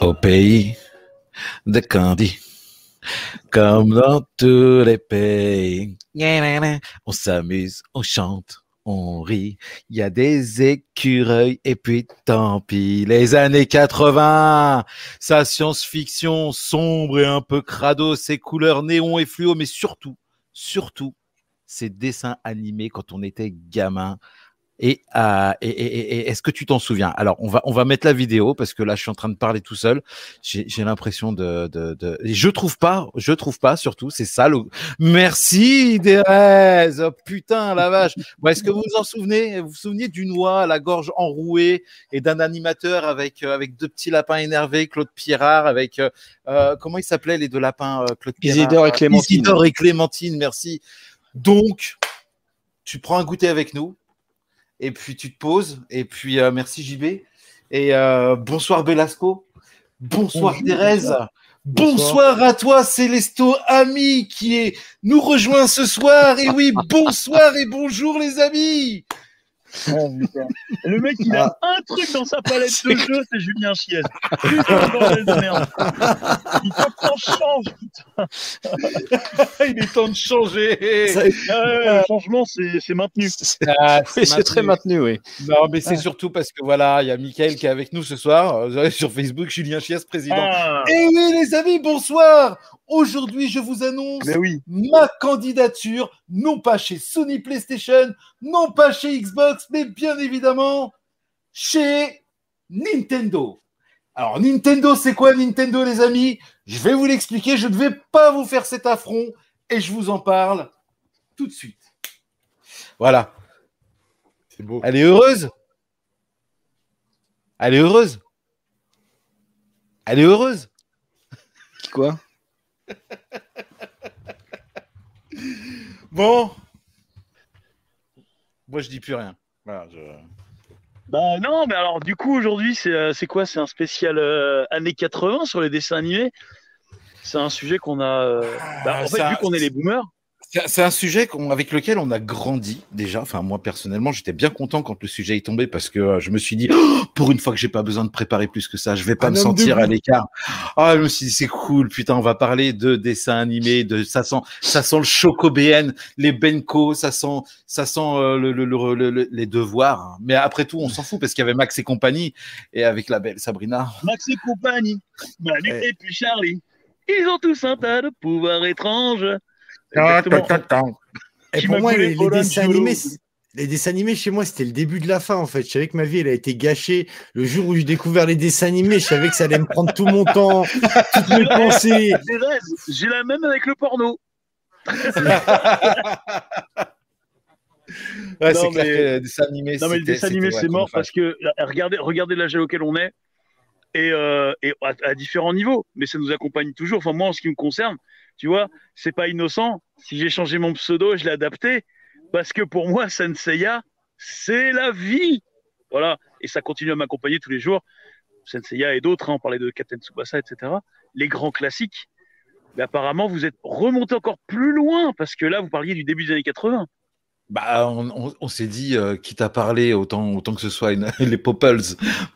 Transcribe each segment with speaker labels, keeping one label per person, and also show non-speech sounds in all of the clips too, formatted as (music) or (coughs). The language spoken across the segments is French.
Speaker 1: au pays de Candy. Comme dans tous les pays, on s'amuse, on chante, on rit. Il y a des écureuils et puis tant pis. Les années 80, sa science-fiction sombre et un peu crado, ses couleurs néon et fluo, mais surtout, surtout, ses dessins animés quand on était gamin. Et, euh, et, et- et- est-ce que tu t'en souviens Alors, on va, on va mettre la vidéo parce que là, je suis en train de parler tout seul. J'ai j'ai l'impression de, de, de- et je trouve pas, je trouve pas. Surtout, c'est ça. Le... Merci, Dérèse. Oh, putain, la vache. Bon, est-ce que vous vous en souvenez Vous vous souvenez d'une oie à la gorge enrouée et d'un animateur avec euh, avec deux petits lapins énervés, Claude Pirard, avec euh, euh, comment ils s'appelaient les deux lapins, euh, Claude Pirard,
Speaker 2: Isidore et Clémentine.
Speaker 1: Isidore et Clémentine. Merci. Donc, tu prends un goûter avec nous et puis tu te poses, et puis euh, merci JB, et euh, bonsoir Belasco, bonsoir
Speaker 2: Bonjour,
Speaker 1: Thérèse, bonsoir.
Speaker 2: Bonsoir.
Speaker 1: à toi Célesto Ami qui est, nous rejoint ce soir, et (laughs) oui, bonsoir et bonjour les amis
Speaker 3: Oh, Le mec, il a un truc dans sa palette de jeu, Ah. c'est Julien Chiez. Putain, bordel de merde. Il faut qu'on change.
Speaker 1: Il est temps de changer
Speaker 3: Euh, le changement, c'est c'est maintenu.
Speaker 2: C'est-
Speaker 1: Ah,
Speaker 2: (laughs) Oui, c'est très maintenu, oui.
Speaker 1: Non, mais c'est surtout parce que voilà, il y a Mickaël qui est avec nous ce soir, euh, sur Facebook, Julien Chies, président.
Speaker 3: Ah,
Speaker 1: Eh oui les amis, bonsoir Aujourd'hui, je vous annonce
Speaker 3: mais oui.
Speaker 1: ma candidature, non pas chez Sony PlayStation, non pas chez Xbox, mais bien évidemment chez Nintendo. Alors Nintendo, c'est quoi Nintendo les amis Je vais vous l'expliquer, je ne vais pas vous faire cet affront et je vous en parle tout de suite. Voilà,
Speaker 4: C'est beau.
Speaker 1: elle est heureuse Elle est heureuse Elle est heureuse
Speaker 2: Quoi
Speaker 1: Bon Moi je dis plus rien. Voilà, je-
Speaker 3: Bah non, mais alors du coup, aujourd'hui, c'est euh, c'est quoi C'est un spécial euh, années 80 sur les dessins animés c'est un sujet qu'on a. euh, bah, en fait,
Speaker 1: ça-
Speaker 3: vu qu'on est les boomers,
Speaker 1: C'est c'est un sujet qu'on- avec lequel on a grandi déjà. Enfin, moi personnellement, j'étais bien content quand le sujet est tombé parce que euh, je me suis dit, Oh, pour une fois que j'ai pas besoin de préparer plus que ça, je vais pas
Speaker 4: Un
Speaker 1: me
Speaker 4: homme
Speaker 1: sentir
Speaker 4: debout.
Speaker 1: à l'écart. Ah, je me suis dit, c'est cool, putain, on va parler de dessins animés, de ça sent, ça sent le chocobéen, les benko, ça sent, ça sent euh, le, le- le- le- le- les devoirs. hein. Mais après tout, on s'en fout parce qu'il y avait Max et compagnie et avec la belle Sabrina.
Speaker 3: Max et compagnie, Manu
Speaker 1: Ouais.
Speaker 3: et puis Charlie, ils ont tous un tas de pouvoirs étranges. Exactement.
Speaker 4: Et
Speaker 3: Qui
Speaker 4: pour
Speaker 3: m'a
Speaker 4: moi,
Speaker 3: coulé
Speaker 4: les, les
Speaker 3: Olan
Speaker 4: dessins
Speaker 3: Giolo.
Speaker 4: animés, c'est- les dessins animés chez moi, c'était le début de la fin en fait. Je savais que ma vie elle a été gâchée. Le jour où j'ai découvert les dessins animés, je savais que ça allait me prendre tout mon temps, toutes mes pensées.
Speaker 3: Thérèse, j'ai la même avec le porno.
Speaker 1: Ouais,
Speaker 3: Non,
Speaker 1: c'est clair
Speaker 3: mais-
Speaker 1: que le dessin animé,
Speaker 3: Non, mais le
Speaker 1: c'était-
Speaker 3: dessin
Speaker 1: c'était,
Speaker 3: animé,
Speaker 1: ouais,
Speaker 3: c'est mort
Speaker 1: comme
Speaker 3: parce que là, regardez, regardez l'âge à lequel on est et, euh, et à, à différents niveaux, mais ça nous accompagne toujours. Enfin, moi, en ce qui me concerne, tu vois, c'est pas innocent. Si j'ai changé mon pseudo, je l'ai adapté parce que pour moi, Senseiya, c'est la vie. Voilà, et ça continue à m'accompagner tous les jours. Senseiya et d'autres, hein, on parlait de Captain Tsubasa, etc. Les grands classiques. Mais apparemment, vous êtes remonté encore plus loin parce que là, vous parliez du début des années 80.
Speaker 1: Bah, on, on- on s'est dit, euh, quitte à parler, autant, autant que ce soit une- (laughs) les Popples.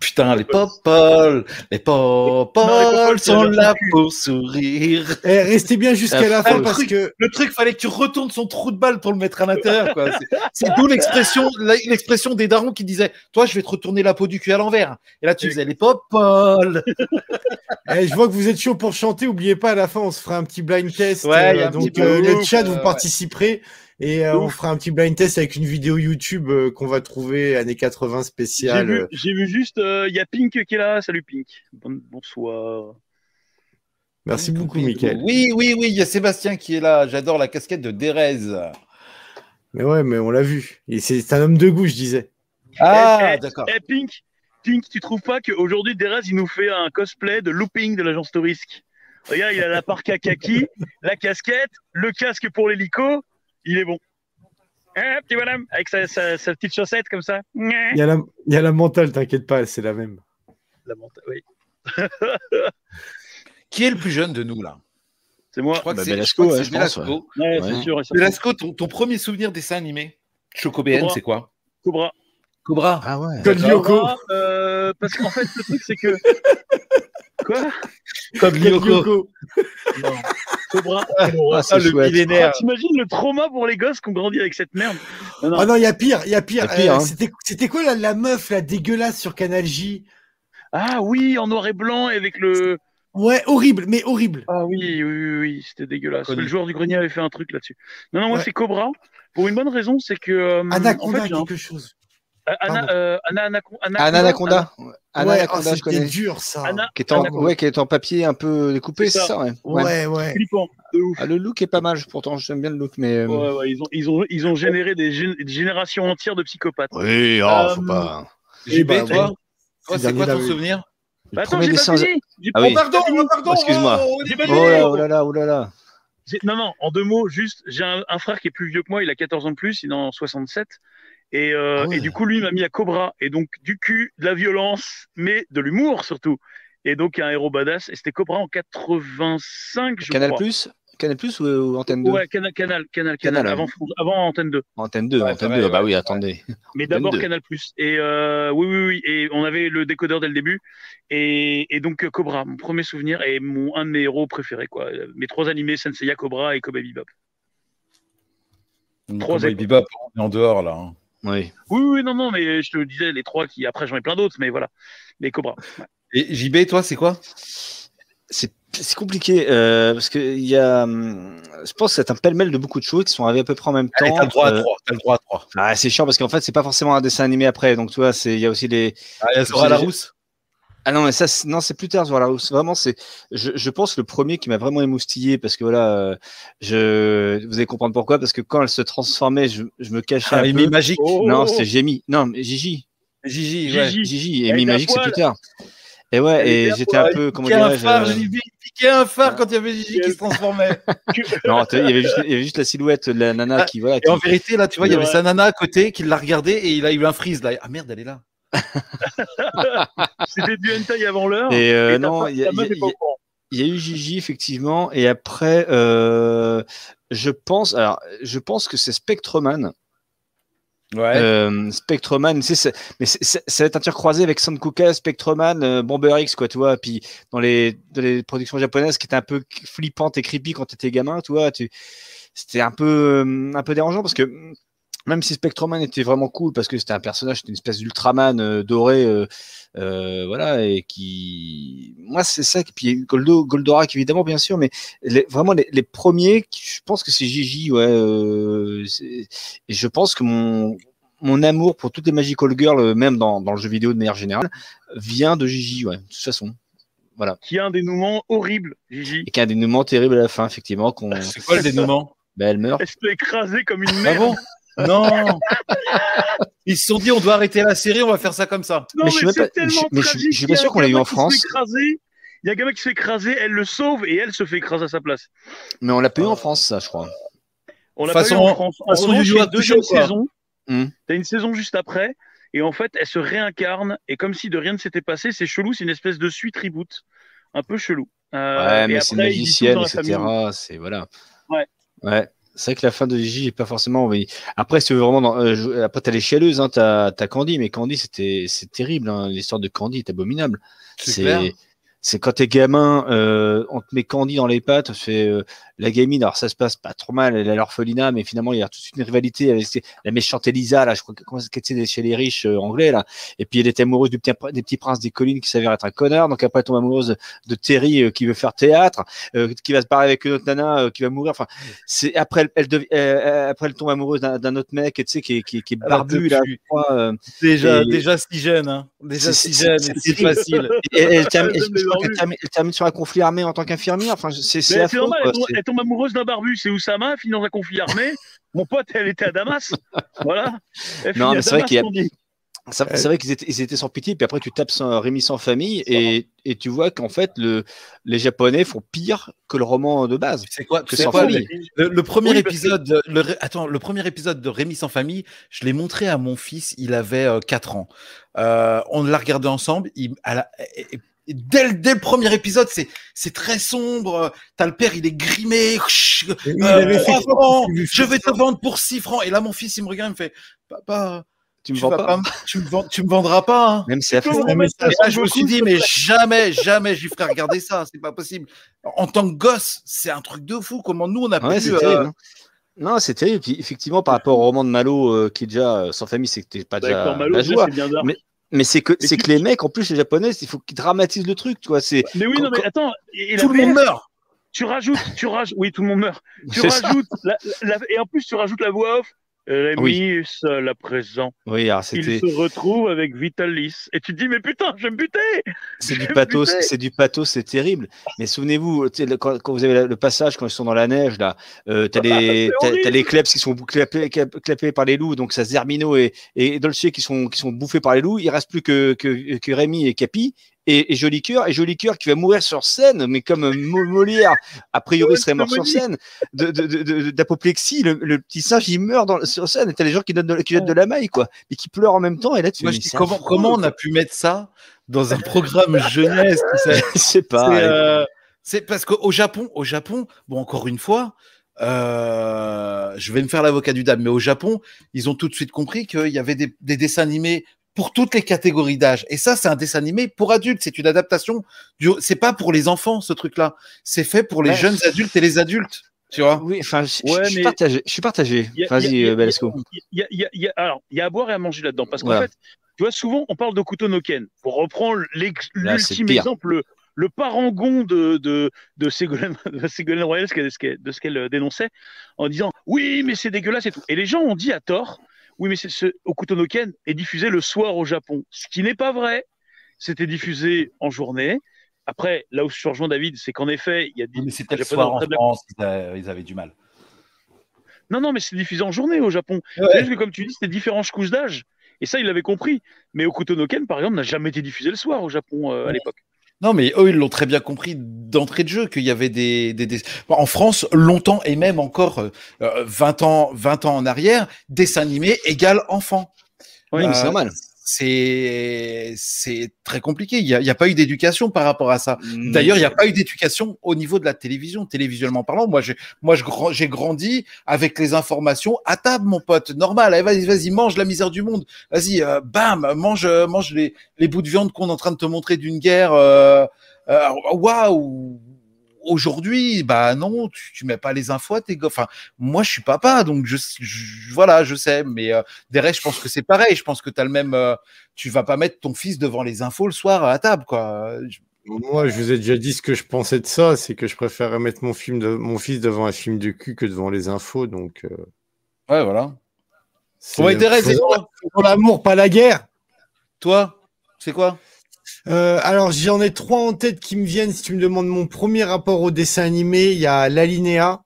Speaker 1: Putain, les Popples, les
Speaker 3: Non, les
Speaker 1: Popples
Speaker 3: Popples, c'est
Speaker 1: sont
Speaker 3: la
Speaker 1: là
Speaker 3: vertu.
Speaker 1: pour sourire.
Speaker 4: Eh, restez bien jusqu'à la
Speaker 1: Ah,
Speaker 4: fin
Speaker 1: le
Speaker 4: parce
Speaker 1: truc.
Speaker 4: que
Speaker 1: Le truc, fallait que tu retournes son trou de balle pour le mettre à l'intérieur. quoi. C'est- C'est d'où l'expression, la- l'expression des darons qui disaient, toi, je vais te retourner la peau du cul à l'envers. Et là, tu faisais les Popples.
Speaker 4: eh, je vois que vous êtes chaud pour chanter. Oubliez pas, à la fin, on se fera un petit blind test.
Speaker 1: Ouais, il y a un petit
Speaker 4: donc
Speaker 1: peu
Speaker 4: euh,
Speaker 1: de
Speaker 4: le
Speaker 1: ouf,
Speaker 4: chat,
Speaker 1: euh,
Speaker 4: vous
Speaker 1: ouais.
Speaker 4: participerez et euh, on
Speaker 3: Ouf.
Speaker 4: fera un petit blind test avec une vidéo YouTube euh, qu'on va trouver années 80
Speaker 3: J'ai
Speaker 4: spéciale.
Speaker 3: vu,
Speaker 4: euh,
Speaker 3: j'ai vu juste, il y a Pink qui est là. Salut Pink. Bon- bonsoir.
Speaker 4: Merci beaucoup, Mickaël.
Speaker 1: Oui, oui, oui, il y a Sébastien qui est là. J'adore la casquette de Derez.
Speaker 4: Mais ouais, mais on l'a vu. Et c'est c'est un homme de goût, je disais.
Speaker 1: Ah,
Speaker 3: Eh, eh,
Speaker 1: d'accord.
Speaker 3: Eh Pink, Pink, tu trouves pas qu'aujourd'hui Derez il nous fait un cosplay de looping de l'agence Tourisk Regarde, il a la parka kaki, la casquette, le casque pour l'hélico. Il est bon. Hein, petit bonhomme, avec sa, sa- sa petite chaussette comme ça. Nya.
Speaker 4: Il y a la, il y a la mentale, t'inquiète pas, c'est la même.
Speaker 3: La menthe, oui.
Speaker 1: Qui est le plus jeune de nous, là?
Speaker 3: C'est moi.
Speaker 1: Je crois que
Speaker 2: Bah,
Speaker 1: c'est
Speaker 2: Belasco,
Speaker 1: je crois que
Speaker 2: ouais,
Speaker 1: c'est
Speaker 2: je pense,
Speaker 1: Belasco.
Speaker 3: Ouais,
Speaker 2: Ouais.
Speaker 3: c'est sûr. et certain.
Speaker 1: Velasco, ton, ton premier souvenir dessin animé Chocobéenne,
Speaker 3: Cobra.
Speaker 1: c'est quoi
Speaker 3: Cobra.
Speaker 1: Cobra.
Speaker 2: Ah ouais.
Speaker 4: Code Lyoko.
Speaker 3: Cobra, euh, parce qu'en fait, le truc, c'est que Quoi
Speaker 1: Comme Lyoko.
Speaker 2: (laughs)
Speaker 3: Cobra.
Speaker 2: Ah,
Speaker 1: Ah,
Speaker 2: c'est
Speaker 1: le
Speaker 2: chouette.
Speaker 1: millénaire.
Speaker 3: T'imagines le trauma pour les gosses qui ont grandi avec cette merde Non, non.
Speaker 4: Ah non, il y a pire, il y a pire.
Speaker 2: Il y a pire,
Speaker 4: Euh,
Speaker 2: hein.
Speaker 4: c'était, c'était quoi la, la meuf, la dégueulasse sur Canal J
Speaker 3: Ah oui, en noir et blanc et avec le.
Speaker 4: Ouais, horrible, mais horrible.
Speaker 3: Ah oui, oui, oui, oui, c'était dégueulasse.
Speaker 1: Connu.
Speaker 3: Le joueur du grenier avait fait un truc là-dessus. Non, non, moi
Speaker 4: Ouais.
Speaker 3: c'est Cobra. Pour une bonne raison, c'est que. euh,
Speaker 4: Anaconda,
Speaker 3: en fait, j'ai un-
Speaker 4: quelque chose.
Speaker 3: Euh, Anna,
Speaker 4: Pardon.
Speaker 3: euh, Anna, Anacon- Anna-
Speaker 2: Anna Anaconda. Anna
Speaker 4: ouais,
Speaker 2: Anaconda,
Speaker 4: oh,
Speaker 2: je
Speaker 4: c'était
Speaker 2: connais.
Speaker 4: dur ça.
Speaker 3: Anna,
Speaker 2: Qui est, en,
Speaker 3: Anaconda.
Speaker 2: ouais, qui est en papier un peu découpé,
Speaker 3: C'est
Speaker 2: c'est
Speaker 3: ça.
Speaker 2: ça, ouais. Ouais.
Speaker 4: Ouais, ouais.
Speaker 3: Flippant, de ouf.
Speaker 2: Ah, le look est pas mal, pourtant j'aime bien le look, mais. euh,
Speaker 3: Ouais, ouais, ils, ont, ils, ont, ils ont généré des, gén- des générations entières de psychopathes.
Speaker 2: Oui, oh,
Speaker 3: Euh,
Speaker 2: pas.
Speaker 1: JB,
Speaker 4: bah,
Speaker 1: toi,
Speaker 4: ouais.
Speaker 1: toi
Speaker 4: C'est
Speaker 1: c'est
Speaker 4: dernier
Speaker 1: quoi ton
Speaker 4: là, oui.
Speaker 1: souvenir
Speaker 3: Bah, attends,
Speaker 2: premier
Speaker 3: j'ai
Speaker 2: dessin-
Speaker 3: pas fini. J'ai-
Speaker 2: Ah oui.
Speaker 1: Oh, pardon, pardon.
Speaker 2: Excuse-moi.
Speaker 1: oh, on est pas
Speaker 2: Oh là, oh là là, oh là là.
Speaker 3: j'ai- Non, non, en deux mots, juste, j'ai un, un frère qui est plus vieux que moi, il a 14 ans de plus, il est en 67. Et, euh,
Speaker 4: Ah ouais.
Speaker 3: et du coup, lui il m'a mis à Cobra. Et donc, du cul, de la violence, mais de l'humour surtout. Et donc, il y a un héros badass. Et c'était Cobra en 85, je
Speaker 2: Canal
Speaker 3: crois.
Speaker 2: Plus Canal Plus ou, ou Antenne 2
Speaker 3: Ouais, Canal, Canal, Canal, Canal,
Speaker 2: Canal, hein. ouais.
Speaker 3: avant, France- avant Antenne 2.
Speaker 2: Antenne 2,
Speaker 1: Ouais,
Speaker 2: Antenne
Speaker 1: pareil,
Speaker 2: 2, bah
Speaker 1: ouais.
Speaker 2: oui, attendez.
Speaker 3: Mais
Speaker 2: Antenne
Speaker 3: d'abord
Speaker 2: 2.
Speaker 3: Canal Et euh, oui, oui, oui. Et on avait le décodeur dès le début. Et, et donc euh, Cobra, mon premier souvenir et mon un de mes héros préférés, quoi. Euh, Mes trois animés, Senseiya, Cobra et Kobe Bebop.
Speaker 1: Cowboy
Speaker 3: Trois écoles.
Speaker 1: Bebop, on est en dehors là. hein.
Speaker 2: Oui.
Speaker 3: Oui, oui, non, non, mais je te le disais, les trois qui après j'en ai plein d'autres, mais voilà, les Cobra.
Speaker 1: Et JB, toi, c'est quoi
Speaker 2: C'est c'est compliqué, euh, parce que il y a. hum, Je pense que c'est un pêle-mêle de beaucoup de choses qui sont arrivées à peu près en même temps.
Speaker 1: Allez, t'as le droit à
Speaker 2: Euh,
Speaker 1: trois. T'as le droit à trois.
Speaker 2: ah, c'est chiant parce qu'en fait, c'est pas forcément un dessin animé après, donc tu vois, c'est- il y a aussi les.
Speaker 1: Allez,
Speaker 2: je
Speaker 1: Zora
Speaker 2: sais
Speaker 1: la
Speaker 2: déjà-
Speaker 1: rousse.
Speaker 2: Ah non, mais ça, c'est- non, c'est plus tard, voilà. Vraiment, c'est, je, je pense, le premier qui m'a vraiment émoustillé parce que voilà, euh, je, vous allez comprendre pourquoi, parce que quand elle se transformait, je, je me cachais un
Speaker 1: Rémi
Speaker 2: peu.
Speaker 1: Ah, Magique.
Speaker 2: Non,
Speaker 3: c'est
Speaker 2: c'est Jimmy. Non, mais Gigi.
Speaker 1: Gigi,
Speaker 3: Gigi.
Speaker 1: ouais.
Speaker 2: Gigi. Et
Speaker 3: Elle
Speaker 2: Amy
Speaker 3: était à
Speaker 2: Magic, c'est
Speaker 3: poil.
Speaker 2: plus tard. Et
Speaker 3: Elle
Speaker 2: ouais,
Speaker 3: était
Speaker 2: et
Speaker 3: à
Speaker 2: j'étais un
Speaker 3: poil.
Speaker 2: peu, comment
Speaker 1: Piquer un
Speaker 2: dirais-je.
Speaker 1: phare,
Speaker 2: euh,
Speaker 1: JB. Piquer un phare quand il y avait Gigi qui se transformait.
Speaker 3: (laughs)
Speaker 2: Non, t'as- il y, avait juste, il y avait juste la silhouette de la nana
Speaker 1: Ah,
Speaker 2: qui, voilà.
Speaker 1: (laughs) Et en
Speaker 2: qui-
Speaker 1: vérité, là, tu vois, il y avait
Speaker 3: Ouais.
Speaker 1: sa nana à côté qui l'a regardé et il a eu un freeze là. Ah merde, elle est là.
Speaker 3: C'était du hentai avant l'heure.
Speaker 2: Et, euh,
Speaker 3: ta-
Speaker 2: non,
Speaker 3: ta
Speaker 2: il y a-
Speaker 3: meuf
Speaker 2: il y a-
Speaker 3: est pas au courant.
Speaker 2: Il y a eu Gigi, effectivement, et après, euh, je pense, alors, je pense que c'est Spectroman.
Speaker 1: Ouais.
Speaker 2: Euh, Spectroman, c'est, c'est- mais c'est- c'est- ça va être un tir croisé avec Sankuka, Spectroman, euh, Bomber X, quoi, tu vois. Puis dans les, dans les productions japonaises qui étaient un peu flippantes et creepy quand t'étais gamin, tu vois, tu, c'était un peu, euh, un peu dérangeant parce que même si Spectroman était vraiment cool parce que c'était un personnage, c'était une espèce d'Ultraman euh, doré, euh, euh, voilà, et qui, moi c'est ça. Et puis il y a eu Goldo- Goldorak évidemment, bien sûr, mais les- vraiment les, les premiers, qui- je pense que c'est Gigi, ouais. euh, c'est- et je pense que mon mon amour pour toutes les magical girls, euh, même dans, dans le jeu vidéo de manière générale, vient de Gigi, ouais, de toute façon.
Speaker 3: Qui a un dénouement horrible, Gigi.
Speaker 2: Et qui a un dénouement terrible à la fin, effectivement, qu'on,
Speaker 3: (laughs)
Speaker 1: C'est quoi le dénouement
Speaker 2: bah, elle meurt.
Speaker 3: Elle se fait écraser comme une
Speaker 1: Ah
Speaker 3: merde.
Speaker 1: bon Non Ils se sont dit, on doit arrêter la série, on va faire ça comme ça.
Speaker 2: Mais
Speaker 3: Non, mais,
Speaker 2: je suis même
Speaker 3: c'est
Speaker 2: pas-
Speaker 3: tellement
Speaker 2: je- mais je-
Speaker 3: tragique,
Speaker 2: je suis pas
Speaker 3: il y a
Speaker 2: sûr
Speaker 3: un
Speaker 2: qu'on l'a eu
Speaker 3: gamin
Speaker 2: en
Speaker 3: qui se fait
Speaker 2: France.
Speaker 3: écraser, Il y a un gamin qui se fait écraser, elle le sauve et elle se fait écraser à sa place.
Speaker 2: Mais on l'a
Speaker 3: Ah.
Speaker 2: payé en France, ça, je crois.
Speaker 3: On l'a
Speaker 1: De façon-
Speaker 3: pas eu en France. En
Speaker 1: de façon,
Speaker 3: revanche,
Speaker 1: Yu-Gi-Oh!
Speaker 3: il y a une
Speaker 1: Hakusho,
Speaker 3: deuxième
Speaker 1: quoi.
Speaker 3: saison.
Speaker 2: Hmm.
Speaker 3: T'as une saison juste après. Et en fait, elle se réincarne. Et comme si de rien ne s'était passé, c'est chelou. C'est une espèce de suite reboot. Un peu chelou. Euh,
Speaker 2: Ouais,
Speaker 3: et
Speaker 2: mais c'est une
Speaker 3: après, ils disent tous
Speaker 2: magicienne,
Speaker 3: dans la
Speaker 2: etc.
Speaker 3: famille.
Speaker 2: C'est voilà.
Speaker 3: Ouais.
Speaker 2: Ouais. C'est vrai que la fin de Gigi est pas forcément. oui. Après, c'est vraiment. Dans, euh, je- après, t'as les chialeuses, hein, t'as, t'as Candy, mais Candy, c'était, c'est terrible. hein, L'histoire de Candy est abominable.
Speaker 1: C'est clair.
Speaker 2: c'est quand t'es gamin, euh, on te met Candy dans les pattes, on te fait euh, la gamine. Alors ça se passe pas trop mal, elle a l'orphelinat, mais finalement il y a tout de suite une rivalité avec ces- la méchante Elisa là, je crois que- comment est-ce qu'elle était chez les riches euh, anglais là. Et puis elle était amoureuse du petit, des petits princes des collines qui s'avère être un connard, donc après elle tombe amoureuse de, de Terry euh, qui veut faire théâtre, euh, qui va se barrer avec une autre nana euh, qui va mourir. Enfin, c'est après elle, elle dev- euh, après elle tombe amoureuse d'un d'un autre mec, et tu sais qui est, qui est, qui est
Speaker 1: Alors,
Speaker 2: barbu là,
Speaker 1: Ah bah, depuis-
Speaker 2: je crois. euh,
Speaker 1: Déjà,
Speaker 2: Et-
Speaker 1: déjà si jeune, hein. Déjà
Speaker 2: C'est-
Speaker 1: si
Speaker 2: c'est-
Speaker 1: jeune,
Speaker 2: c'est-
Speaker 1: c'est
Speaker 2: c'est-
Speaker 1: facile.
Speaker 2: et
Speaker 3: (laughs)
Speaker 2: elle, termine,
Speaker 3: J'aime les
Speaker 2: je crois qu'elle
Speaker 3: barbus.
Speaker 2: termine- elle termine sur un conflit armé en tant qu'infirmière. Enfin, je- c'est c'est
Speaker 3: Mais C'est
Speaker 2: affreux.
Speaker 3: normal,
Speaker 2: quoi,
Speaker 3: elle tombe,
Speaker 2: c'est-
Speaker 3: elle tombe amoureuse d'un barbu. C'est Oussama, elle finit dans un conflit
Speaker 2: (laughs)
Speaker 3: armé. Mon pote, elle était à Damas. Voilà. Elle
Speaker 2: Non,
Speaker 3: finit
Speaker 2: mais
Speaker 3: à
Speaker 2: c'est vrai
Speaker 3: Damas,
Speaker 2: qu'il y a-
Speaker 3: on dit.
Speaker 2: Ça-
Speaker 4: Euh,
Speaker 2: C'est vrai qu'ils étaient, ils étaient sans pitié, puis après tu tapes sans, Rémi sans famille, et, et tu vois qu'en fait le, les Japonais font pire que le roman de base.
Speaker 1: C'est quoi,
Speaker 2: Que
Speaker 1: c'est
Speaker 2: sans
Speaker 1: quoi
Speaker 2: famille.
Speaker 1: les- Le, le premier
Speaker 3: Oui, parce que-
Speaker 1: épisode, de- le, ré- attends, le premier épisode de Rémi sans famille, je l'ai montré à mon fils, il avait 4 ans. Euh, on l'a regardé ensemble. il- à la- et- et- et dès, le- dès le premier épisode, c'est c'est très sombre. euh, T'as le père, il est grimé. chut,
Speaker 4: Et lui, il
Speaker 1: euh,
Speaker 4: avait fait
Speaker 1: trois
Speaker 4: quoi
Speaker 1: francs,
Speaker 4: pour que tu lui
Speaker 1: je vais
Speaker 4: fasses
Speaker 1: te vendre pour 6 francs. Et là, mon fils, il me regarde, il me fait Papa,
Speaker 2: tu me
Speaker 1: Tu
Speaker 2: vends
Speaker 1: vas
Speaker 2: pas.
Speaker 1: pas me- tu me vends- tu me vendras pas. hein.
Speaker 2: Même si la
Speaker 3: peux
Speaker 2: fête-
Speaker 3: vous remettre
Speaker 1: Et là, je me
Speaker 3: Beaucoup,
Speaker 1: suis dit,
Speaker 3: s'il te
Speaker 1: mais jamais, jamais je lui ferai regarder ça, c'est pas possible. En tant que gosse, c'est un truc de fou. Comment nous, on a
Speaker 2: Ouais,
Speaker 1: pu.
Speaker 2: c'est
Speaker 1: euh,
Speaker 2: terrible. hein. Non, c'est terrible. Puis, effectivement, par rapport au roman de Malo, euh, qui est déjà euh, sans famille, c'est que t'es pas
Speaker 3: Avec
Speaker 2: déjà
Speaker 3: Cormalo,
Speaker 2: la
Speaker 3: déjà,
Speaker 2: joie.
Speaker 3: c'est bien dark.
Speaker 2: Mais- Mais c'est que,
Speaker 3: Mais
Speaker 2: c'est
Speaker 3: tu-
Speaker 2: que les mecs, en plus, les japonais, il faut qu'ils dramatisent le truc, tu vois. C'est
Speaker 3: Mais oui,
Speaker 2: quand-
Speaker 3: non, mais
Speaker 2: quand-
Speaker 3: attends. et- et
Speaker 1: euh,
Speaker 3: la
Speaker 1: tout le
Speaker 3: VF,
Speaker 1: monde meurt.
Speaker 3: Tu rajoutes, tu rajoutes. Oui, tout le monde meurt. Tu
Speaker 2: c'est ça.
Speaker 3: rajoutes. la- la- et en plus, tu rajoutes la voix off. Euh, Rémi,
Speaker 2: Oui.
Speaker 3: seul à présent,
Speaker 2: Oui, alors
Speaker 3: il
Speaker 2: c'était,
Speaker 3: se retrouve avec Vitalis. Et tu te dis, mais putain, je vais me buter
Speaker 2: c'est du
Speaker 3: (laughs) je
Speaker 2: pathos,
Speaker 3: putain.
Speaker 2: c'est du pathos, c'est terrible. Mais souvenez-vous, tu sais, le- quand, quand vous avez la- le passage, quand ils sont dans la neige, là, euh, t'as
Speaker 3: (laughs)
Speaker 2: les, t'as,
Speaker 3: Ah, horrible.
Speaker 2: t'as les kleps qui sont bou- clapés, clap- clapés par les loups, donc ça Zermino et, et Dolce qui sont, qui sont bouffés par les loups. Il reste plus que, que, que Rémi et Capi. Et, et Joli Cœur, et Joli Cœur qui va mourir sur scène, mais comme euh, Mo- Molière, a priori, serait mort sur scène, de- de- de- de- d'apoplexie. Le, le petit singe, il meurt dans, sur scène, et t'as les gens qui donnent de, qui jettent de la maille, quoi, et qui pleurent en même temps, et là, tu
Speaker 1: Moi,
Speaker 2: fais,
Speaker 1: je
Speaker 2: mais
Speaker 1: dis,
Speaker 2: c'est
Speaker 1: comment,
Speaker 2: affreux,
Speaker 1: comment on a pu mettre ça dans un programme jeunesse tu sais
Speaker 2: (laughs) Je sais pas.
Speaker 1: C'est,
Speaker 2: elle-
Speaker 1: euh, C'est parce qu'au Japon, au Japon, bon, encore une fois, euh, je vais me faire l'avocat du dame, mais au Japon, ils ont tout de suite compris qu'il y avait des, des dessins animés pour toutes les catégories d'âge. Et ça, c'est un dessin animé pour adultes. C'est une adaptation. Du... C'est pas pour les enfants, ce truc-là. C'est fait pour les
Speaker 2: Ouais.
Speaker 1: jeunes adultes et les adultes. Tu vois
Speaker 2: Oui, enfin, je,
Speaker 3: Ouais,
Speaker 2: je- je suis
Speaker 3: mais-
Speaker 2: partagé. Je suis partagé.
Speaker 3: Y a- y a-
Speaker 2: Vas-y,
Speaker 3: y a-
Speaker 2: euh, Belasco.
Speaker 3: Il y a- il y a- il y a- alors, il y a à boire et à manger là-dedans. Parce qu'en
Speaker 2: Voilà.
Speaker 3: fait, tu vois, souvent, on parle de Kutonoken. Pour reprendre l'ex-
Speaker 2: Là, c'est
Speaker 3: l'ultime
Speaker 2: pire.
Speaker 3: exemple, le, le parangon de, de, de Ségolène, de Ségolène Royal, ce qu'elle- ce qu'elle- de ce qu'elle euh, dénonçait, en disant Oui, mais c'est dégueulasse et tout. Et les gens ont dit à tort Oui, mais c'est ce, Okutonoken est diffusé le soir au Japon. Ce qui n'est pas vrai. C'était diffusé en journée. Après, là où je te rejoins, David, c'est qu'en effet, il y a des.
Speaker 1: c'était
Speaker 3: le soir en
Speaker 1: France, ils avaient du mal.
Speaker 3: Non, non, mais c'est diffusé en journée au Japon. C'est juste que, comme tu dis, c'était différents couches d'âge. Et ça, il l'avait compris. Mais Okuto no Ken, par exemple, n'a jamais été diffusé le soir au Japon euh, à
Speaker 1: Ouais.
Speaker 3: l'époque.
Speaker 1: Non, mais eux, ils l'ont très bien compris d'entrée de jeu qu'il y avait des, des, des- Bon, En France, longtemps et même encore euh, euh, 20 ans, 20 ans en arrière, dessin animé égale enfant.
Speaker 2: Oui, Ah, mais c'est
Speaker 1: Euh,
Speaker 2: normal.
Speaker 1: C'est c'est très compliqué. Il n'y a, il y a pas eu d'éducation par rapport à
Speaker 3: Ah,
Speaker 1: ça. D'ailleurs, il n'y a pas eu d'éducation au niveau de la télévision, télévisuellement parlant. Moi, j'ai moi je grand- j'ai grandi avec les informations à table, mon pote. Normal. Allez, vas-y, vas-y, mange la misère du monde. Vas-y, euh, bam, mange, euh, mange les, les bouts de viande qu'on est en train de te montrer d'une guerre. euh, euh, Waouh. Aujourd'hui, bah non, tu, tu mets pas les infos à tes gosses. Enfin, moi, je suis papa, donc je, je- voilà, je sais. Mais euh, derrière, je pense que c'est pareil. Je pense que t'as le même. euh, tu vas pas mettre ton fils devant les infos le soir à table, quoi. Je-
Speaker 4: Moi, je vous ai déjà dit ce que je pensais de ça, c'est que je préférais mettre mon, film de... mon fils devant un film de cul que devant les infos. Donc, euh,
Speaker 1: Ouais, voilà.
Speaker 4: c'est-
Speaker 1: Ouais, Thérèse, et
Speaker 4: faisons
Speaker 1: toi,
Speaker 4: faisons l'amour, pas la guerre.
Speaker 1: toi c'est quoi
Speaker 4: Euh, alors j'en ai trois en tête qui me viennent. Si tu me demandes mon premier rapport au dessin animé, il y a l'alinéa.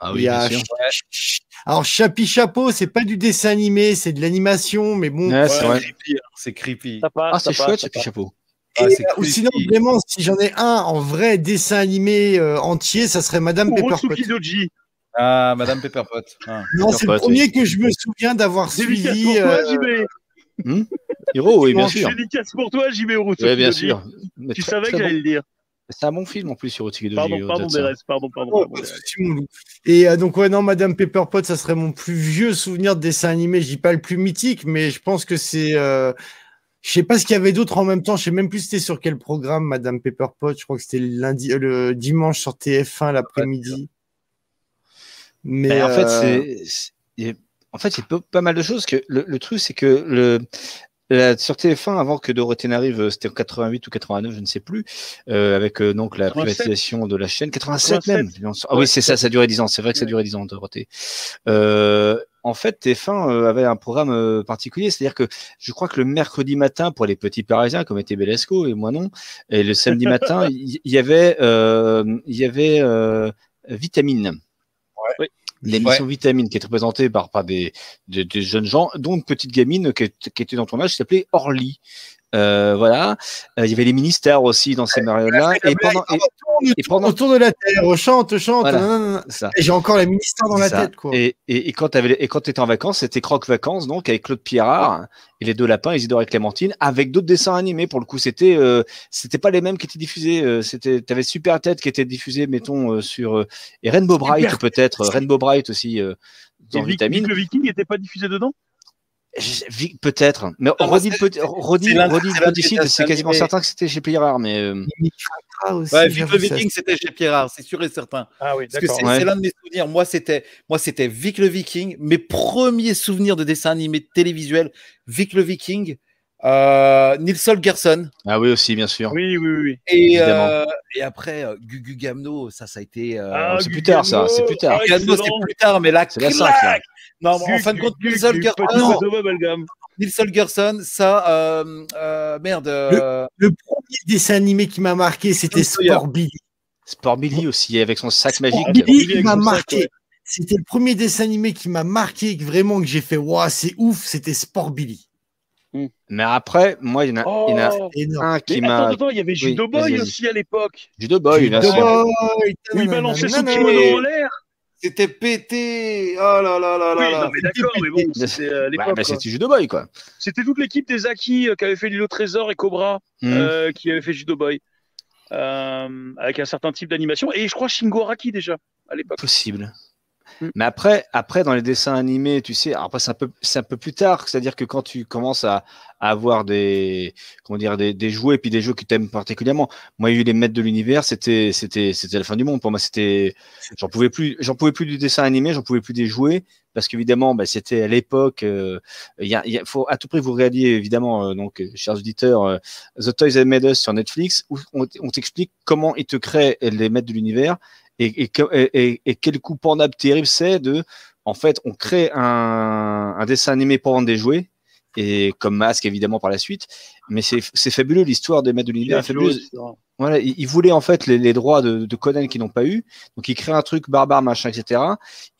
Speaker 2: Ah
Speaker 4: il y a Ch- Ch- alors Chapi Chapeau, c'est pas du dessin animé, c'est de l'animation, mais bon.
Speaker 2: Ouais, Ah, c'est vrai.
Speaker 1: creepy. C'est creepy.
Speaker 3: Ça passe,
Speaker 2: Ah, c'est
Speaker 3: ça passe,
Speaker 2: chouette, ce
Speaker 3: ça
Speaker 2: petit
Speaker 3: passe.
Speaker 2: chapeau.
Speaker 4: Et,
Speaker 1: Ah, c'est
Speaker 4: euh, ou
Speaker 1: creepy.
Speaker 4: sinon vraiment, si j'en ai un en vrai dessin animé euh, entier, ça serait Madame
Speaker 3: Ou
Speaker 4: Pepperpot.
Speaker 3: Rotsuki Doji.
Speaker 1: Ah, Madame Pepperpot. Ah.
Speaker 4: Non, c'est le
Speaker 2: Pepperpot,
Speaker 4: premier que je me souviens d'avoir
Speaker 3: Dédicace
Speaker 4: suivi.
Speaker 3: pour toi,
Speaker 4: euh,
Speaker 3: JB.
Speaker 2: Hiro, oui, bien
Speaker 4: Dimanche,
Speaker 2: sûr.
Speaker 3: Dédicace pour toi, JB Rotsuki
Speaker 2: Oui, bien
Speaker 3: Doji.
Speaker 2: sûr. Mais
Speaker 3: Tu
Speaker 2: très-
Speaker 3: savais
Speaker 2: très
Speaker 3: que j'allais
Speaker 2: bon.
Speaker 3: le dire.
Speaker 2: C'est un bon film en plus, Hiro Tsukidoji.
Speaker 3: Pardon,
Speaker 2: au-delà
Speaker 3: pardon,
Speaker 2: de ça.
Speaker 3: Derez, pardon, pardon.
Speaker 4: Oh,
Speaker 3: pardon,
Speaker 4: pas de
Speaker 3: Derez.
Speaker 4: souci, mon loup. Et euh, donc ouais non Madame Pepperpot ça serait mon plus vieux souvenir de dessin animé je dis pas le plus mythique mais je pense que c'est euh, je sais pas ce qu'il y avait d'autre en même temps je sais même plus c'était sur quel programme Madame Pepperpot je crois que c'était le lundi euh, le dimanche sur TF1 l'après-midi
Speaker 2: Mais
Speaker 4: mais
Speaker 2: Ben, en fait,
Speaker 4: euh,
Speaker 2: c'est- c'est. il y a- En fait, il y a pas- pas mal de choses. Que le, le truc, c'est que le, la- sur TF1, avant que Dorothée n'arrive, euh, c'était en 88 ou 89, je ne sais plus, euh, avec euh, donc la
Speaker 3: 87.
Speaker 2: privatisation de la chaîne. 87,
Speaker 3: 87.
Speaker 2: même. Ah oui, c'est ça, ça a duré 10 ans. C'est vrai que ça a duré 10 ans, Dorothée. Euh, en fait, TF1 euh, avait un programme euh, particulier. C'est-à-dire que je crois que le mercredi matin, pour les petits parisiens, comme était Belasco et moi non, et le samedi matin, il il y avait, euh, il y avait euh, Vitamine l'émission Vitamine qui est représentée par, par des, des, des jeunes gens, dont une petite gamine qui, est- qui était dans ton âge, qui s'appelait Orly. Euh, voilà. Euh, il y avait les ministères aussi dans ces périodes-là. Et pendant, et, et pendant
Speaker 4: autour de la terre oh, chante chante
Speaker 2: Voilà.
Speaker 4: nanana.
Speaker 2: ça.
Speaker 4: et j'ai encore la ministère dans la
Speaker 2: ça.
Speaker 4: tête quoi
Speaker 2: Et, et, et quand t'avais- et quand t'étais en vacances, c'était Croque Vacances, donc avec Claude Pierrard et les deux lapins, Isidore et Clémentine, avec d'autres dessins animés. Pour le coup, c'était euh, c'était pas les mêmes qui étaient diffusés. euh, C'était t'avais Super Tête qui était diffusé, mettons euh, sur euh, et Rainbow Bright
Speaker 3: Super
Speaker 2: peut-être euh, Rainbow Bright aussi euh,
Speaker 3: Et
Speaker 2: dans
Speaker 3: Vic-
Speaker 2: Vitamine.
Speaker 3: Vic Le Viking n'était pas diffusé dedans
Speaker 2: Je- vi- Peut-être. Mais
Speaker 1: Non,
Speaker 2: Roddy
Speaker 1: c'est-
Speaker 2: Petit- Roddy
Speaker 1: c'est l'un-
Speaker 2: Roddy
Speaker 1: c'est l'un
Speaker 2: Petit
Speaker 1: des
Speaker 2: Seed, c'est
Speaker 1: destins
Speaker 2: quasiment
Speaker 1: animés.
Speaker 2: certain que c'était chez Playerard, mais euh,
Speaker 4: Ah, aussi,
Speaker 1: Ouais,
Speaker 4: j'avoue,
Speaker 1: Vive le
Speaker 4: ça-
Speaker 1: Viking, c'était chez Pierrard, c'est sûr et certain.
Speaker 3: Ah oui,
Speaker 1: Parce que
Speaker 3: d'accord.
Speaker 1: c'est
Speaker 2: Ouais.
Speaker 1: c'est l'un de mes souvenirs. Moi, c'était, moi, c'était Vic le Viking. Mes premiers souvenirs de dessins animés télévisuels, Vic le Viking, euh, Nilsson Gerson
Speaker 2: ah oui aussi bien sûr.
Speaker 3: Oui, oui, oui.
Speaker 1: et,
Speaker 2: Évidemment.
Speaker 1: euh, et après euh, Gugu Gamno. Ça, ça a été. euh,
Speaker 3: Ah,
Speaker 2: c'est plus tard, ça,
Speaker 3: Guillermo,
Speaker 2: c'est plus tard.
Speaker 3: ah,
Speaker 1: Gamno, c'est
Speaker 3: excellent.
Speaker 1: plus tard, mais là,
Speaker 2: C'est la cinq, là.
Speaker 1: clac Non, mais en fin de compte,
Speaker 3: Gugu,
Speaker 1: Nilsson
Speaker 3: Gugu,
Speaker 1: Gerson,
Speaker 3: petit
Speaker 1: non,
Speaker 3: oiseau bubblegum.
Speaker 1: Nilsson Gerson, ça, euh, euh, merde. euh,
Speaker 4: Le premier dessin animé qui m'a marqué, c'était
Speaker 1: Tom Sawyer.
Speaker 4: Sport Billy.
Speaker 2: Ah, Sport Billy aussi avec son sac magique.
Speaker 4: Billy,
Speaker 3: Billy avec
Speaker 4: il m'a
Speaker 3: son sac,
Speaker 4: marqué.
Speaker 3: ouais.
Speaker 4: C'était le premier dessin animé qui m'a marqué, que vraiment que j'ai fait, waouh, c'est ouf, c'était Sport Billy.
Speaker 2: Mais après, moi, il y en a, il y en a
Speaker 3: Oh.
Speaker 4: Énorme.
Speaker 2: un
Speaker 3: Mais
Speaker 2: qui
Speaker 3: attends,
Speaker 2: m'a.
Speaker 3: attends, il y avait Judo
Speaker 2: vas-y,
Speaker 3: Boy
Speaker 2: vas-y.
Speaker 3: aussi à l'époque.
Speaker 2: Judo Boy, bien
Speaker 4: Oh,
Speaker 2: sûr.
Speaker 3: Où il
Speaker 4: nanana,
Speaker 3: balançait son
Speaker 4: nanana.
Speaker 3: kimono en l'air.
Speaker 1: C'était pété. Oh là là là là
Speaker 3: Oui,
Speaker 1: là.
Speaker 3: non, mais d'accord, mais
Speaker 2: (laughs)
Speaker 3: bon, c'était euh, à
Speaker 2: Ouais,
Speaker 3: l'époque.
Speaker 2: bah,
Speaker 3: quoi.
Speaker 2: c'était Judo Boy, quoi.
Speaker 3: C'était toute l'équipe des Aki euh, qui avait fait l'île au trésor et Cobra
Speaker 2: Mhm.
Speaker 3: euh, qui avait fait Judo Boy. Euh, avec un certain type d'animation. Et je crois Shingo Araki déjà à l'époque.
Speaker 2: Possible.
Speaker 3: Mm.
Speaker 2: Mais après, après, dans les dessins animés, tu sais, alors après, c'est un peu, c'est un peu plus tard, c'est-à-dire que quand tu commences à, à avoir des, comment dire, des, des jouets, puis des jeux que tu aimes particulièrement. Moi, il y a eu les maîtres de l'univers, c'était, c'était, c'était la fin du monde. Pour moi, c'était, j'en pouvais plus, j'en pouvais plus du dessin animé, j'en pouvais plus des jouets, parce qu'évidemment, bah, c'était à l'époque, euh, il y a, il y a- faut à tout prix vous regardiez, évidemment, euh, donc, euh, chers auditeurs, euh, The Toys That Made Us sur Netflix, où on, on t'explique comment ils te créent les maîtres de l'univers et, et, que- et- et- et quel coup pendable terrible c'est de, en fait, on crée un, un dessin animé pour vendre des jouets, et comme masque évidemment par la suite, mais c'est c'est fabuleux l'histoire des maîtres de l'univers, est fabuleuse. Voilà, ils, ils voulaient en fait les, les droits de, de Conan qu'ils n'ont pas eu, donc ils créent un truc barbare, machin, etc.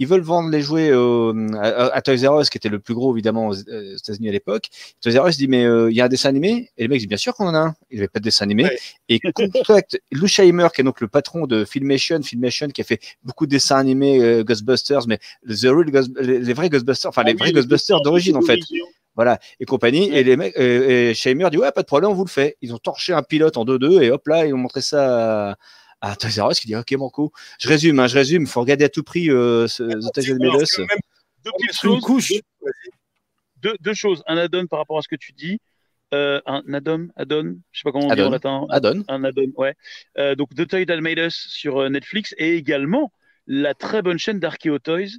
Speaker 2: Ils veulent vendre les jouets au- à, à Toys R Us, qui était le plus gros évidemment aux, euh, aux États-Unis à l'époque. Toys R Us dit mais euh, il y a un dessin animé, et les mecs disent bien sûr qu'on en a un. Il n'y avait pas de dessin animé,
Speaker 4: Ouais.
Speaker 2: et contacte Lusheimer, qui est donc le patron de Filmation, Filmation qui a fait beaucoup de dessins animés euh, Ghostbusters, mais The Real Ghost- les, les vrais Ghostbusters,
Speaker 3: Ah
Speaker 2: enfin les vrais Ghostbusters d'origine en fait voilà, et compagnie. Et les mecs, euh, et Scheimer dit ouais, pas de problème, on vous le fait. Ils ont torché un pilote en 2-2 et hop là, ils ont montré ça à, à Toys R Us qui dit ok, manco. Je résume, hein, je résume, faut regarder à tout prix euh, ce, The Toys That Made
Speaker 3: Alors,
Speaker 2: Us.
Speaker 3: Deux
Speaker 4: Pour
Speaker 3: petites
Speaker 4: mettre une
Speaker 3: choses.
Speaker 4: couche.
Speaker 3: deux, deux choses. Un add-on par rapport à ce que tu dis. Euh, un add-on, add-on, je sais pas comment on dit en
Speaker 2: Add-on.
Speaker 3: latin.
Speaker 2: Addon.
Speaker 3: Un add-on, ouais. Euh, donc The Toy That Made Us sur euh, Netflix et également la très bonne chaîne d'Archeo Toys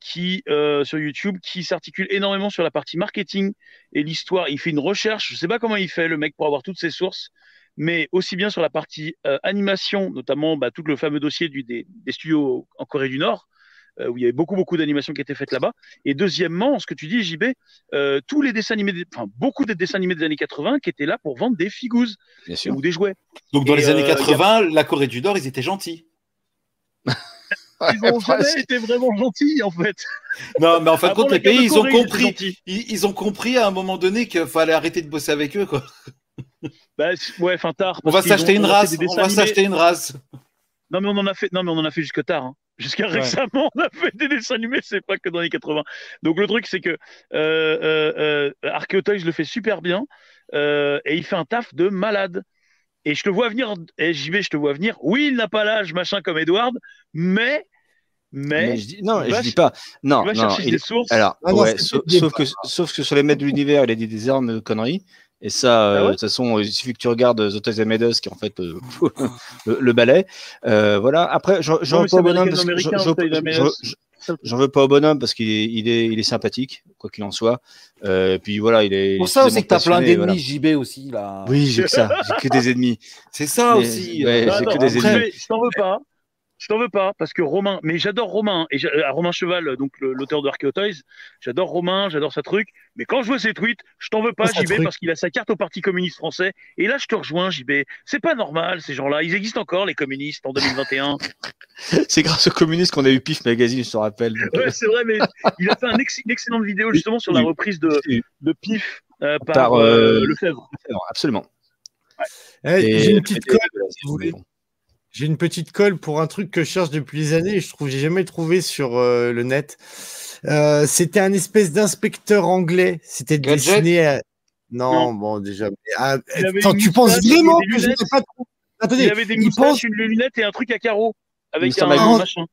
Speaker 3: qui euh, sur YouTube qui s'articule énormément sur la partie marketing et l'histoire. Il fait une recherche, je sais pas comment il fait le mec pour avoir toutes ses sources, mais aussi bien sur la partie euh, animation, notamment bah, tout le fameux dossier du, des, des studios en Corée du Nord euh, où il y avait beaucoup beaucoup d'animations qui étaient faites là-bas. Et deuxièmement, ce que tu dis, JB, euh, tous les dessins animés, des- enfin beaucoup des dessins animés des années 80 qui étaient là pour vendre des figous
Speaker 2: bien sûr.
Speaker 3: ou des jouets.
Speaker 1: Donc dans
Speaker 3: Et,
Speaker 1: les années
Speaker 3: euh, y a-
Speaker 1: 80, la Corée du Nord, ils étaient gentils.
Speaker 3: Ils
Speaker 2: (laughs)
Speaker 3: (laughs) ont
Speaker 2: Presque.
Speaker 3: jamais été vraiment gentils, en fait.
Speaker 1: Non, mais en fin de
Speaker 3: Avant
Speaker 1: compte,
Speaker 3: la
Speaker 1: les
Speaker 3: guerre de
Speaker 1: pays, ils ont
Speaker 3: Corée, étaient
Speaker 1: compris.
Speaker 3: gentils.
Speaker 1: Ils, ils ont compris à un moment donné qu'il fallait arrêter de bosser avec eux. Quoi.
Speaker 3: Bah, c- ouais, enfin tard.
Speaker 1: On
Speaker 3: parce
Speaker 1: va
Speaker 3: qu'ils ont-
Speaker 1: s'acheter une
Speaker 3: ont fait
Speaker 1: race.
Speaker 3: des
Speaker 1: On
Speaker 3: dessins
Speaker 1: va
Speaker 3: animés.
Speaker 1: s'acheter une race.
Speaker 3: Non, mais on en a fait. Non, mais on en a fait jusque tard. hein. Jusqu'à récemment, on a fait des dessins animés. C'est pas que dans les 80. Donc le truc, c'est que euh, euh, euh, Archaeotoys le fait super bien euh, et il fait un taf de malade. Et je te vois venir. Et JB, je te vois venir. Oui, il n'a pas l'âge, machin, comme Edward, mais mais,
Speaker 2: Mais je dis, non,
Speaker 3: il
Speaker 2: je
Speaker 3: va
Speaker 2: dis
Speaker 3: ch-
Speaker 2: pas. Non,
Speaker 3: il va
Speaker 2: non,
Speaker 3: chercher
Speaker 2: il-
Speaker 3: des sources.
Speaker 2: alors,
Speaker 4: Ah non,
Speaker 2: ouais,
Speaker 4: c'est
Speaker 2: sauf,
Speaker 4: peut-être des
Speaker 2: sauf que, sauf que sur les maîtres de l'univers, il a dit des armes de conneries. Et ça, euh, de
Speaker 3: ouais
Speaker 2: toute façon, il suffit que tu regardes euh, The Toys That Made Us, qui est en fait euh, (laughs) le, le balai. Euh, voilà. Après, j'en j'en veux
Speaker 3: Non, mais
Speaker 2: pas
Speaker 3: c'est
Speaker 2: au bonhomme parce que
Speaker 3: américain,
Speaker 2: j'en- j'en-
Speaker 3: Toys That Made
Speaker 2: j'en-
Speaker 3: Us.
Speaker 2: j'en- j'en veux pas au bonhomme parce qu'il est, il est, il est sympathique, quoi qu'il en soit. Euh, et puis voilà, il est.
Speaker 1: Pour ça aussi
Speaker 2: suffisamment
Speaker 1: que t'as plein
Speaker 2: passionné,
Speaker 1: d'ennemis,
Speaker 2: voilà.
Speaker 1: JB aussi. Là.
Speaker 2: Oui, j'ai que ça. J'ai que des ennemis.
Speaker 1: C'est ça
Speaker 2: Mais-
Speaker 1: aussi.
Speaker 2: ouais,
Speaker 1: euh,
Speaker 2: j'ai
Speaker 3: Non,
Speaker 2: que
Speaker 3: non,
Speaker 2: des
Speaker 3: après,
Speaker 2: ennemis.
Speaker 3: Je t'en veux pas. Je t'en veux pas parce que Romain, mais j'adore Romain et j'a- euh, Romain Cheval, donc le- l'auteur de Archaeotoys. J'adore Romain, j'adore sa truc. Mais quand je vois ses tweets, je t'en veux pas,
Speaker 4: Ah, sa
Speaker 3: JB,
Speaker 4: truc.
Speaker 3: parce qu'il a sa carte au Parti communiste français. Et là, je te rejoins, JB. C'est pas normal, ces gens-là. Ils existent encore, les communistes, en 2021.
Speaker 2: C'est grâce aux communistes qu'on a eu Pif Magazine, je te rappelle. Donc, euh,
Speaker 3: (laughs) ouais, c'est vrai, mais il a fait un ex- une excellente vidéo justement sur la reprise de, de Pif euh, par,
Speaker 2: Par, euh,
Speaker 3: euh, Lefebvre.
Speaker 2: alors, Absolument.
Speaker 4: Eh,
Speaker 2: Et-
Speaker 4: J'ai une petite
Speaker 2: et-
Speaker 4: colle.
Speaker 2: mais
Speaker 4: vous voulez.
Speaker 2: bon.
Speaker 4: J'ai une petite colle pour un truc que je cherche depuis des années et je trouve j'ai jamais trouvé sur euh, le net. Euh, c'était un espèce d'inspecteur anglais. C'était
Speaker 1: Gadget
Speaker 4: dessiné. à- Non, bon déjà. mais, ah,
Speaker 3: Il avait
Speaker 4: attends,
Speaker 3: une
Speaker 4: tu penses
Speaker 3: moustache, il
Speaker 4: vraiment
Speaker 3: avait des
Speaker 4: que je n'ai
Speaker 3: lunettes.
Speaker 4: pas trouvé
Speaker 3: Il
Speaker 4: Attendez,
Speaker 3: avait des
Speaker 4: il
Speaker 3: moustaches,
Speaker 4: pense-
Speaker 3: une lunette et un truc à carreaux avec
Speaker 2: Mr.
Speaker 3: un,
Speaker 4: Magnus.
Speaker 3: machin.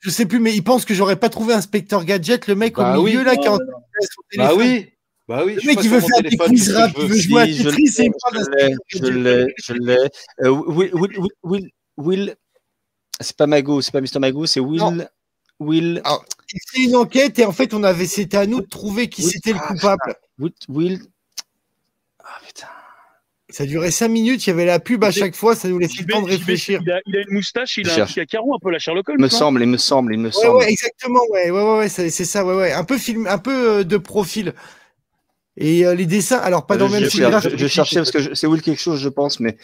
Speaker 4: je sais plus, mais il pense que j'aurais pas trouvé inspecteur gadget, le mec
Speaker 1: Bah
Speaker 4: au
Speaker 1: oui.
Speaker 4: milieu là qui a son
Speaker 1: Bah
Speaker 4: téléphone.
Speaker 1: oui. Bah oui,
Speaker 4: Le mec, il veut faire des quiz rap, il veut jouer à
Speaker 2: Si, je
Speaker 4: Tetris et il
Speaker 2: l'ai,
Speaker 4: parle
Speaker 2: je l'ai, je l'ai, je l'ai. Euh, Will, Will, Will, Will, Will- c'est pas Mago, c'est pas Mr. Mago, c'est Will, Will,
Speaker 4: C'est une enquête et en fait, on avait, c'était à nous de trouver qui
Speaker 2: Oui.
Speaker 4: c'était le coupable.
Speaker 2: Will, Will. Ah putain.
Speaker 4: Ça durait cinq minutes, il y avait la pub à chaque fois, ça nous laissait
Speaker 3: JB,
Speaker 4: le temps de
Speaker 3: JB,
Speaker 4: réfléchir.
Speaker 3: Il a, il a une moustache, il
Speaker 2: Je
Speaker 3: a un
Speaker 2: cherche.
Speaker 3: petit carreau un peu à la Sherlock Holmes.
Speaker 2: Il me
Speaker 3: non
Speaker 2: semble, il me semble, il me
Speaker 4: Ouais,
Speaker 2: semble.
Speaker 4: ouais, exactement, ouais, ouais, ouais, ouais, c'est c'est ça, ouais, ouais. Un peu film, un peu euh, de profil. Et euh, les dessins, alors pas dans le
Speaker 2: je,
Speaker 4: même
Speaker 2: je
Speaker 4: style
Speaker 2: cherche-
Speaker 4: graphique,
Speaker 2: je cherchais parce que je- c'est Will quelque chose, je pense, mais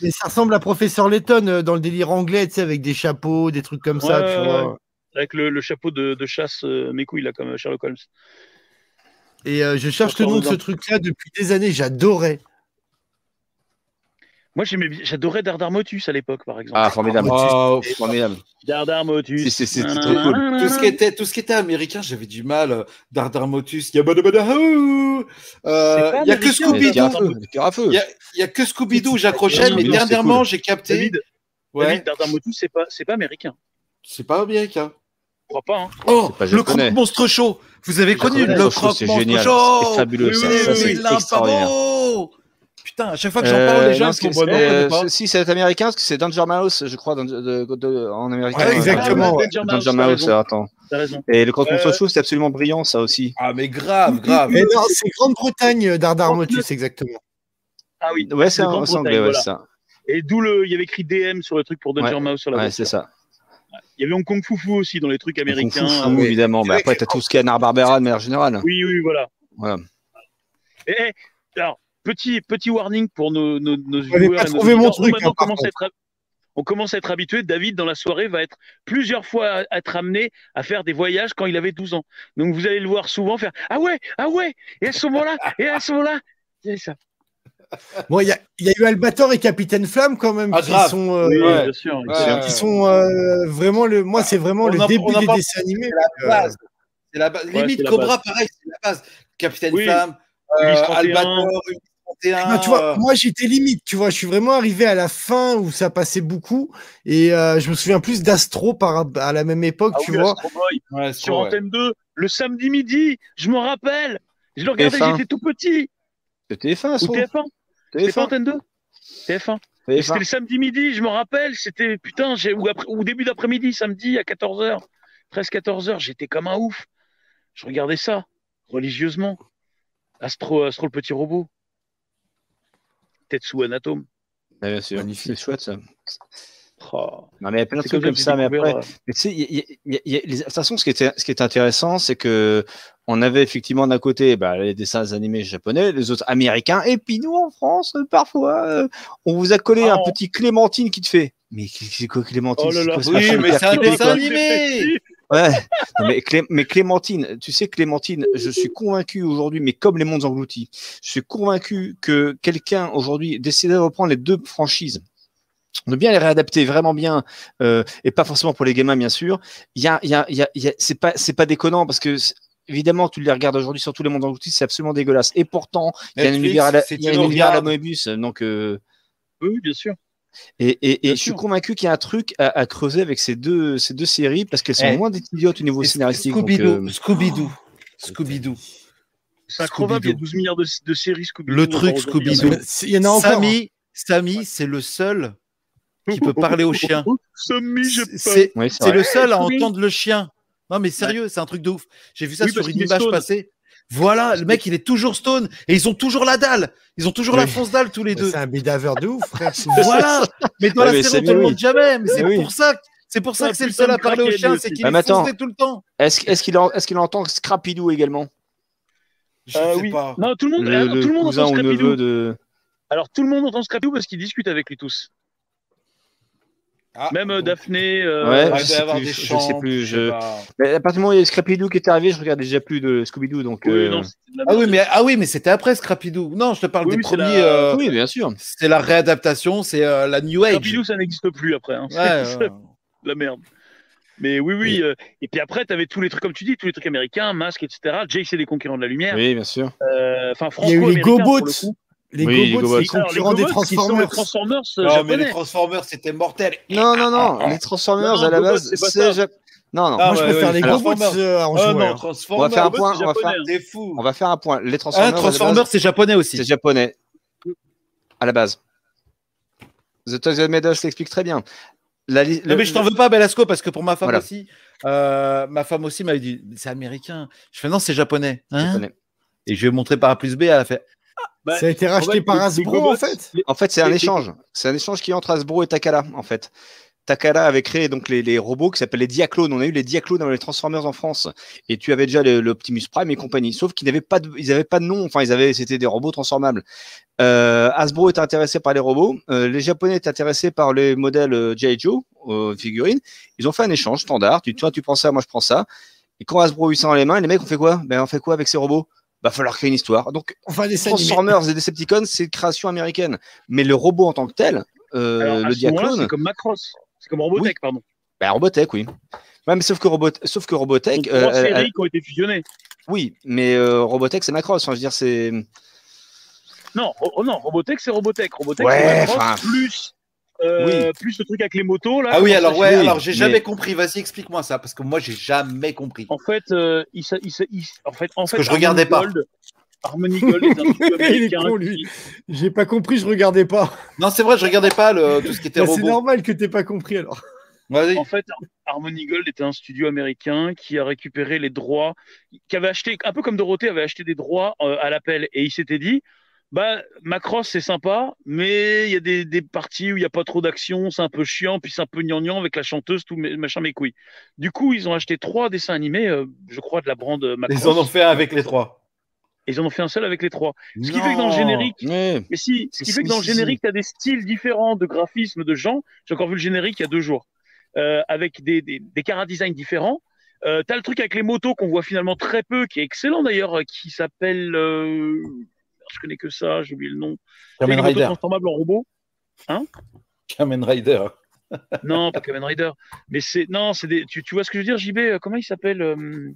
Speaker 4: mais ça ressemble à Professeur Letton euh, dans le délire anglais, tu sais, avec des chapeaux, des trucs comme ça,
Speaker 3: Ouais,
Speaker 4: tu
Speaker 3: ouais,
Speaker 4: vois.
Speaker 3: ouais. Avec le, le chapeau de, de chasse, euh, mes couilles, là, comme euh, Sherlock Holmes.
Speaker 4: Et euh, je cherche le
Speaker 3: Encore
Speaker 4: nom de ce
Speaker 3: dedans.
Speaker 4: truc-là depuis des années, j'adorais.
Speaker 3: Moi, j'aimais bien- j'adorais Dardar Motus à l'époque, par exemple.
Speaker 2: ah formidable,
Speaker 1: Oh,
Speaker 2: formidable.
Speaker 3: Dardar Motus.
Speaker 2: C'est- c'est- c'est
Speaker 3: Nanana.
Speaker 2: trop cool.
Speaker 1: tout ce qui était tout ce qui était américain j'avais du mal euh, Dardarmotus Yabadabadahou euh, il y a que
Speaker 3: américain,
Speaker 1: Scooby
Speaker 3: mais-
Speaker 1: Doo
Speaker 2: Pierre à feu, Pierre à feu.
Speaker 1: il y a, il y a que Scooby Doo où j'accrochais
Speaker 3: Non,
Speaker 1: mais
Speaker 3: non,
Speaker 2: c'est
Speaker 1: dernièrement
Speaker 2: cool.
Speaker 1: j'ai capté
Speaker 3: David,
Speaker 1: ouais
Speaker 3: David, Dardar Motus, c'est pas, c'est pas américain.
Speaker 1: c'est pas américain
Speaker 3: Je crois pas. Hein.
Speaker 1: oh
Speaker 2: pas
Speaker 1: le croque
Speaker 2: japonais.
Speaker 1: monstre chaud vous avez connu
Speaker 2: Japonais,
Speaker 1: le
Speaker 2: je trouve que
Speaker 1: croque
Speaker 2: c'est
Speaker 1: monstre
Speaker 2: génial,
Speaker 1: chaud
Speaker 2: c'est fabuleux, ça,
Speaker 1: Oui,
Speaker 2: ça,
Speaker 1: oui,
Speaker 2: c'est
Speaker 1: oui, l'impavo.
Speaker 2: extraordinaire.
Speaker 1: putain à chaque fois que j'en parle les
Speaker 2: Euh,
Speaker 1: gens
Speaker 2: non,
Speaker 1: ils
Speaker 2: ce qui-
Speaker 1: sont
Speaker 2: euh,
Speaker 1: bonnants, on connaît pas.
Speaker 2: ce- si c'est américain, parce que c'est Danger Mouse, je crois, dans- de- de- de- en américain.
Speaker 1: Ouais,
Speaker 2: Ouais,
Speaker 4: exactement.
Speaker 2: ouais.
Speaker 3: ouais.
Speaker 2: Danger
Speaker 3: T'as
Speaker 2: Mouse,
Speaker 3: raison,
Speaker 2: attends.
Speaker 3: t'as raison.
Speaker 2: Et le croque monstre
Speaker 3: Euh,
Speaker 2: chaud, c'est absolument brillant, ça aussi.
Speaker 1: ah mais grave grave
Speaker 4: Mais non, c'est Grande-Bretagne, euh, Dardar Motus, exactement.
Speaker 3: Ah oui.
Speaker 2: Ouais, c'est
Speaker 3: Le
Speaker 2: un-
Speaker 3: Grand
Speaker 2: c'est
Speaker 3: Bretagne,
Speaker 2: anglais, ouais,
Speaker 3: voilà.
Speaker 2: c'est ça.
Speaker 3: Et d'où le, il y avait écrit DM sur le truc pour Danger
Speaker 2: Ouais,
Speaker 3: Mouse sur la
Speaker 2: Ouais,
Speaker 3: voiture.
Speaker 2: c'est ça.
Speaker 3: Il y avait Hong Kong Foufou aussi dans les trucs américains.
Speaker 2: Kung Fu Fu,
Speaker 3: Ah oui.
Speaker 2: évidemment. Mais après, t'as tout ce qu'il y a Nar Barbera de manière générale.
Speaker 3: oui, oui, voilà.
Speaker 2: Voilà.
Speaker 3: Et, eh, alors, petit, petit warning pour nos, nos, nos
Speaker 4: Vous n'avez
Speaker 3: viewers
Speaker 4: pas
Speaker 3: et nos
Speaker 4: trouvé mon
Speaker 3: auditeurs.
Speaker 4: truc,
Speaker 3: Maintenant,
Speaker 4: hein, par
Speaker 3: on, commence à être, on commence à être habitué. David, dans la soirée, va être plusieurs fois à, à être amené à faire des voyages quand il avait 12 ans. Donc, vous allez le voir souvent faire Ah ouais, ah ouais, et à ce moment-là, et à ce moment-là. C'est ça.
Speaker 4: Bon, il y, a- il y a eu Albator et Capitaine Flamme quand même,
Speaker 1: Ah,
Speaker 4: qui
Speaker 1: grave.
Speaker 4: sont, euh,
Speaker 3: Oui,
Speaker 1: ouais.
Speaker 3: bien sûr.
Speaker 1: Ouais, ouais,
Speaker 4: qui
Speaker 1: ouais.
Speaker 4: sont euh, vraiment le. Moi, c'est vraiment
Speaker 1: On
Speaker 4: le
Speaker 1: en-
Speaker 4: début
Speaker 1: on en
Speaker 4: des
Speaker 1: parle-
Speaker 4: dessins animés.
Speaker 2: Euh,
Speaker 1: C'est la base. C'est la base.
Speaker 3: Ouais, c'est
Speaker 1: Limite,
Speaker 3: la
Speaker 1: Cobra, pareil, c'est la base. Capitaine
Speaker 3: Oui.
Speaker 1: Flamme, euh,
Speaker 3: Ulysse 31.
Speaker 1: Albator, Ulysse 31.
Speaker 4: Ah, tu vois,
Speaker 1: euh,
Speaker 4: moi j'étais limite, tu vois, je suis vraiment arrivé à la fin où ça passait beaucoup et euh, je me souviens plus d'Astro par à la même époque,
Speaker 3: Ah
Speaker 4: tu
Speaker 3: oui,
Speaker 4: vois.
Speaker 3: Astro Boy,
Speaker 1: ouais, c'est
Speaker 3: sur
Speaker 1: vrai.
Speaker 3: Antenne 2, le samedi midi, je m'en rappelle. Je le regardais,
Speaker 2: TF1.
Speaker 3: j'étais tout petit.
Speaker 2: C'était F1,
Speaker 3: Ou TF1, c'était pas
Speaker 2: TF1.
Speaker 3: Antenne 2 TF1. Et C'était le samedi midi, je m'en rappelle. C'était putain, j'ai- ou, après- ou début d'après-midi, samedi à 14h, 13-14h, j'étais comme un ouf. Je regardais ça religieusement. Astro, Astro le petit robot. Tetsu Anatome.
Speaker 2: Bien sûr.
Speaker 1: Magnifique.
Speaker 2: C'est chouette, ça.
Speaker 3: Oh,
Speaker 2: Non, mais il y a plein de
Speaker 3: c'est
Speaker 2: trucs comme
Speaker 3: j'ai
Speaker 2: ça, mais
Speaker 3: découvert,
Speaker 2: après.
Speaker 3: euh,
Speaker 2: Mais tu sais, il y a- il y a- il y a- les- de toute façon, ce qui était, ce qui est intéressant, c'est que on avait effectivement d'un côté bah, les dessins animés japonais, les autres américains, et puis nous en France, euh, parfois, euh, on vous a collé
Speaker 3: Ah,
Speaker 2: un
Speaker 3: on-
Speaker 2: petit Clémentine qui te fait. Mais qu'est- c'est quoi Clémentine
Speaker 3: Oh là
Speaker 2: C'est
Speaker 3: là.
Speaker 2: quoi ce
Speaker 1: Oui,
Speaker 2: machin
Speaker 1: mais
Speaker 2: hyper
Speaker 1: c'est un
Speaker 2: culte,
Speaker 1: dessin
Speaker 2: quoi
Speaker 1: animé.
Speaker 2: Ouais. Non, mais, Clé- mais Clémentine, tu sais, Clémentine, je suis convaincu aujourd'hui, mais comme les mondes engloutis, je suis convaincu que quelqu'un aujourd'hui décidait de reprendre les deux franchises, de bien les réadapter vraiment bien, euh, et pas forcément pour les gamins, bien sûr. Il y a, il y a, il y a, il y a- c'est pas, c'est pas déconnant parce que. c'est- Évidemment, tu les regardes aujourd'hui sur tous les mondes engloutis, c'est absolument dégueulasse. Et pourtant, il y a un
Speaker 1: Netflix,
Speaker 2: univers à la,
Speaker 1: c'est
Speaker 2: il y a un
Speaker 1: une
Speaker 2: univers à la
Speaker 1: regarde.
Speaker 2: Moebius, donc euh,
Speaker 3: Oui, oui, bien sûr.
Speaker 2: et, et, et
Speaker 3: Bien
Speaker 2: je suis
Speaker 3: sûr.
Speaker 2: convaincu qu'il y a un truc à, à creuser avec ces deux, ces deux séries parce qu'elles sont
Speaker 1: Eh,
Speaker 2: moins des idiotes au niveau
Speaker 1: Et
Speaker 2: scénaristique. donc,
Speaker 1: Scooby-Doo.
Speaker 2: euh,
Speaker 1: Scooby-Doo. Scooby-Doo.
Speaker 3: C'est incroyable, il y a
Speaker 1: Scooby-Doo.
Speaker 3: 12 milliards de, de séries Scooby-Doo.
Speaker 1: Le
Speaker 3: encore
Speaker 1: truc
Speaker 3: aujourd'hui, il y en a.
Speaker 1: Scooby-Doo.
Speaker 4: C'est- Il y en a encore. hein.
Speaker 1: Samy, Samy, c'est le seul qui peut parler au chien.
Speaker 3: Sammy, Oh, j'ai
Speaker 1: C'est
Speaker 3: peur.
Speaker 1: c'est
Speaker 2: Oui, c'est vrai.
Speaker 1: le seul à
Speaker 3: Scooby.
Speaker 1: entendre le chien. Non, mais sérieux, c'est un truc de ouf. J'ai vu ça
Speaker 3: Oui,
Speaker 1: sur
Speaker 3: parce
Speaker 1: une
Speaker 3: qu'il est
Speaker 1: image
Speaker 3: stone.
Speaker 1: passée. Voilà, le mec, il est toujours stone et ils ont toujours la dalle. Ils ont toujours la
Speaker 4: Oui.
Speaker 1: fausse dalle tous les deux.
Speaker 4: C'est un bédaveur de ouf, frère.
Speaker 1: Voilà Mais dans
Speaker 2: Ouais,
Speaker 1: la
Speaker 2: mais
Speaker 1: série, on
Speaker 2: c'est
Speaker 1: te le
Speaker 2: lui.
Speaker 1: montre jamais. Mais c'est
Speaker 2: Oui.
Speaker 1: pour ça que c'est pour ça
Speaker 3: Ah,
Speaker 1: que c'est le
Speaker 3: putain
Speaker 1: seul
Speaker 3: de
Speaker 1: à parler au
Speaker 3: craquer,
Speaker 1: chien,
Speaker 3: lui
Speaker 1: c'est
Speaker 3: aussi.
Speaker 1: qu'il
Speaker 2: Ah,
Speaker 1: est
Speaker 2: mais attends.
Speaker 1: foncé tout le temps.
Speaker 2: Est-ce est-ce qu'il en- est-ce qu'il entend Scrapidou également
Speaker 1: Je
Speaker 3: Ah
Speaker 1: sais
Speaker 3: oui.
Speaker 1: pas.
Speaker 3: Non, tout le monde,
Speaker 2: Le,
Speaker 3: alors,
Speaker 2: le
Speaker 3: tout le monde
Speaker 2: cousin
Speaker 3: entend
Speaker 2: ou neveu
Speaker 3: Scrappy-Doo.
Speaker 2: de.
Speaker 3: Alors, tout le monde entend Scrappy-Doo parce qu'ils discutent avec lui tous.
Speaker 1: Ah,
Speaker 3: Même euh,
Speaker 1: donc,
Speaker 3: Daphné. euh,
Speaker 2: Ouais,
Speaker 1: ah,
Speaker 2: je
Speaker 1: il
Speaker 2: sais
Speaker 1: doit y avoir
Speaker 2: plus,
Speaker 1: des
Speaker 2: je- je
Speaker 1: chants,
Speaker 2: sais plus, je-
Speaker 1: pas.
Speaker 2: Mais à partir du moment où il y a Scrapidou qui est arrivé, je regardais déjà plus de Scooby-Doo. Donc,
Speaker 3: oui,
Speaker 2: euh,
Speaker 3: non, c'est de la
Speaker 1: Ah oui,
Speaker 3: merde.
Speaker 1: mais, ah oui, mais c'était après Scrappy-Doo. Non, je te parle
Speaker 3: Oui,
Speaker 1: des
Speaker 3: oui, c'est
Speaker 1: premiers.
Speaker 3: la-
Speaker 1: euh,
Speaker 2: oui, bien sûr.
Speaker 1: C'est la réadaptation, c'est euh, la New Age.
Speaker 3: Scrappy-Doo, ça n'existe plus après. hein.
Speaker 1: Ouais,
Speaker 3: C'est- (laughs) c'est
Speaker 1: ouais.
Speaker 3: de la merde. Mais oui, oui. euh, Et puis après, tu avais tous les trucs, comme tu dis, tous les trucs américains, masques, etc. Jay, c'est les conquérants de la lumière.
Speaker 2: Oui, bien sûr.
Speaker 3: Euh, Enfin,
Speaker 4: Il y a eu les
Speaker 3: franco-américains, pour
Speaker 4: Gobots.
Speaker 3: le coup.
Speaker 4: Les
Speaker 2: Oui, les
Speaker 4: Gobots,
Speaker 2: Gobots.
Speaker 4: les
Speaker 3: Alors, les
Speaker 4: concurrents des
Speaker 3: Gobots qui sont les
Speaker 4: Transformers.
Speaker 3: Transformers euh,
Speaker 1: Non, mais les
Speaker 3: japonais.
Speaker 1: Transformers, c'était mortel.
Speaker 2: Non, non, non. Les Transformers,
Speaker 3: Non,
Speaker 2: à la
Speaker 3: Gobots,
Speaker 2: base,
Speaker 3: c'est pas
Speaker 2: c'est
Speaker 3: ça.
Speaker 2: ja- Non, non.
Speaker 4: Moi,
Speaker 1: Ah
Speaker 4: je
Speaker 1: ouais,
Speaker 4: préfère
Speaker 1: ouais,
Speaker 4: les
Speaker 1: alors,
Speaker 4: Goboots
Speaker 1: Transformers.
Speaker 4: euh, en
Speaker 1: Ah
Speaker 4: joueur.
Speaker 1: non, Transformers,
Speaker 2: On va faire un point,
Speaker 3: c'est
Speaker 2: on va faire-
Speaker 3: japonais.
Speaker 1: c'est fou.
Speaker 2: On va faire un point. Les Transformers, à
Speaker 1: Ah,
Speaker 2: la base,
Speaker 1: Transformers, c'est japonais
Speaker 2: c'est
Speaker 1: aussi.
Speaker 2: japonais. À la base. The Toys That Made Us l'explique très bien. La li-
Speaker 1: Non, mais Eh ben, je t'en veux pas, Belasco, parce que pour ma femme
Speaker 2: Voilà.
Speaker 1: aussi, euh, ma femme aussi m'avait dit c'est américain. Je fais non, c'est japonais. Hein
Speaker 2: japonais.
Speaker 1: Et je lui ai montré par A plus B, elle a fait
Speaker 3: Bah,
Speaker 4: Ça a été racheté
Speaker 3: fait,
Speaker 4: par
Speaker 3: les- les
Speaker 4: Hasbro
Speaker 3: Goboots,
Speaker 4: en fait.
Speaker 2: En fait, c'est un
Speaker 3: Et- et-
Speaker 2: échange. C'est un échange qui est entre Hasbro et Takara, en fait. Takara avait créé donc les, les robots qui s'appellent les Diaclones. On a eu les Diaclones dans les Transformers en France. Et tu avais déjà le- l'Optimus Prime et compagnie. Sauf qu'ils n'avaient pas de, ils avaient pas de nom. Enfin, ils avaient, c'était des robots transformables. Euh, Hasbro était intéressé par les robots. Euh, les Japonais étaient intéressés par les modèles euh, G.I. Joe, euh, figurines. Ils ont fait un échange standard. Tu, toi, tu prends ça, moi, je prends ça. Et quand Hasbro a eu ça dans les mains, les mecs ont fait quoi Ben, on fait quoi avec ces robots Bah, falloir créer une histoire. Donc,
Speaker 4: Enfin, les animés.
Speaker 2: Transformers et Decepticons, c'est une création américaine. Mais le robot en tant que tel, euh,
Speaker 3: Alors,
Speaker 2: le
Speaker 3: à ce moment-là,
Speaker 2: diaclone,
Speaker 3: C'est comme Macross. C'est comme Robotech, pardon.
Speaker 2: bah, Robotech, oui. Ouais, mais sauf que, Robot... sauf que
Speaker 3: Donc,
Speaker 2: Robotech, euh,
Speaker 3: trois
Speaker 2: euh,
Speaker 3: séries
Speaker 2: euh,
Speaker 3: qui ont été fusionnées.
Speaker 2: oui, mais euh, Robotech, c'est Macross. Enfin, je veux dire, c'est.
Speaker 3: Non, oh, oh non, Robotech, c'est Robotech. Robotech,
Speaker 2: Ouais,
Speaker 3: c'est Macross,
Speaker 2: enfin,
Speaker 3: plus, euh, plus le truc avec les motos. Là,
Speaker 1: Ah oui,
Speaker 3: Comment
Speaker 1: alors
Speaker 3: ça
Speaker 1: ouais,
Speaker 2: oui,
Speaker 1: alors j'ai
Speaker 2: mais-
Speaker 1: jamais compris. Vas-y, explique-moi ça, parce que moi j'ai jamais compris.
Speaker 3: En fait, euh, il, s'a- il s'a- il- en fait, en fait,
Speaker 1: que je regardais pas.
Speaker 3: Gold, Harmony Gold
Speaker 1: (laughs)
Speaker 3: est un truc
Speaker 4: Il est
Speaker 3: américain.
Speaker 4: con, lui. J'ai pas compris, je
Speaker 2: (laughs)
Speaker 4: regardais pas.
Speaker 1: Non, c'est vrai, je regardais pas le, tout ce qui était
Speaker 4: Bah, c'est
Speaker 1: robot.
Speaker 4: normal que t'aies pas compris alors.
Speaker 1: Vas-y.
Speaker 3: En fait, Harmony Gold était un studio américain qui a récupéré les droits, qui avait acheté, un peu comme Dorothée avait acheté des droits euh, à l'appel, et il s'était dit, bah, Macross c'est sympa, mais il y a des, des parties où il n'y a pas trop d'action, c'est un peu chiant, puis c'est un peu gnangnan avec la chanteuse, tout mes- machin mes couilles. Du coup, ils ont acheté trois dessins animés, euh, je crois, de la brande euh, Macross.
Speaker 1: Ils en ont fait un avec les trois.
Speaker 3: Et ils en ont fait un seul avec les trois. Ce qui fait que dans le générique,
Speaker 2: Ouais.
Speaker 3: Mais si, ce qui
Speaker 2: Si,
Speaker 3: fait que
Speaker 2: si,
Speaker 3: dans le
Speaker 2: si,
Speaker 3: générique, tu as des styles différents de graphisme, de gens. J'ai encore vu le générique il y a deux jours, euh, avec des, des, des chara-design différents. Euh, tu as le truc avec les motos qu'on voit finalement très peu, qui est excellent d'ailleurs, euh, qui s'appelle. euh, Je connais que ça, j'ai oublié le nom.
Speaker 1: Kamen
Speaker 3: C'est une moto
Speaker 1: Rider.
Speaker 3: transformable en robot.
Speaker 1: Kamen Rider.
Speaker 3: Non, pas Kamen Rider. Mais c'est. Non, c'est des. Tu, tu vois ce que je veux dire, JB euh, Comment il s'appelle euh,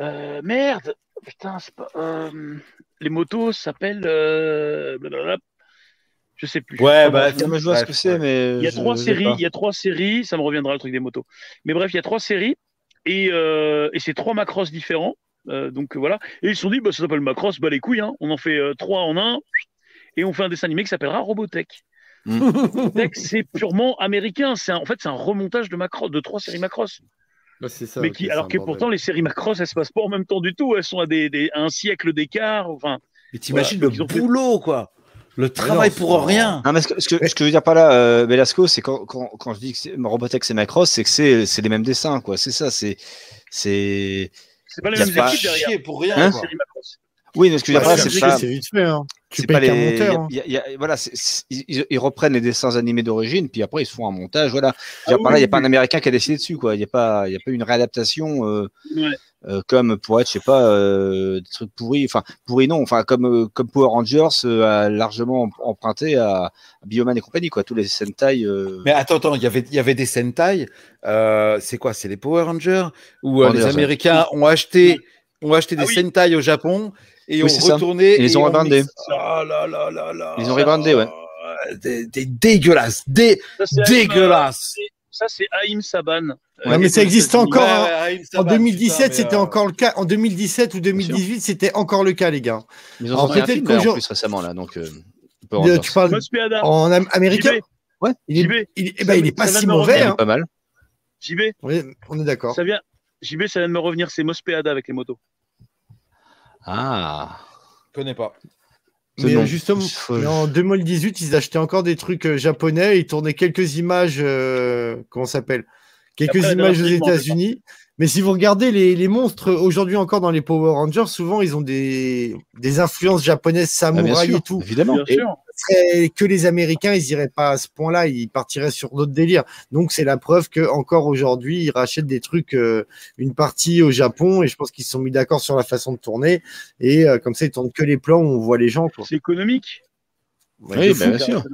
Speaker 3: euh, Merde Putain, c'est pas. euh, Les motos s'appellent. euh, blablabla. Je sais plus.
Speaker 1: Ouais,
Speaker 3: Enfin,
Speaker 1: bah,
Speaker 3: bref.
Speaker 2: Non, mais je vois
Speaker 1: Bref,
Speaker 2: ce que c'est,
Speaker 1: ouais.
Speaker 2: mais.
Speaker 3: Il y a
Speaker 2: je-
Speaker 3: trois
Speaker 2: je sais
Speaker 3: séries,
Speaker 2: pas.
Speaker 3: il y a trois séries, ça me reviendra le truc des motos. Mais bref, il y a trois séries et, euh, et c'est trois macros différents. Euh, donc euh, voilà. Et ils se sont dit, bah, ça s'appelle macros, bah les couilles, hein. on en fait euh, trois en un et on fait un dessin animé qui s'appellera Robotech.
Speaker 2: Mm.
Speaker 3: Robotech, c'est purement américain. C'est un- en fait, c'est un remontage de macros, de trois séries macros.
Speaker 5: Bah, c'est ça,
Speaker 3: mais
Speaker 5: ok,
Speaker 3: qui,
Speaker 5: c'est
Speaker 3: alors
Speaker 5: un
Speaker 3: que
Speaker 5: bordel.
Speaker 3: pourtant, les séries macros, elles se passent pas en même temps du tout. Elles sont à des, des- un siècle d'écart. Enfin,
Speaker 1: Mais t'imagines
Speaker 3: Voilà.
Speaker 1: le
Speaker 3: Ils ont fait-
Speaker 1: boulot, quoi. Le travail
Speaker 5: non,
Speaker 1: pour
Speaker 5: c'est-
Speaker 1: rien.
Speaker 2: Non, mais ce que, ce que- ce que je veux dire par là, euh, Velasco, c'est quand, quand, quand je dis que c'est- Robotech c'est Macross, c'est que c'est c'est les mêmes dessins, quoi. C'est ça, c'est. c'est-
Speaker 3: c'est pas les
Speaker 2: Y a
Speaker 3: mêmes
Speaker 2: pas-
Speaker 3: équipes derrière.
Speaker 1: Chier pour rien.
Speaker 2: Hein
Speaker 1: quoi.
Speaker 3: Séries Macross.
Speaker 2: Oui, mais ce que je veux dire
Speaker 4: Ouais,
Speaker 2: par là,
Speaker 4: c'est
Speaker 2: c'est
Speaker 4: vrai que
Speaker 2: pas.
Speaker 4: c'est vite fait. hein. Tu
Speaker 2: C'est
Speaker 4: payes
Speaker 2: pas
Speaker 4: qu'un
Speaker 2: les-
Speaker 4: monteur. hein.
Speaker 2: y a- y a- y a- voilà, c'est- c'est- ils, ils- ils reprennent les dessins animés d'origine, puis après ils se font un montage. Voilà.
Speaker 3: Ah
Speaker 2: Je veux dire, par là, il n'y a pas un Américain qui a décidé dessus, quoi. Il n'y a pas, il y a pas une réadaptation euh,
Speaker 3: Ouais.
Speaker 2: euh, comme pour être, je sais pas, euh, des trucs pourris. Enfin, pourris non. Enfin, comme euh, comme Power Rangers euh, a largement em- emprunté à, Bioman et compagnie, quoi. Tous les Sentai. euh,
Speaker 1: Mais attends, attends, il y avait- il y avait des Sentai. euh, c'est quoi C'est les Power Rangers Où euh,
Speaker 2: Rangers,
Speaker 1: les
Speaker 2: ouais.
Speaker 1: Américains ont acheté, ont acheté
Speaker 3: Ah
Speaker 1: des
Speaker 3: oui.
Speaker 1: Sentai au Japon et
Speaker 2: Oui,
Speaker 1: ont
Speaker 2: c'est ça.
Speaker 1: retourné.
Speaker 2: Ils les ont rebrandés.
Speaker 1: mixé- Ah là là là là.
Speaker 2: Ils ont rebrandé, ouais.
Speaker 1: Des, des dégueulasses. Des
Speaker 3: Ça, c'est
Speaker 1: dégueulasses.
Speaker 3: Ça, c'est Haïm Saban. Euh,
Speaker 4: Ouais, mais ça existe
Speaker 3: encore
Speaker 4: encore, hein.
Speaker 1: Raïm, ça
Speaker 4: En
Speaker 1: va,
Speaker 4: 2017,
Speaker 1: putain,
Speaker 4: c'était
Speaker 1: mais, euh,
Speaker 4: encore le cas. En 2017 ou 2018, c'était encore le cas, les gars.
Speaker 2: Ils ont
Speaker 4: Alors,
Speaker 2: sorti un
Speaker 4: peut-être
Speaker 2: film
Speaker 4: que
Speaker 2: d'ailleurs, en
Speaker 4: j'aurais-
Speaker 2: plus récemment là, donc. euh, Power
Speaker 4: Euh,
Speaker 2: Rangers.
Speaker 4: Tu parles
Speaker 3: Mospiada.
Speaker 4: en am- américain
Speaker 3: JB,
Speaker 2: Ouais.
Speaker 4: Il
Speaker 3: JB,
Speaker 4: est, il, eh
Speaker 3: Ah. ça
Speaker 4: ben,
Speaker 3: me-
Speaker 4: il est pas
Speaker 3: ça
Speaker 4: si
Speaker 3: me
Speaker 4: mauvais.
Speaker 2: Il y en a
Speaker 4: hein.
Speaker 2: pas mal.
Speaker 3: JB,
Speaker 4: On est- on est d'accord.
Speaker 3: ça vient. JB, ça vient de me revenir, c'est Mospeada avec les motos.
Speaker 2: Ah.
Speaker 1: Je connais pas.
Speaker 2: Ce
Speaker 4: Mais
Speaker 2: nom.
Speaker 4: euh, justement,
Speaker 2: Faut-
Speaker 4: mais en 2018, ils achetaient encore des trucs euh, japonais. Ils tournaient quelques images, euh, comment ça s'appelle Quelques
Speaker 3: Après, la dernière
Speaker 4: images aux
Speaker 3: fois, ils m'ont
Speaker 4: États-Unis. Mais si vous regardez les, les monstres aujourd'hui encore dans les Power Rangers, souvent ils ont des, des influences japonaises,
Speaker 2: Ah, bien
Speaker 4: samouraï
Speaker 2: sûr,
Speaker 4: et tout.
Speaker 2: évidemment.
Speaker 3: Bien sûr.
Speaker 4: Très- que les Américains, ils iraient pas à ce point-là. Ils partiraient sur d'autres délires. Donc c'est la preuve que encore aujourd'hui, ils rachètent des trucs, euh, une partie au Japon, et je pense qu'ils se sont mis d'accord sur la façon de tourner. Et euh, comme ça, ils tournent que les plans où on voit les gens. Quoi.
Speaker 3: C'est économique.
Speaker 2: Oui, bah, bien Eh, sûr.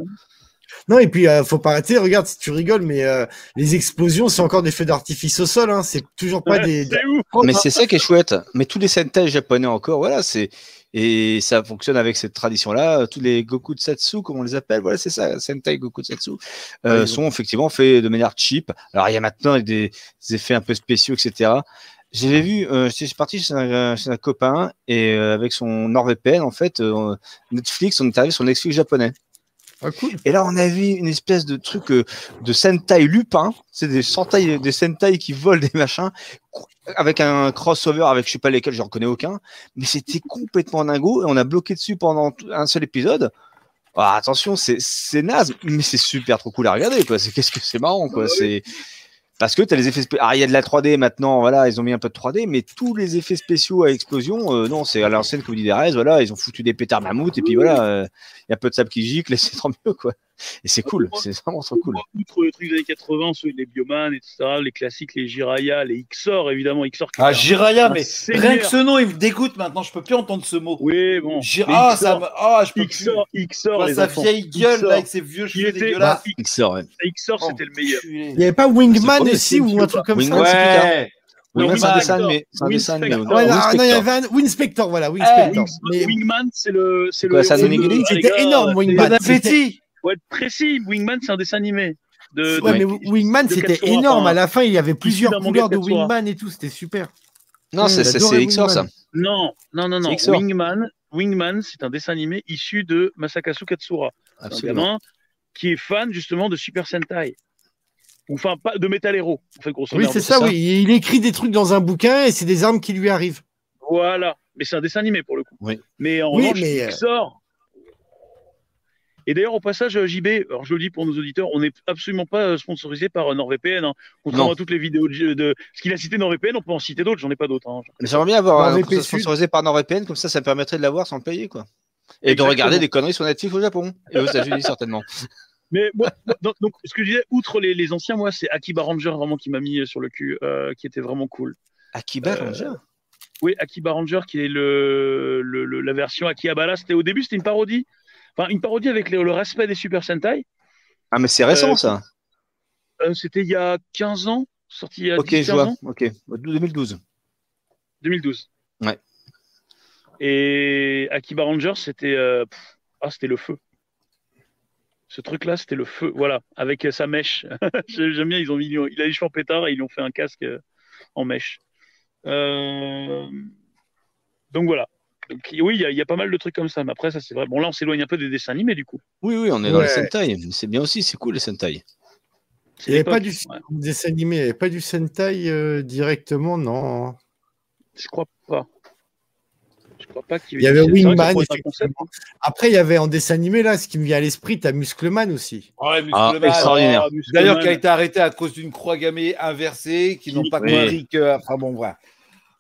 Speaker 4: Non, et puis, euh, faut pas arrêter. Regarde, si tu rigoles, mais euh, les explosions, c'est encore des feux d'artifice au sol. Hein. C'est toujours pas
Speaker 3: Ouais,
Speaker 4: des.
Speaker 3: C'est ouf.
Speaker 2: Mais c'est ça qui est chouette. Mais tous les Sentai japonais encore, voilà, c'est et ça fonctionne avec cette tradition-là. Tous les Goku Tsatsu, comme on les appelle, voilà, c'est ça, Sentai Goku Tsatsu, euh,
Speaker 4: Ouais,
Speaker 2: sont effectivement faits de manière cheap. Alors il y a maintenant des, des effets un peu spéciaux, etc. J'avais vu, euh, je suis parti chez un, chez un copain et euh, avec son NordVPN, en fait, euh, Netflix, on est arrivé sur Netflix japonais.
Speaker 4: Ah, cool.
Speaker 2: Et là, on a vu une espèce de truc euh, de Sentai Lupin. C'est des Sentai, des Sentai qui volent des machins cro- avec un crossover avec je sais pas lesquels, je reconnais aucun. Mais c'était complètement dingo et on a bloqué dessus pendant tout- un seul épisode. Ah, attention, c'est- c'est naze, mais c'est super trop cool à regarder. quoi. C'est qu'est-ce que c'est marrant quoi. C'est parce que t'as les effets spé- Ah, il y a de la 3D maintenant, voilà, ils ont mis un peu de 3D, mais tous les effets spéciaux à explosion, euh, non, c'est à l'ancienne comme dit Derez, voilà, ils ont foutu des pétards mammouth, et puis voilà, euh, il y a un peu de sable qui gicle, et c'est tant mieux, quoi. Et c'est cool, c'est vraiment trop cool.
Speaker 3: Outre le truc des années 80, ceux les Bioman, etc., les classiques, les Jiraya, les Xor, évidemment, Xor. qui
Speaker 1: Ah,
Speaker 3: était un-
Speaker 1: Jiraya,
Speaker 3: un
Speaker 1: mais
Speaker 3: seigneur.
Speaker 1: rien que ce nom, il me dégoûte maintenant. Je peux plus entendre ce mot.
Speaker 3: Oui, bon.
Speaker 1: Jir-
Speaker 3: Mais
Speaker 1: Ah,
Speaker 3: Xor,
Speaker 1: ça me- ah, je peux plus.
Speaker 3: Xor, Xor,
Speaker 1: Vois
Speaker 3: les
Speaker 1: sa
Speaker 3: enfants.
Speaker 1: vieille gueule
Speaker 3: Xor.
Speaker 1: là avec ses vieux
Speaker 3: Qui
Speaker 1: cheveux
Speaker 3: était- Bah,
Speaker 1: dégueulasses.
Speaker 2: Xor, ouais.
Speaker 3: Xor, c'était le
Speaker 1: Oh,
Speaker 3: meilleur.
Speaker 4: Il n'y avait pas Wingman
Speaker 2: C'est pas
Speaker 4: aussi
Speaker 2: possible,
Speaker 4: ou un truc comme
Speaker 2: Wing-
Speaker 4: ça
Speaker 2: Ouais.
Speaker 4: c'est plus tard.
Speaker 2: Oui, mais c'est un
Speaker 1: Wingman.
Speaker 2: dessin animé, c'est un
Speaker 3: Wing
Speaker 2: dessin animé.
Speaker 3: Spectre.
Speaker 4: Ouais,
Speaker 3: Wing
Speaker 4: non, non, il y
Speaker 2: Spectre.
Speaker 4: avait un Winspector, voilà, Winspector. Mais
Speaker 3: Wingman, c'est le. C'est
Speaker 2: quoi,
Speaker 3: le.
Speaker 2: ça,
Speaker 3: héros de-
Speaker 2: Nonigiri
Speaker 3: les
Speaker 4: C'était
Speaker 3: gars,
Speaker 4: énorme,
Speaker 3: c'est-
Speaker 4: Wingman.
Speaker 1: Bon
Speaker 4: Bah,
Speaker 1: appétit
Speaker 3: Faut être précis, Wingman, c'est un dessin animé. De,
Speaker 4: ouais, mais
Speaker 3: de-
Speaker 4: Wingman,
Speaker 3: de
Speaker 4: c'était
Speaker 3: Katsura,
Speaker 4: énorme.
Speaker 3: enfin,
Speaker 4: À la fin, il y avait plusieurs
Speaker 3: d'un manga
Speaker 4: couleurs de
Speaker 3: Katsura.
Speaker 4: Wingman et tout, c'était super.
Speaker 2: Non, c'est-
Speaker 4: Mmh,
Speaker 2: c'est
Speaker 4: j'adorais
Speaker 2: c'est hein. Xor, ça.
Speaker 4: Wingman.
Speaker 3: Non, non, non, non.
Speaker 2: C'est Xor.
Speaker 3: Wingman, Wingman, c'est un dessin animé issu de Masakasu Katsura, un
Speaker 2: Absolument.
Speaker 3: gamin qui est fan justement de Super Sentai. Ou Enfin, pas de Metal Hero, en fait, grosso
Speaker 4: Oui,
Speaker 3: merdo.
Speaker 4: c'est ça,
Speaker 2: ça.
Speaker 4: oui. Il écrit des trucs dans un bouquin et c'est des armes qui lui arrivent.
Speaker 3: Voilà. Mais c'est un dessin animé pour le coup.
Speaker 2: Oui.
Speaker 3: Mais en
Speaker 4: Oui,
Speaker 3: revanche,
Speaker 4: mais, euh,
Speaker 3: Xor. Et d'ailleurs, au passage, euh, JB, alors je le dis pour nos auditeurs, on n'est absolument pas euh, sponsorisé par euh, NordVPN. hein. Contrairement
Speaker 2: Non.
Speaker 3: à toutes les vidéos de, de- ce qu'il a cité NordVPN, on peut en citer d'autres, j'en ai pas d'autres. hein.
Speaker 2: J'aimerais bien avoir un un
Speaker 4: Dans VP
Speaker 2: truc
Speaker 4: Sud.
Speaker 2: sponsorisé par NordVPN, comme ça, ça me permettrait de l'avoir sans le payer, quoi. Et
Speaker 3: Exactement.
Speaker 2: de regarder des conneries sur Netflix au Japon. Et aux États-Unis,
Speaker 3: (laughs)
Speaker 2: certainement.
Speaker 3: Mais moi, moi, donc, donc, ce que je disais, outre les, les anciens, moi, c'est Akiba Ranger vraiment qui m'a mis euh, sur le cul, euh, qui était vraiment cool.
Speaker 2: Akiba
Speaker 3: Euh,
Speaker 2: Ranger
Speaker 3: Oui, Akiba Ranger, qui est le, le- le- la version Akihabara. C'était au début, c'était une parodie. Enfin, une parodie avec le, le respect des Super Sentai.
Speaker 2: Ah, mais c'est récent,
Speaker 3: euh,
Speaker 2: ça.
Speaker 3: Euh, c'était il y a 15 ans, sorti il y a
Speaker 2: Ok, je
Speaker 3: 15
Speaker 2: vois.
Speaker 3: ans,
Speaker 2: Ok. 2012.
Speaker 3: 2012.
Speaker 2: Ouais.
Speaker 3: Et Akiba Ranger, c'était euh, pff, ah, c'était le feu. Ce truc-là, c'était le feu. Voilà, avec euh, sa mèche. (laughs) J'ai- J'aime bien, ils ont mis, il a les cheveux en pétard et ils lui ont fait un casque euh, en mèche. Euh, Donc voilà. Donc, oui, il y a- il y, a pas mal de trucs comme ça. Mais après, ça c'est vrai. Bon, là, on s'éloigne un peu des dessins animés du coup.
Speaker 2: Oui, oui, on est dans les
Speaker 4: Ouais.
Speaker 2: Sentai. C'est bien aussi, c'est cool les Sentai.
Speaker 3: C'est
Speaker 4: Il n'y avait
Speaker 3: l'époque.
Speaker 4: pas du
Speaker 3: Ouais,
Speaker 4: dessin animé, il n'y avait pas du Sentai euh, directement, non.
Speaker 3: je crois pas. Je crois pas qu'il
Speaker 4: Il y avait
Speaker 3: c'est vrai que ça
Speaker 4: Wingman,
Speaker 3: pourrait être un concept.
Speaker 4: effectivement. Après, il y avait en dessin animé, là, ce qui me vient à l'esprit, t'as Muscleman aussi.
Speaker 1: Ouais,
Speaker 2: Ah,
Speaker 1: Muscleman.
Speaker 2: extraordinaire.
Speaker 3: Ah, Muscleman.
Speaker 1: D'ailleurs, qui a été arrêté à cause d'une croix gammée inversée, qui n'ont pas
Speaker 2: Oui.
Speaker 1: compris que. Enfin bon, voilà.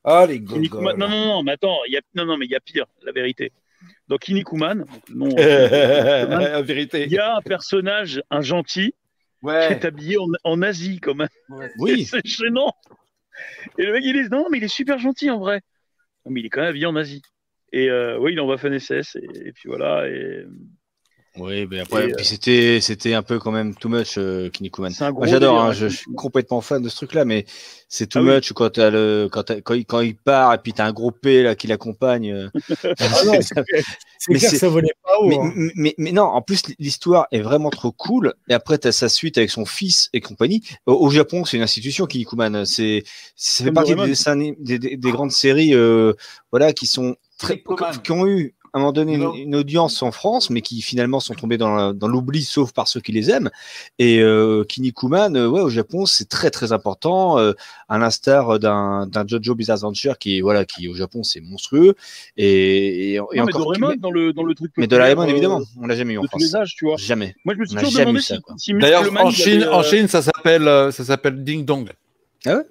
Speaker 1: Ah, les gars.
Speaker 3: Kinnikuman- Non, non, non, mais attends, il y a... non, non, mais il y a pire, la vérité. Dans Kinnikuman, donc
Speaker 2: (laughs)
Speaker 3: le
Speaker 1: (laughs)
Speaker 3: nom-
Speaker 1: En vérité.
Speaker 3: il y a un personnage, un gentil, qui
Speaker 1: Ouais.
Speaker 3: est habillé en, en Asie, comme un.
Speaker 2: Oui,
Speaker 3: (laughs) C'est gênant. Et le mec, il dit Non, mais il est super gentil en vrai. Non, mais il est quand même habillé en Asie. Et euh, oui, il envoie Fan SS, et, et puis voilà. Et...
Speaker 2: oui, mais
Speaker 3: après-
Speaker 2: après. Puis c'était, c'était un peu quand même too much, euh, Kinnikuman.
Speaker 3: C'est un gros
Speaker 2: Moi, j'adore,
Speaker 3: délire,
Speaker 2: hein,
Speaker 3: hein,
Speaker 2: je, je suis complètement fan de ce truc-là, mais c'est too
Speaker 3: Ah oui.
Speaker 2: much quand, t'as le, quand, t'as- quand, il, quand il part et puis t'as un gros P là, qui l'accompagne.
Speaker 3: (laughs)
Speaker 2: euh.
Speaker 3: Ah
Speaker 2: (laughs)
Speaker 4: non, C'est
Speaker 2: Mais
Speaker 4: clair que
Speaker 2: c'est-
Speaker 4: ça volait pas haut.
Speaker 2: mais,
Speaker 4: hein.
Speaker 2: mais- mais, mais non, en plus, l'histoire est vraiment trop cool. Et après, t'as sa suite avec son fils et compagnie. Au, au Japon, c'est une institution, Kinnikuman. C'est, ça fait
Speaker 3: Comme
Speaker 2: partie des,
Speaker 3: Doraemon.
Speaker 2: dessins anim- des, des- des grandes séries euh, voilà, qui sont très,
Speaker 1: Kinnikuman.
Speaker 2: qui ont eu à un moment donné
Speaker 1: Non.
Speaker 2: une, une audience en France, mais qui finalement sont tombés dans, la- dans l'oubli, sauf par ceux qui les aiment. Et euh, Kinnikuman, euh, ouais, au Japon, c'est très très important, euh, à l'instar d'un, d'un Jojo Bizarre Adventure qui, voilà, qui au Japon, c'est monstrueux. Et, et, et
Speaker 3: Non, mais
Speaker 2: encore
Speaker 3: Doraemon,
Speaker 2: mais-
Speaker 3: dans le, dans le truc.
Speaker 2: mais
Speaker 3: populaire,
Speaker 2: Doraemon,
Speaker 3: euh,
Speaker 2: évidemment, on l'a jamais eu en
Speaker 3: De tous
Speaker 2: France.
Speaker 3: les âges, tu vois.
Speaker 2: Jamais.
Speaker 3: Moi, je me suis
Speaker 2: On a
Speaker 3: toujours
Speaker 2: jamais
Speaker 3: demandé
Speaker 2: eu ça,
Speaker 3: si,
Speaker 2: quoi.
Speaker 3: si
Speaker 1: D'ailleurs,
Speaker 3: Muscleman,
Speaker 1: en
Speaker 3: il
Speaker 1: Chine,
Speaker 3: avait,
Speaker 1: en
Speaker 3: euh,
Speaker 1: Chine, ça s'appelle, euh, ça s'appelle Ding Dong.
Speaker 2: Ah ouais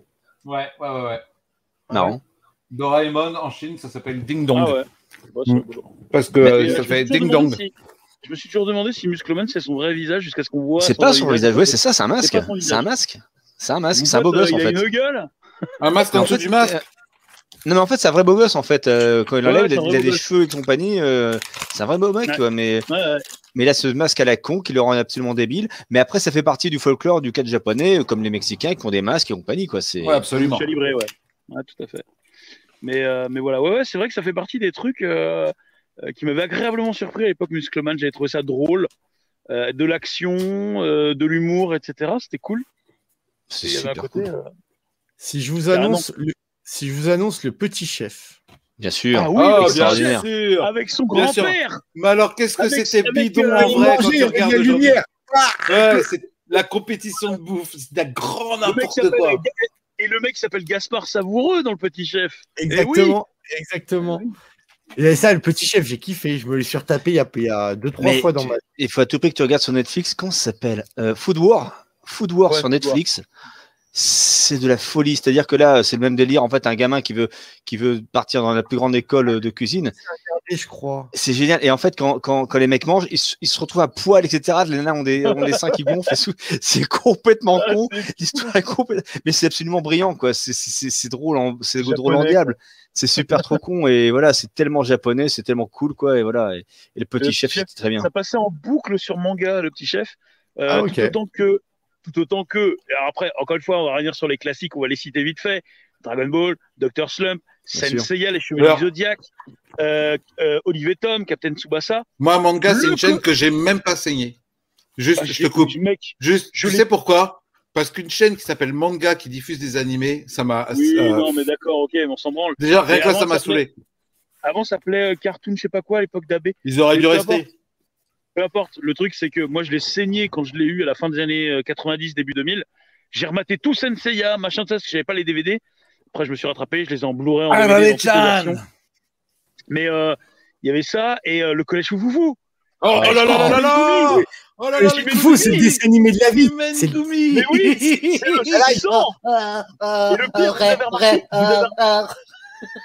Speaker 1: Ouais, ouais, ouais, ouais.
Speaker 2: Marrant.
Speaker 1: Doraemon en Chine, ça s'appelle Ding Dong.
Speaker 3: Ah ouais. Bah, c'est
Speaker 1: Mm.
Speaker 3: rigolo.
Speaker 1: Parce que
Speaker 2: Mais,
Speaker 1: euh,
Speaker 3: Et, euh,
Speaker 1: ça
Speaker 3: je me
Speaker 1: fait
Speaker 3: suis toujours
Speaker 1: Ding
Speaker 3: demandé
Speaker 1: Dong.
Speaker 3: si- Je me suis toujours demandé si Muscleman c'est son vrai visage jusqu'à ce qu'on voit.
Speaker 2: C'est pas son visage, ouais, c'est ça, c'est un masque.
Speaker 3: pas son
Speaker 2: C'est un
Speaker 3: visage.
Speaker 2: masque. C'est un masque, c'est un beau gosse en
Speaker 3: euh, Il a
Speaker 2: fait.
Speaker 3: une gueule.
Speaker 1: Un masque
Speaker 2: Mais
Speaker 1: en
Speaker 2: en
Speaker 1: dessous
Speaker 2: fait,
Speaker 1: du masque.
Speaker 2: euh, Non mais en fait c'est un vrai beau gosse en fait euh, quand il
Speaker 3: Ouais,
Speaker 2: enlève
Speaker 3: ouais,
Speaker 2: il a-
Speaker 3: c'est un
Speaker 2: il,
Speaker 3: vrai
Speaker 2: a
Speaker 3: beau
Speaker 2: des
Speaker 3: gosse.
Speaker 2: cheveux et compagnie euh, c'est un vrai beau mec
Speaker 3: Ouais.
Speaker 2: tu vois mais
Speaker 3: Ouais, ouais.
Speaker 2: Mais il a ce masque à la con qui le rend absolument débile. Mais après, ça fait partie du folklore du cas japonais, euh, comme les Mexicains qui ont des masques et compagnie, quoi. C'est
Speaker 1: Ouais, absolument.
Speaker 3: Lucha Libre, ouais. Ouais, tout à fait. Mais, euh, mais voilà, ouais, ouais, c'est vrai que ça fait partie des trucs euh, euh, qui m'avaient agréablement surpris à l'époque Muscleman. J'avais trouvé ça drôle, euh, de l'action, euh, de l'humour, etc. C'était cool.
Speaker 2: c'est
Speaker 3: Il y avait un
Speaker 2: super
Speaker 3: côté,
Speaker 2: cool.
Speaker 3: euh,
Speaker 4: Si je vous
Speaker 3: Ah, non.
Speaker 4: annonce, le, si je vous annonce le petit chef.
Speaker 2: Bien sûr.
Speaker 3: Ah oui,
Speaker 1: Ah,
Speaker 3: avec,
Speaker 1: bien
Speaker 3: son-
Speaker 2: extraordinaire.
Speaker 1: sûr.
Speaker 3: avec son
Speaker 1: Bien sûr.
Speaker 3: grand-père.
Speaker 1: Mais alors, qu'est-ce que
Speaker 3: Avec-
Speaker 1: c'était
Speaker 3: avec,
Speaker 1: bidon
Speaker 3: euh,
Speaker 1: en vrai quand
Speaker 4: il
Speaker 1: tu
Speaker 4: y a
Speaker 1: regardes
Speaker 4: de
Speaker 1: aujourd'hui
Speaker 4: lumière.
Speaker 1: Ouais, c'est la compétition de bouffe, c'est de la grande
Speaker 3: Le mec
Speaker 1: n'importe
Speaker 3: s'appelle-
Speaker 1: quoi.
Speaker 3: Et le mec s'appelle Gaspard Savoureux dans le petit chef.
Speaker 1: Eh
Speaker 4: Exactement. Exactement. Et ça, le petit chef, j'ai kiffé. Je me l'ai surtapé il y a, il y a deux, trois
Speaker 2: Mais
Speaker 4: fois dans
Speaker 2: tu-
Speaker 4: ma.
Speaker 2: Il faut à tout prix que tu regardes sur Netflix, comment ça s'appelle Euh, Food War. Food War
Speaker 3: Ouais,
Speaker 2: sur
Speaker 3: Food War.
Speaker 2: Netflix. C'est de la folie. C'est-à-dire que là, c'est le même délire. En fait, un gamin qui veut, qui veut partir dans la plus grande école de cuisine.
Speaker 4: Je crois.
Speaker 2: C'est génial. Et en fait, quand, quand, quand les mecs mangent, ils, se- ils se retrouvent à poil, etc. Les nains ont des, ont des seins qui gonflent. et tout. (laughs) C'est complètement con. L'histoire est complète- Mais c'est absolument brillant, quoi. C'est- C'est c'est- c'est drôle, en- c'est
Speaker 3: Japonais,
Speaker 2: drôle en
Speaker 3: quoi.
Speaker 2: diable. C'est super trop con. Et voilà, c'est tellement japonais, c'est tellement cool, quoi. Et voilà. Et, et le petit
Speaker 3: Le
Speaker 2: chef,
Speaker 3: petit chef,
Speaker 2: c'est très bien.
Speaker 3: Ça passait en boucle sur manga, le petit chef. Euh,
Speaker 4: Ah, ok.
Speaker 3: Tout autant que, tout autant que. alors Après, encore une fois, on va revenir sur les classiques, on va les citer vite fait. Dragon Ball, Dr Slump,
Speaker 2: Bien
Speaker 3: Senseiya, les Chevaliers
Speaker 1: Alors-
Speaker 3: du Zodiac, euh, euh, Olivier Tom, Captain Tsubasa.
Speaker 1: Moi, un manga, c'est
Speaker 3: Le
Speaker 1: une chaîne que j'ai même pas saignée. Juste,
Speaker 3: Ah,
Speaker 1: je
Speaker 3: j'ai-
Speaker 1: te coupe.
Speaker 3: Mec,
Speaker 1: Juste,
Speaker 3: je
Speaker 1: je
Speaker 3: l'ai-
Speaker 1: sais pourquoi Parce qu'une chaîne qui s'appelle Manga qui diffuse des animés, ça m'a.
Speaker 3: oui,
Speaker 1: euh,
Speaker 3: non, mais d'accord, ok, mais on s'en branle.
Speaker 1: Déjà, rien
Speaker 3: Mais
Speaker 1: que là,
Speaker 3: avant,
Speaker 1: ça m'a
Speaker 3: ça s'appelait-
Speaker 1: saoulé.
Speaker 3: Avant, ça s'appelait euh, Cartoon, je sais pas quoi, à l'époque d'Abbé.
Speaker 1: Ils auraient
Speaker 3: Mais
Speaker 1: dû
Speaker 3: peu
Speaker 1: rester.
Speaker 3: Peu importe, le truc c'est que moi je l'ai saigné quand je l'ai eu à la fin des années euh, 90, début 2000. J'ai rematé tout Senseiya, machin de ça, parce que j'avais pas les DVD. Après, je me suis rattrapé, je les ai en Blu-ray en
Speaker 1: Ah,
Speaker 3: DVD, dans toutes les versions. Mais euh, il y avait ça et euh, le collège Foufoufou.
Speaker 1: Oh, oh là là là là là Oh là
Speaker 4: Le
Speaker 1: là
Speaker 4: chef fou, c'est le dessin animé de la vie. C'est le-
Speaker 3: Mais oui, c'est-
Speaker 1: (laughs)
Speaker 3: c'est le sang. Et le pire, vous avez remarqué, vous avez-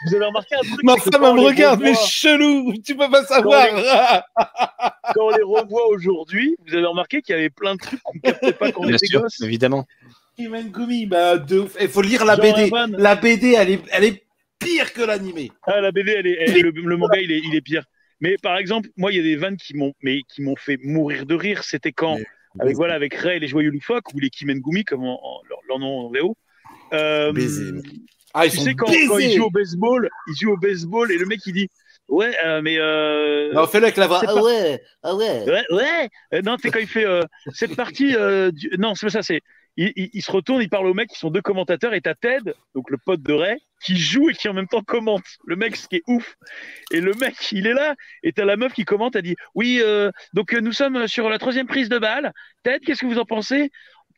Speaker 3: vous avez remarqué un truc
Speaker 1: Ma
Speaker 3: c'est que
Speaker 1: femme,
Speaker 3: quand
Speaker 1: elle
Speaker 3: on
Speaker 1: me
Speaker 3: les
Speaker 1: regarde, mais
Speaker 3: revoit-
Speaker 1: chelou Tu peux pas savoir
Speaker 3: Quand on les revoit aujourd'hui, vous avez remarqué qu'il y avait plein de trucs qu'on captait pas quand on
Speaker 2: Bien
Speaker 3: était
Speaker 2: sûr,
Speaker 3: gosse.
Speaker 2: évidemment.
Speaker 1: (laughs) Kimengumi, bah, de ouf. Il faut lire la
Speaker 3: Jean
Speaker 1: BD.
Speaker 3: Evan.
Speaker 1: La BD, elle est, elle est pire que l'animé.
Speaker 3: Ah, la BD, elle est, elle- le, le manga, il est, il est pire. Mais par exemple, moi, il y a des vannes qui m'ont, mais qui m'ont fait mourir de rire. C'était quand, avec voilà, avec Ray et les Joyeux Loufoques ou les Kimengumi, comme en- en- leur, leur nom en VO. Euh,
Speaker 4: Baiser, mec.
Speaker 1: Ah, ils
Speaker 3: tu
Speaker 1: sont
Speaker 3: sais quand, quand il
Speaker 1: baisés.
Speaker 3: joue au baseball, il joue au baseball et le mec il dit, ouais, euh, mais euh,
Speaker 1: Non, fais-le avec la voix.
Speaker 3: C'est
Speaker 1: Ah
Speaker 3: pas-
Speaker 1: ouais, ah ouais.
Speaker 3: Ouais, ouais. Euh, non, c'est quand il fait euh, cette partie. euh, du- Non, c'est pas ça. C'est il, il- il se retourne, il parle aux mecs qui sont deux commentateurs et t'as Ted, donc le pote de Ray, qui joue et qui en même temps commente. Le mec, ce qui est ouf. Et le mec, il est là et t'as la meuf qui commente. Elle dit oui. euh, donc euh, nous sommes sur la troisième prise de balle. Ted, qu'est-ce que vous en pensez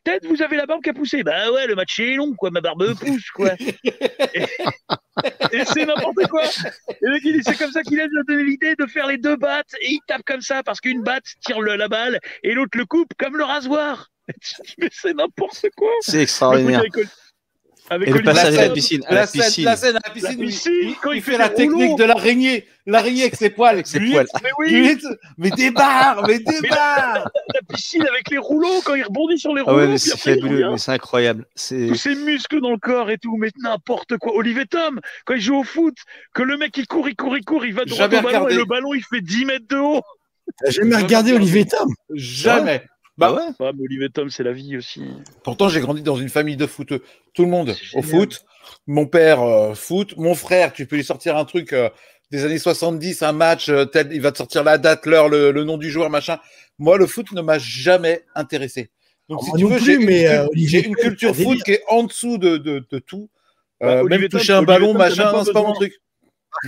Speaker 3: Ted, vous avez la barbe qui a poussé. Bah ouais, le match est long, quoi. Ma barbe pousse, quoi. et et c'est n'importe quoi. Et le mec, il dit, c'est comme ça qu'il a donné l'idée de faire les deux battes et il tape comme ça parce qu'une batte tire le- la balle et l'autre le coupe comme le rasoir. (laughs) Mais c'est n'importe quoi.
Speaker 2: C'est
Speaker 3: Le truc
Speaker 2: extraordinaire.
Speaker 3: avec Oli- avec
Speaker 2: Ah, Et le
Speaker 3: Olivier
Speaker 2: passage à la
Speaker 3: Tom,
Speaker 2: piscine. À
Speaker 1: La,
Speaker 2: la
Speaker 1: scène,
Speaker 2: piscine.
Speaker 1: la scène à la piscine,
Speaker 3: la
Speaker 1: où il-
Speaker 3: piscine, quand
Speaker 1: il,
Speaker 3: il
Speaker 1: fait la
Speaker 3: des
Speaker 1: technique
Speaker 3: rouleaux.
Speaker 1: de l'araignée. L'araignée avec ses poils.
Speaker 2: Ses
Speaker 1: Lui,
Speaker 2: poils.
Speaker 3: Mais oui,
Speaker 2: (laughs)
Speaker 1: lui, mais débarre, mais débarre.
Speaker 3: la piscine avec les rouleaux quand il rebondit sur les
Speaker 2: Ah
Speaker 3: rouleaux.
Speaker 2: ouais, mais
Speaker 3: puis
Speaker 2: c'est
Speaker 3: après, il revient.
Speaker 2: fabuleux, mais c'est incroyable. C'est
Speaker 3: tous ses muscles dans le corps et tout, mais n'importe quoi. Olivier Tom, quand il joue au foot, que le mec il court, il court, il court, il va droit au
Speaker 1: Jamais
Speaker 3: ballon
Speaker 1: regardé.
Speaker 3: et le ballon il fait 10 mètres de haut.
Speaker 4: T'as jamais regardé Olivier Tom
Speaker 1: Jamais. Bah ouais.
Speaker 3: Ouais, Ah, mais Olivier Tom, c'est la vie aussi.
Speaker 1: Pourtant, j'ai grandi dans une famille de footeux. Tout le monde
Speaker 3: C'est
Speaker 1: au
Speaker 3: génial.
Speaker 1: foot. Mon père, euh, foot. Mon frère, tu peux lui sortir un truc euh, des années 70, un match, euh, tel, il va te sortir la date, l'heure, le, le nom du joueur, machin. Moi, le foot ne m'a jamais intéressé. Donc,
Speaker 4: Ah,
Speaker 1: si
Speaker 4: moi
Speaker 1: tu
Speaker 4: non
Speaker 1: veux,
Speaker 4: plus,
Speaker 1: j'ai une,
Speaker 4: mais,
Speaker 1: cul-
Speaker 4: euh, Olivier
Speaker 1: j'ai une
Speaker 4: Tom,
Speaker 1: culture
Speaker 4: c'est un
Speaker 1: foot
Speaker 4: délire.
Speaker 1: qui est en dessous de, de- de tout.
Speaker 3: Bah,
Speaker 1: Euh,
Speaker 3: Olivier
Speaker 1: même toucher
Speaker 3: Tom-
Speaker 1: un ballon,
Speaker 3: Olivier Tom, t'as même
Speaker 1: machin,
Speaker 3: pas
Speaker 1: c'est pas mon
Speaker 3: besoin-
Speaker 1: truc.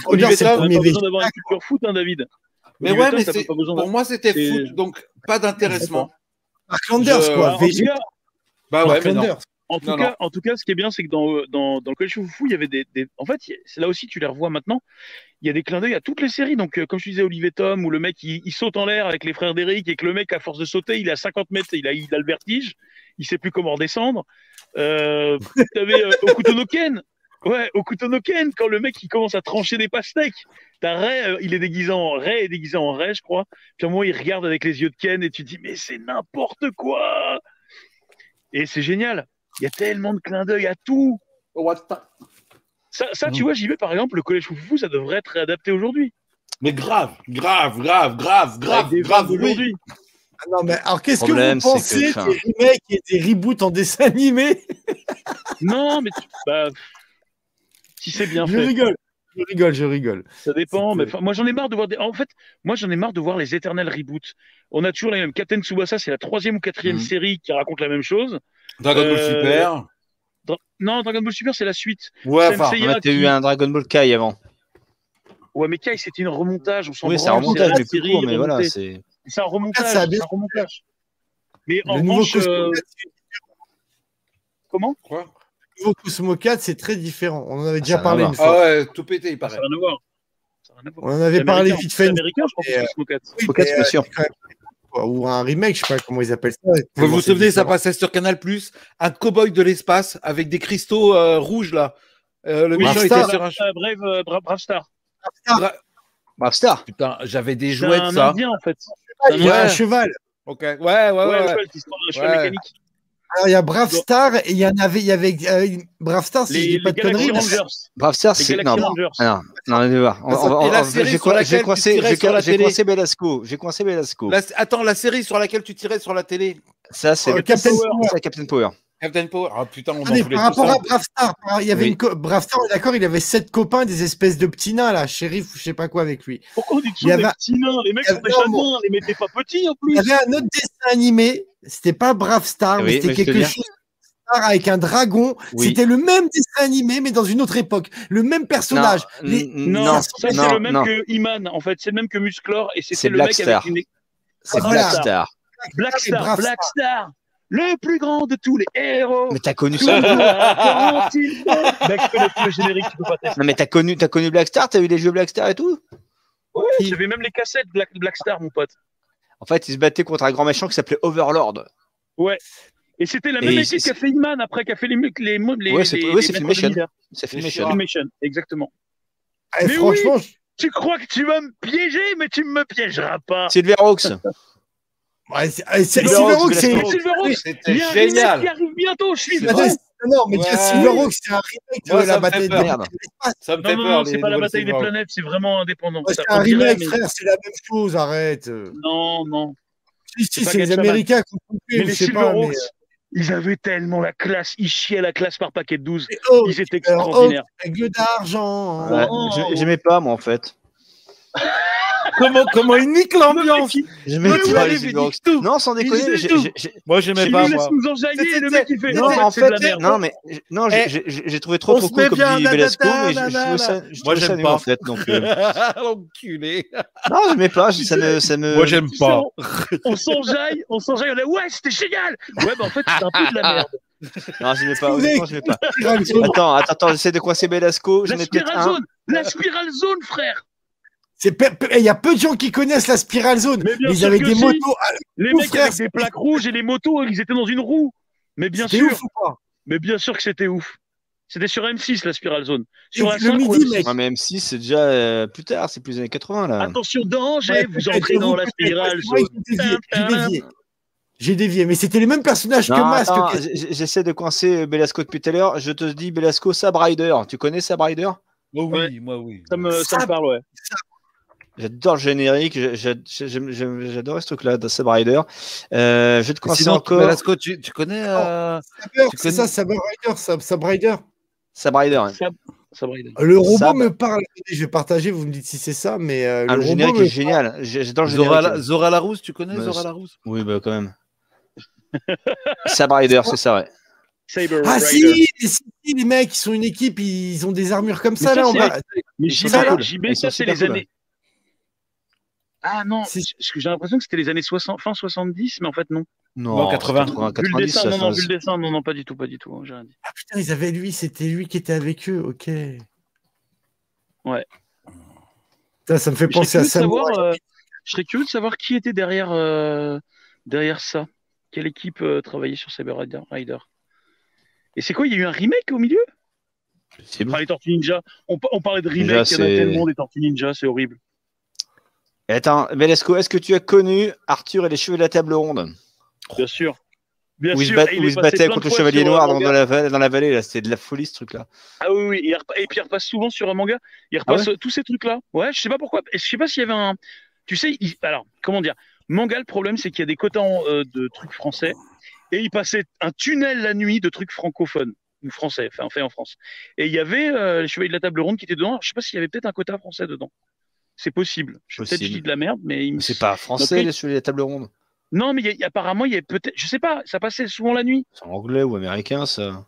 Speaker 4: Regarde, c'est le
Speaker 1: Tom,
Speaker 3: T'as
Speaker 4: premier
Speaker 3: pas
Speaker 4: V.
Speaker 3: besoin d'avoir une culture foot, hein, David.
Speaker 1: Mais
Speaker 3: Olivier
Speaker 1: ouais,
Speaker 3: Tom,
Speaker 1: mais
Speaker 3: t'as
Speaker 1: c'est-
Speaker 3: pas besoin
Speaker 1: pour moi, c'était
Speaker 3: c'est-
Speaker 1: foot, donc pas d'intéressement.
Speaker 4: Mark Landers,
Speaker 1: Je-
Speaker 4: quoi.
Speaker 3: d'avoir- en,
Speaker 4: VG
Speaker 3: tout cas,
Speaker 1: Bah ouais,
Speaker 4: Mark
Speaker 1: mais non.
Speaker 4: Landers.
Speaker 3: en tout
Speaker 1: Non,
Speaker 3: cas-
Speaker 1: non.
Speaker 3: en tout cas, ce qui est bien, c'est que dans, euh, dans, dans le collège Foufou, il y avait des, des- En fait, il- c'est là aussi, tu les revois maintenant. Il y a des clins d'œil à toutes les séries. Donc, euh, comme je disais, Olivier Tom, où le mec il, il saute en l'air avec les frères d'Eric et que le mec, à force de sauter, il est à 50 mètres, il a, il a le vertige, il sait plus comment redescendre. Euh, (laughs) T'avais euh, Okutonoken. Ouais, Okutonoken, quand le mec il commence à trancher des pastèques. T'as Ray, euh, il est déguisé en Ray, est déguisé en Ray, je crois. Puis à un moment, il regarde avec les yeux de Ken et tu te dis, mais c'est n'importe quoi Et c'est génial. Il y a tellement de clins d'œil à tout.
Speaker 1: What the-
Speaker 3: Ça, ça,
Speaker 1: Mm.
Speaker 2: Mm.
Speaker 3: tu vois, j'y vais par exemple, le collège Foufou, ça devrait être réadapté aujourd'hui.
Speaker 1: Mais grave, grave, grave, grave,
Speaker 3: Avec
Speaker 1: grave,
Speaker 3: des
Speaker 1: grave,
Speaker 3: vannes
Speaker 1: oui.
Speaker 3: d'aujourd'hui.
Speaker 4: Ah non, mais alors qu'est-ce que
Speaker 2: problème,
Speaker 4: vous
Speaker 2: c'est que,
Speaker 4: pensez
Speaker 2: enfin-
Speaker 4: des remakes et des reboots en dessin animé
Speaker 3: Non, mais tu- bah, si c'est bien
Speaker 4: Je
Speaker 3: fait.
Speaker 4: rigole, je rigole, je rigole.
Speaker 3: Ça dépend, mais
Speaker 4: C'était-
Speaker 3: enfin, moi j'en ai marre de voir des. En fait, moi j'en ai marre de voir les éternels reboots. On a toujours les mêmes. Captain Tsubasa, c'est la troisième ou quatrième
Speaker 2: Mm.
Speaker 1: Mhm.
Speaker 3: série qui raconte la même chose.
Speaker 1: Dragon Ball
Speaker 3: Euh,
Speaker 1: Super.
Speaker 3: Dra- Non, Dragon Ball Super, c'est la suite.
Speaker 1: Ouais,
Speaker 3: Sensei-
Speaker 1: enfin,
Speaker 3: C'est
Speaker 2: On a
Speaker 3: Yaki.
Speaker 2: eu un Dragon Ball Kai avant.
Speaker 3: Ouais, mais Kai, c'était une remontage. On s'en
Speaker 2: Oui, c'est un
Speaker 3: branle,
Speaker 2: remontage,
Speaker 3: la
Speaker 2: mais plus
Speaker 3: série
Speaker 2: court, mais voilà,
Speaker 3: remontée.
Speaker 2: c'est.
Speaker 3: C'est un remontage.
Speaker 4: Ah, ça a bien-
Speaker 3: c'est un remontage. Mais en
Speaker 4: Le nouveau,
Speaker 3: revanche,
Speaker 4: Cosmo
Speaker 3: euh,
Speaker 4: 4,
Speaker 3: comment
Speaker 1: quoi
Speaker 4: le nouveau Cosmo 4, c'est très différent. On en avait déjà
Speaker 2: ça n'a
Speaker 4: parlé
Speaker 2: rien
Speaker 4: une
Speaker 1: Ah
Speaker 4: fois.
Speaker 1: ouais, tout pété, il
Speaker 3: Ça
Speaker 1: paraît.
Speaker 3: n'a rien à voir. Ça n'a rien à voir.
Speaker 4: On en avait
Speaker 3: C'est
Speaker 4: parlé
Speaker 3: américain,
Speaker 4: vite
Speaker 3: C'est
Speaker 4: fait,
Speaker 3: américain, je pense,
Speaker 4: Et, euh,
Speaker 3: Cosmo 4.
Speaker 4: oui,
Speaker 2: Au cas,
Speaker 4: mais,
Speaker 2: c'est pas sûr.
Speaker 4: euh, ou un remake, je sais pas comment ils appellent ça.
Speaker 1: Vous vous souvenez, ça
Speaker 4: passe.
Speaker 1: passait sur Canal Plus, un cow-boy de l'espace avec des cristaux euh, rouges là. Euh, le
Speaker 4: Oui,
Speaker 1: méchant
Speaker 4: Star.
Speaker 1: était sur un. ch-
Speaker 3: Ah, bref, euh, Bra- Brave Star.
Speaker 1: Dra-
Speaker 2: Brave Star.
Speaker 1: Putain, j'avais des
Speaker 3: C'est
Speaker 1: jouets de
Speaker 3: un
Speaker 1: ça.
Speaker 3: indien, en fait.
Speaker 4: Il y a un
Speaker 1: Ouais.
Speaker 4: cheval.
Speaker 1: Ok. Ouais, ouais, ouais.
Speaker 3: Ouais,
Speaker 1: ouais.
Speaker 3: un cheval qui se prend un cheval
Speaker 1: Ouais.
Speaker 3: mécanique.
Speaker 4: Alors, il y a Brave Star et il y en avait, il y avait euh, une- Brave Star, si je
Speaker 3: Les,
Speaker 4: dis pas
Speaker 3: les
Speaker 4: de conneries.
Speaker 3: Galaxy
Speaker 4: mais-
Speaker 3: Rangers.
Speaker 2: Brave Star,
Speaker 3: Les
Speaker 2: c'est. Non,
Speaker 3: Galaxy
Speaker 2: non,
Speaker 3: Rangers.
Speaker 2: non, non, allez voir. On-
Speaker 1: Ah, ça-
Speaker 2: on- on-
Speaker 1: et la
Speaker 2: on-
Speaker 1: série
Speaker 2: J'ai
Speaker 1: sur laquelle
Speaker 2: j'ai
Speaker 1: tu
Speaker 2: coincé,
Speaker 1: tirais
Speaker 2: j'ai
Speaker 1: sur la
Speaker 2: j'ai
Speaker 1: télé.
Speaker 2: coincé Belasco. J'ai coincé Belasco.
Speaker 1: La- attends, la série sur laquelle tu tirais sur la télé,
Speaker 2: Ça, c'est
Speaker 4: Euh,
Speaker 2: ça,
Speaker 4: Captain Power.
Speaker 2: c'est Captain Power.
Speaker 1: Captain Power. Ah putain, on en
Speaker 4: Attendez,
Speaker 1: voulait
Speaker 4: par
Speaker 1: tous. un.
Speaker 4: rapport à Brave Star, par- il y avait
Speaker 2: Oui.
Speaker 4: une co- Brave Star, on est d'accord, il avait sept copains, des espèces de petits nains là, shérif ou je sais pas quoi avec lui.
Speaker 3: Pourquoi on dit
Speaker 4: Il y
Speaker 3: toujours des
Speaker 4: avait-
Speaker 3: petits nains Les mecs
Speaker 4: il y
Speaker 3: sont des
Speaker 4: avait un mot.
Speaker 3: chagrins, les mettez pas petits en
Speaker 4: Il
Speaker 3: plus.
Speaker 4: y avait un autre dessin animé, c'était pas Brave Star,
Speaker 2: Oui,
Speaker 4: mais
Speaker 2: mais
Speaker 4: c'était
Speaker 2: je te
Speaker 4: quelque
Speaker 2: viens.
Speaker 4: chose Star avec un dragon.
Speaker 2: Oui.
Speaker 4: C'était le même dessin animé, mais dans une autre époque, le même personnage.
Speaker 2: Non,
Speaker 4: Les-
Speaker 2: n-
Speaker 3: Non,
Speaker 2: non,
Speaker 3: ça, c'est
Speaker 2: non,
Speaker 3: le même
Speaker 2: non.
Speaker 3: que Iman, en fait. C'est le même que Musclor et
Speaker 2: C'est
Speaker 3: c'était le
Speaker 2: Black
Speaker 3: mec
Speaker 2: Star.
Speaker 3: avec une
Speaker 2: c'est
Speaker 4: Voilà.
Speaker 2: Black Star.
Speaker 3: Black
Speaker 4: C'est
Speaker 3: Star,
Speaker 4: Brave
Speaker 3: Black Star, le plus grand de tous les héros.
Speaker 2: Mais t'as connu
Speaker 3: Toujours
Speaker 2: ça
Speaker 3: à 40 îles.
Speaker 4: (laughs)
Speaker 3: Mec, je connais tout le générique, tu peux pas tester.
Speaker 2: Non, mais t'as connu, t'as connu Black Star, t'as eu les jeux Black Star et tout
Speaker 3: Ouais, J'avais même les cassettes Black, Black Star, mon pote.
Speaker 2: En fait, ils se battaient contre un grand méchant qui s'appelait Overlord.
Speaker 3: Et c'était la
Speaker 2: Et
Speaker 3: même
Speaker 2: il-
Speaker 3: équipe qui a fait Iman après, qui a fait les mecs- les les
Speaker 2: Ouais, c'est-
Speaker 3: les-
Speaker 2: ouais,
Speaker 3: les
Speaker 2: c'est
Speaker 3: maîtres
Speaker 2: Filmation.
Speaker 3: de l'univers.
Speaker 2: Ça fait
Speaker 1: Les
Speaker 2: méchant.
Speaker 1: Shira.
Speaker 3: Filmation, exactement.
Speaker 4: Et
Speaker 3: Mais
Speaker 4: Eh, franchement, je-
Speaker 3: Tu crois que tu vas me piéger, mais tu me piégeras pas.
Speaker 2: Silverhawks.
Speaker 3: (laughs)
Speaker 4: ouais, c'est- eh, c'est-
Speaker 2: Silver Hawk,
Speaker 4: Silverhawk,
Speaker 2: je
Speaker 4: c'est
Speaker 2: laisse
Speaker 3: Silver Hawk,
Speaker 1: C'était
Speaker 3: il y a un remake qui
Speaker 1: génial.
Speaker 3: arrive bientôt, je suis
Speaker 1: C'est
Speaker 4: Attends,
Speaker 1: vrai.
Speaker 3: dedans.
Speaker 4: c'est- non, mais
Speaker 1: Ouais.
Speaker 4: déjà, Silverhawk, c'est un remake de
Speaker 1: Moi, ça me
Speaker 4: la
Speaker 1: fait
Speaker 4: bataille des
Speaker 1: peur.
Speaker 2: Merde.
Speaker 1: Ça me
Speaker 3: Non,
Speaker 1: fait
Speaker 3: non,
Speaker 1: peur.
Speaker 3: non, c'est
Speaker 1: les
Speaker 3: pas la
Speaker 1: nouvelles
Speaker 3: bataille des
Speaker 1: Silver.
Speaker 3: planètes, c'est vraiment indépendant.
Speaker 4: Ouais,
Speaker 3: Ça,
Speaker 4: C'est un
Speaker 3: on dirait,
Speaker 4: remake,
Speaker 3: mais-
Speaker 4: frère, c'est la même chose, arrête.
Speaker 3: Non, non.
Speaker 4: Si, si,
Speaker 3: pas
Speaker 4: c'est les
Speaker 3: Gatchaman.
Speaker 4: Américains qui ont coupé,
Speaker 3: Mais
Speaker 4: ou je
Speaker 3: les
Speaker 4: sais pas.
Speaker 3: Silverhawks,
Speaker 4: mais- euh,
Speaker 3: ils avaient tellement la classe, ils chiaient la classe par paquet de 12.
Speaker 4: Et oh,
Speaker 3: Ils étaient
Speaker 4: alors,
Speaker 3: extraordinaires.
Speaker 2: Oh,
Speaker 4: la gueule d'argent.
Speaker 2: Ouais,
Speaker 3: Oh.
Speaker 2: je- J'aimais pas, moi, en fait.
Speaker 1: Comment, comment il nique l'ambiance
Speaker 2: J'aimais
Speaker 1: Mais oui,
Speaker 2: pas
Speaker 1: allez,
Speaker 2: les
Speaker 1: vous
Speaker 2: Silverhawks.
Speaker 1: dites tout.
Speaker 2: Non, sans
Speaker 1: Vous
Speaker 2: déconner.
Speaker 1: dites
Speaker 2: j'ai-
Speaker 1: tout.
Speaker 2: j'ai- j'ai-
Speaker 1: Moi, j'aimais
Speaker 3: Tu
Speaker 1: pas
Speaker 3: nous laisses
Speaker 1: moi.
Speaker 3: nous enjailler, le mec il fait
Speaker 2: Non, en
Speaker 3: c'est de
Speaker 2: fait,
Speaker 3: la merde.
Speaker 2: non, mais je- non, j'ai-
Speaker 1: Eh.
Speaker 2: j'ai j'ai- j'ai trouvé trop
Speaker 1: On
Speaker 2: trop
Speaker 1: se
Speaker 2: cool
Speaker 1: met
Speaker 2: comme
Speaker 1: bien,
Speaker 2: dit
Speaker 1: nanana,
Speaker 2: Belasco, mais je- je
Speaker 1: nanana.
Speaker 2: trouvais ça, je
Speaker 1: Moi,
Speaker 2: trouvais ça
Speaker 1: j'aime
Speaker 2: nul
Speaker 1: pas.
Speaker 2: en fait. Donc, euh, (laughs)
Speaker 1: (laughs) L'enculé.
Speaker 2: non, j'aimais pas. je- Ça me, ça me.
Speaker 1: Moi, j'aime
Speaker 3: Euh, tu
Speaker 1: pas.
Speaker 3: On s'enjaille, on s'enjaille, on est ouais, c'était génial. Ouais, bah en fait, c'est un peu de la merde.
Speaker 2: Non, j'aimais pas.
Speaker 4: Excusez.
Speaker 2: honnêtement, j'aimais pas.
Speaker 4: Spiral Zone.
Speaker 2: Attends, attends, attends. J'essaie de coincer Belasco. J'en
Speaker 3: La
Speaker 2: ai peut-être
Speaker 3: spirale
Speaker 2: un.
Speaker 3: zone, la spirale zone, frère.
Speaker 4: C'est pe- pe- Il y a peu de gens qui connaissent la Spiral Zone.
Speaker 3: Mais bien
Speaker 4: Ils
Speaker 3: sûr
Speaker 4: avaient
Speaker 3: que
Speaker 4: des
Speaker 3: si.
Speaker 4: motos. à-
Speaker 3: Les
Speaker 4: Ouf,
Speaker 3: mecs
Speaker 4: frère,
Speaker 3: avec des
Speaker 4: c'est-
Speaker 3: plaques rouges et les motos, ils étaient dans une roue. Mais bien
Speaker 4: C'était
Speaker 3: sûr,
Speaker 4: ouf ou pas
Speaker 3: mais bien sûr que c'était ouf. C'était sur M6 la spirale zone. Sur la
Speaker 4: Le
Speaker 3: 5 ou
Speaker 4: midi,
Speaker 3: M6.
Speaker 4: mec.
Speaker 2: Ouais, mais M6, c'est déjà euh, plus tard. C'est plus les années 80
Speaker 1: Ah,
Speaker 2: là.
Speaker 3: Attention danger,
Speaker 4: Ouais,
Speaker 3: vous entrez dans la
Speaker 4: peut-être,
Speaker 3: spirale
Speaker 4: c'est vrai
Speaker 3: zone.
Speaker 4: que J'ai dévié, j'ai dévié. J'ai dévié, mais c'était les mêmes personnages que
Speaker 2: Non,
Speaker 4: Masque.
Speaker 2: attends,
Speaker 4: que-
Speaker 2: j- J'essaie de coincer Belasco depuis tout à l'heure. Je te dis Belasco Sabrider. Tu connais Sabrider
Speaker 1: Oh oui,
Speaker 3: Ouais.
Speaker 1: moi oui.
Speaker 3: Ça me, ça me
Speaker 4: Ça-
Speaker 3: parle, ouais.
Speaker 2: J'adore le générique. je- je- je- j'aime- j'aime- J'adore ce truc-là de Sabrider. Euh, je vais te coincer
Speaker 1: Sinon,
Speaker 2: encore
Speaker 1: Belasco, tu, tu connais euh,
Speaker 4: Saber,
Speaker 1: tu
Speaker 4: C'est
Speaker 1: connais-
Speaker 4: ça, Saber Rider, Sab- Sab Rider.
Speaker 2: Sabrider. hein.
Speaker 3: Ça, ça brille.
Speaker 4: Le robot
Speaker 2: Sab.
Speaker 4: me parle. Attendez, Je vais partager, vous me dites si c'est ça, mais euh,
Speaker 2: Ah,
Speaker 4: le
Speaker 2: le
Speaker 4: robot.
Speaker 2: générique
Speaker 4: me-
Speaker 2: est génial. J'ai- J'adore le
Speaker 1: Zora,
Speaker 2: générique.
Speaker 1: La- Zora Larousse, tu connais
Speaker 2: Mais
Speaker 1: Zora
Speaker 2: c'est-
Speaker 1: Larousse
Speaker 2: Oui, bah quand (laughs) même. Sabrider, c'est ça, ouais.
Speaker 3: Saber
Speaker 4: Ah
Speaker 3: Rider.
Speaker 4: si, mais si, si, les mecs, ils sont une équipe, ils ont des armures comme ça
Speaker 3: ça,
Speaker 4: là. on
Speaker 3: c'est
Speaker 4: va-
Speaker 3: vrai. Mais
Speaker 2: Ils sont
Speaker 3: JB,
Speaker 4: super
Speaker 2: cool.
Speaker 3: JB,
Speaker 2: Ils sont
Speaker 3: ça c'est
Speaker 2: super
Speaker 3: les
Speaker 2: cool.
Speaker 3: années. Ah non,
Speaker 4: C'est-
Speaker 3: parce que j'ai l'impression que c'était les années 60, fin 70, mais en fait non.
Speaker 2: Non,
Speaker 1: Non, 80.
Speaker 3: vu le
Speaker 2: 90,
Speaker 3: dessin,
Speaker 2: ça,
Speaker 3: non, non,
Speaker 2: ça-
Speaker 3: vu le dessin, non, non, pas du tout, pas du tout. hein, j'ai rien dit.
Speaker 4: Ah putain, ils avaient lui, c'était lui qui était avec eux, ok.
Speaker 3: Ouais.
Speaker 4: Putain, ça me fait
Speaker 3: Je serais
Speaker 4: penser à
Speaker 3: curieux de savoir,
Speaker 4: Samurai.
Speaker 3: euh, je serais curieux de savoir qui était derrière, euh, derrière ça. Quelle équipe euh, travaillait sur Saber Rider- Rider Et c'est quoi Il y a eu un remake au milieu
Speaker 2: c'est bon.
Speaker 3: Enfin, les Tortues Ninja. On, pa- on parlait de remake,
Speaker 2: Ninja,
Speaker 3: il y en a
Speaker 2: c'est-
Speaker 3: tellement des Tortues Ninja, c'est horrible.
Speaker 2: Et Attends, Belasco, est-ce que tu as connu Arthur et les cheveux de la table ronde
Speaker 3: Bien sûr. Bien
Speaker 2: où il se,
Speaker 3: sûr,
Speaker 2: bat-
Speaker 3: et
Speaker 2: où il
Speaker 3: est
Speaker 2: se
Speaker 3: passé
Speaker 2: battait
Speaker 3: plein
Speaker 2: contre
Speaker 3: de
Speaker 2: le
Speaker 3: fois
Speaker 2: Chevalier
Speaker 3: sur, euh,
Speaker 2: Noir dans,
Speaker 3: manga.
Speaker 2: dans la, vallée- dans la vallée, là, c'était de la folie ce truc-là.
Speaker 3: Ah oui, oui, il repa- et puis il repasse souvent sur un manga. Il
Speaker 2: Ah ouais
Speaker 3: repasse euh, tous ces trucs-là. Ouais, je sais pas pourquoi. Je sais pas s'il y avait un. Tu sais, il- alors, comment dire Manga, le problème, c'est qu'il y a des quotas en, euh, de trucs français et il passait un tunnel la nuit de trucs francophones ou français, enfin, fait en France. Et il y avait euh, les Chevaliers de la Table Ronde qui étaient dedans. Alors, Je sais pas s'il y avait peut-être un quota français dedans. C'est possible. Je peut-être
Speaker 2: Possible.
Speaker 3: je dis de la merde, mais il me
Speaker 2: Mais C'est pas français,
Speaker 3: Donc,
Speaker 2: les Chevaliers de la table ronde.
Speaker 3: Non, mais il y a- apparemment, il y avait peut-être. Je sais pas, ça passait souvent la nuit.
Speaker 2: C'est anglais ou américain, ça.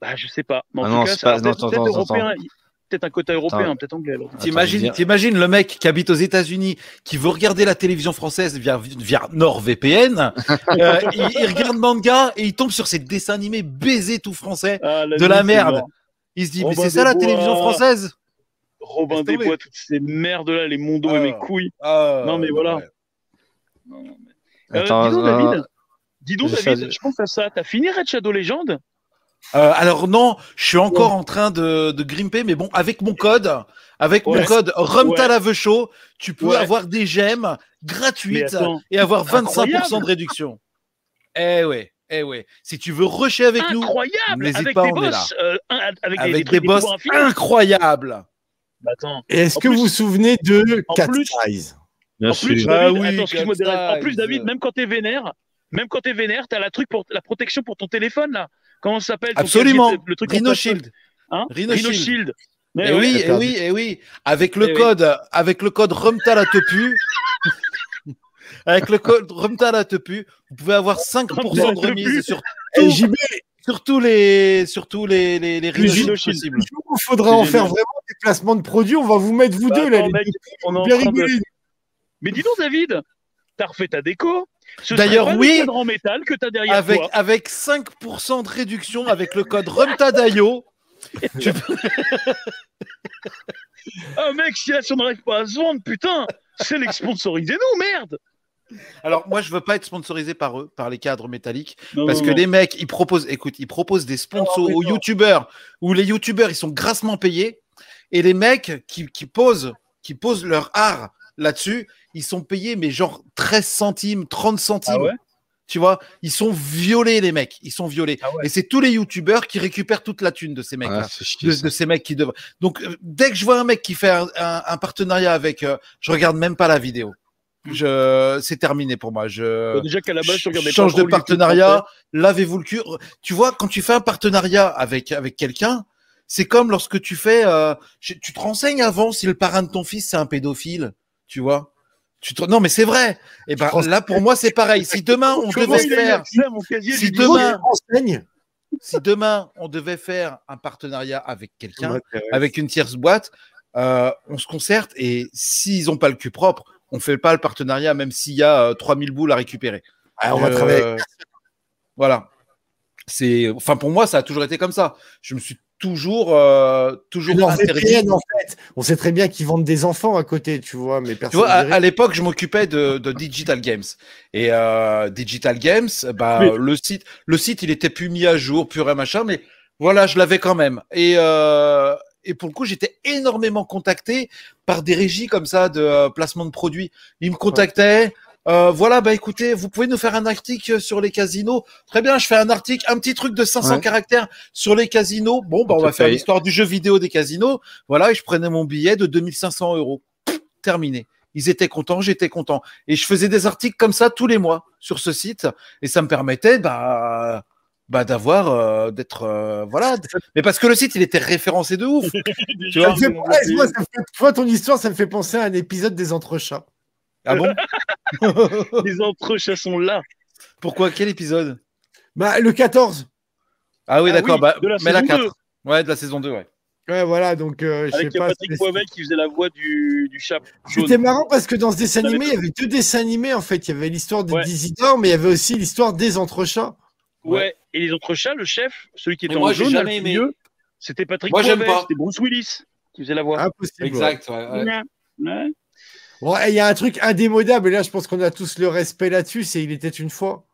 Speaker 3: Bah, je sais pas. Mais en
Speaker 2: Ah
Speaker 3: tout
Speaker 2: non,
Speaker 3: cas,
Speaker 2: c'est
Speaker 3: ça
Speaker 2: pas-
Speaker 3: a
Speaker 2: non,
Speaker 3: peut-être
Speaker 2: attends,
Speaker 3: peut-être
Speaker 2: attends,
Speaker 3: européen.
Speaker 2: attends.
Speaker 3: Peut-être un quota européen, peut-être anglais. alors.
Speaker 2: Attends, je veux
Speaker 1: T'imagines,
Speaker 2: dire-
Speaker 1: t'imagines le mec qui habite aux États-Unis, qui veut regarder la télévision française via, via NordVPN,
Speaker 3: (laughs)
Speaker 1: euh, il, il regarde manga et il tombe sur ces dessins animés baisés tout français.
Speaker 3: Ah,
Speaker 1: De la
Speaker 3: nuit, c'est
Speaker 1: merde.
Speaker 3: mort.
Speaker 1: Il se dit,
Speaker 3: Oh,
Speaker 1: mais
Speaker 3: bah,
Speaker 1: c'est ça
Speaker 3: des
Speaker 1: la
Speaker 3: bois.
Speaker 1: télévision française
Speaker 3: Robin
Speaker 1: Laisse
Speaker 3: des
Speaker 1: tomber.
Speaker 3: Bois, toutes ces merdes là, les mondos
Speaker 1: Ah.
Speaker 3: et mes couilles.
Speaker 1: Ah,
Speaker 3: Non, mais voilà.
Speaker 1: ouais.
Speaker 3: Non, non, mais- Euh,
Speaker 2: Attends,
Speaker 3: dis donc,
Speaker 2: euh,
Speaker 3: David, dis donc,
Speaker 2: je vais
Speaker 3: David,
Speaker 2: faire-
Speaker 3: je pense à ça. T'as fini Red Shadow Legend
Speaker 1: Euh, alors non, je suis encore en train de, de grimper, mais bon, avec mon code, avec mon
Speaker 3: Ouais.
Speaker 1: code Rumta Lavechaux, tu peux
Speaker 3: Ouais.
Speaker 1: avoir des gemmes
Speaker 3: Mais
Speaker 1: gratuites
Speaker 3: attends,
Speaker 1: et avoir 25% de
Speaker 3: Incroyable.
Speaker 1: réduction. Eh ouais, eh ouais. Si tu veux rusher avec nous,
Speaker 3: incroyable
Speaker 1: n'hésite
Speaker 3: Avec
Speaker 1: pas,
Speaker 3: des
Speaker 1: on est
Speaker 3: boss euh, un- avec, des,
Speaker 1: avec
Speaker 3: trucs
Speaker 1: des
Speaker 3: et
Speaker 1: boss
Speaker 3: pouvoirs infinis.
Speaker 1: incroyables.
Speaker 3: Bah, attends.
Speaker 4: Et est-ce
Speaker 3: En
Speaker 4: que
Speaker 3: plus-
Speaker 4: vous vous souvenez de
Speaker 3: en
Speaker 4: Cat
Speaker 3: plus-
Speaker 4: Eyes
Speaker 2: Bien
Speaker 3: En plus,
Speaker 2: sûr.
Speaker 1: Ah
Speaker 3: David,
Speaker 1: oui,
Speaker 3: attends, excuse-moi,
Speaker 1: Cat
Speaker 3: David, en plus,
Speaker 1: Eyes.
Speaker 3: David, même quand t'es vénère, même quand t'es vénère, t'as la truc pour la protection pour ton téléphone là. Comment ça s'appelle ton
Speaker 1: Absolument.
Speaker 3: gadget, Le truc en
Speaker 1: Rhino
Speaker 3: plastique,
Speaker 1: Shield.
Speaker 3: Hein
Speaker 1: Rhino
Speaker 3: Rhino,
Speaker 1: Shield.
Speaker 3: Shield.
Speaker 1: Eh
Speaker 3: Mais ouais.
Speaker 1: oui,
Speaker 4: j'ai
Speaker 1: eh
Speaker 4: perdu.
Speaker 1: oui, eh oui. Avec le
Speaker 3: Eh oui.
Speaker 1: code, avec le code Rumta la
Speaker 3: (laughs)
Speaker 1: tepu. Avec le code Rumta la tepu, vous pouvez avoir 5% de
Speaker 3: Rumta la tepu.
Speaker 1: remise sur
Speaker 4: Et
Speaker 1: tout.
Speaker 4: JB,
Speaker 1: sur tous les sur tous les les, les
Speaker 4: Plus
Speaker 1: rhinos
Speaker 3: Shield.
Speaker 1: possibles.
Speaker 4: il faudra en
Speaker 3: C'est
Speaker 4: faire
Speaker 3: génial.
Speaker 4: vraiment des placements de produits. On va vous mettre vous
Speaker 3: Bah,
Speaker 4: deux là.
Speaker 3: attends,
Speaker 4: les-
Speaker 3: mec, on est en
Speaker 4: bien
Speaker 3: train de-
Speaker 4: rigoler.
Speaker 3: Mais dis donc, David, t'as refait ta déco. Ce
Speaker 1: D'ailleurs,
Speaker 3: serait pas
Speaker 1: oui.
Speaker 3: Le cadre en métal que t'as derrière
Speaker 1: Avec
Speaker 3: toi.
Speaker 1: avec 5% de réduction avec le code Rumtadayo.
Speaker 3: Ah, mec, si là, si on n'arrive pas à se vendre, putain, c'est les sponsoriser nous, merde.
Speaker 1: Alors moi je veux pas être sponsorisé par eux, par les cadres métalliques
Speaker 3: Non,
Speaker 1: parce
Speaker 3: non,
Speaker 1: que
Speaker 3: non.
Speaker 1: les mecs, ils proposent écoute, ils proposent des sponsors
Speaker 4: Ah, oui,
Speaker 1: aux
Speaker 4: non.
Speaker 1: youtubeurs où les youtubeurs ils sont grassement payés et les mecs qui, qui posent qui posent leur art là-dessus, ils sont payés mais genre 13 centimes, 30 centimes.
Speaker 3: Ah ouais
Speaker 1: Tu vois, ils sont violés les mecs, ils sont violés.
Speaker 3: Ah ouais.
Speaker 1: Et c'est tous les youtubeurs qui récupèrent toute la thune de ces mecs.
Speaker 2: Ah, c'est chier,
Speaker 1: de,
Speaker 2: ça.
Speaker 1: de ces mecs qui devraient. Donc, euh, dès que je vois un mec qui fait un, un- un partenariat avec, euh, je regarde même pas la vidéo.
Speaker 3: Hmm.
Speaker 1: Je, c'est terminé pour moi.
Speaker 3: Bah,
Speaker 1: Je
Speaker 3: déjà qu'à la base, je regardais
Speaker 1: change
Speaker 3: pas
Speaker 1: de
Speaker 3: trop les trucs
Speaker 1: partenariat. Lavez-vous le cul. Tu vois, quand tu fais un partenariat avec avec quelqu'un, c'est comme lorsque tu fais, euh, je- tu te renseignes avant si le parrain de ton fils c'est un pédophile. Tu vois. Tu te... Non, mais c'est vrai. Et ben
Speaker 4: te renseignes.
Speaker 1: là, pour moi, c'est pareil. Si demain on
Speaker 3: français. Comment
Speaker 1: devait
Speaker 3: il a eu
Speaker 1: faire
Speaker 3: accès à mon casier
Speaker 1: Si
Speaker 3: judiciaire
Speaker 1: demain-
Speaker 4: Enseigne.
Speaker 1: (laughs) si demain on devait faire un partenariat avec quelqu'un, avec une tierce boîte, euh, on se concerte et s'ils n'ont pas le cul propre, on fait pas le partenariat même s'il y a euh, 3000 boules à récupérer.
Speaker 4: Ah, on va
Speaker 1: Euh,
Speaker 4: travailler. avec-
Speaker 1: Voilà. C'est, enfin pour moi ça a toujours été comme ça. Je me suis toujours, euh, toujours
Speaker 4: Leur
Speaker 1: interdit.
Speaker 4: VPN, en fait. On sait très bien qu'ils vendent des enfants à côté, tu vois, mais
Speaker 1: Tu
Speaker 4: personne.
Speaker 1: vois, à,
Speaker 4: dirait.
Speaker 1: à l'époque, je m'occupais de, de Digital Games. Et euh, Digital Games, bah,
Speaker 3: Oui.
Speaker 1: le, site, le site, il était plus mis à jour, pur et machin, mais voilà, je l'avais quand même. Et, euh, et pour le coup, j'étais énormément contacté par des régies comme ça de euh, placement de produits. Ils me contactaient. euh, voilà, bah écoutez, vous pouvez nous faire un article sur les casinos. Très bien, je fais un article, un petit truc de 500
Speaker 2: Ouais.
Speaker 1: caractères sur les casinos. Bon, bah
Speaker 2: On
Speaker 1: on
Speaker 2: te
Speaker 1: va faire
Speaker 2: paye.
Speaker 1: l'histoire du jeu vidéo des casinos. Voilà, et je prenais mon billet de 2500 euros. Pff, Terminé. Ils étaient contents, j'étais content. Et je faisais des articles comme ça tous les mois sur ce site. Et ça me permettait bah, bah, d'avoir, euh, d'être. euh,
Speaker 2: (laughs)
Speaker 1: voilà. Mais parce que le site, il était référencé de ouf. tu vois
Speaker 4: Ça me fait- Ouais, moi, ça me fait- toi, ton histoire, ça me fait penser à un épisode des Entrechats.
Speaker 1: Ah
Speaker 2: (laughs)
Speaker 1: bon
Speaker 3: Les entrechats sont là.
Speaker 1: Pourquoi Quel épisode
Speaker 4: Bah, le 14.
Speaker 1: Ah oui,
Speaker 3: Ah
Speaker 1: d'accord.
Speaker 3: oui,
Speaker 1: bah,
Speaker 3: de la
Speaker 1: mais la
Speaker 3: saison
Speaker 1: 4. Ouais, de la saison 2, ouais.
Speaker 4: Ouais, voilà, donc euh, je sais
Speaker 3: Avec
Speaker 4: pas.
Speaker 3: Patrick
Speaker 4: c'est-
Speaker 3: Poivet qui faisait la voix du, du chat. jaune.
Speaker 4: C'était marrant parce que dans ce dessin
Speaker 3: Ça
Speaker 4: animé, il y avait deux dessins animés en fait. Il y avait l'histoire des
Speaker 3: Ouais.
Speaker 4: Isidore, mais il y avait aussi l'histoire des Entrechats.
Speaker 3: Ouais. Et les entrechats, le chef, celui qui était
Speaker 5: Mais moi,
Speaker 3: en
Speaker 5: j'ai
Speaker 3: jaune,
Speaker 5: jamais
Speaker 3: là, le
Speaker 5: aimé.
Speaker 3: milieu, c'était Patrick
Speaker 5: Moi, j'aime
Speaker 3: Poivet,
Speaker 5: pas.
Speaker 3: c'était Bruce Willis qui faisait la voix.
Speaker 4: Impossible. ouais.
Speaker 5: Exact,
Speaker 1: Ah,
Speaker 5: ouais, ouais.
Speaker 3: Ouais. Ouais.
Speaker 4: Bon, et il y a un truc indémodable, et là, je pense qu'on a tous le respect là-dessus, c'est Il était une fois.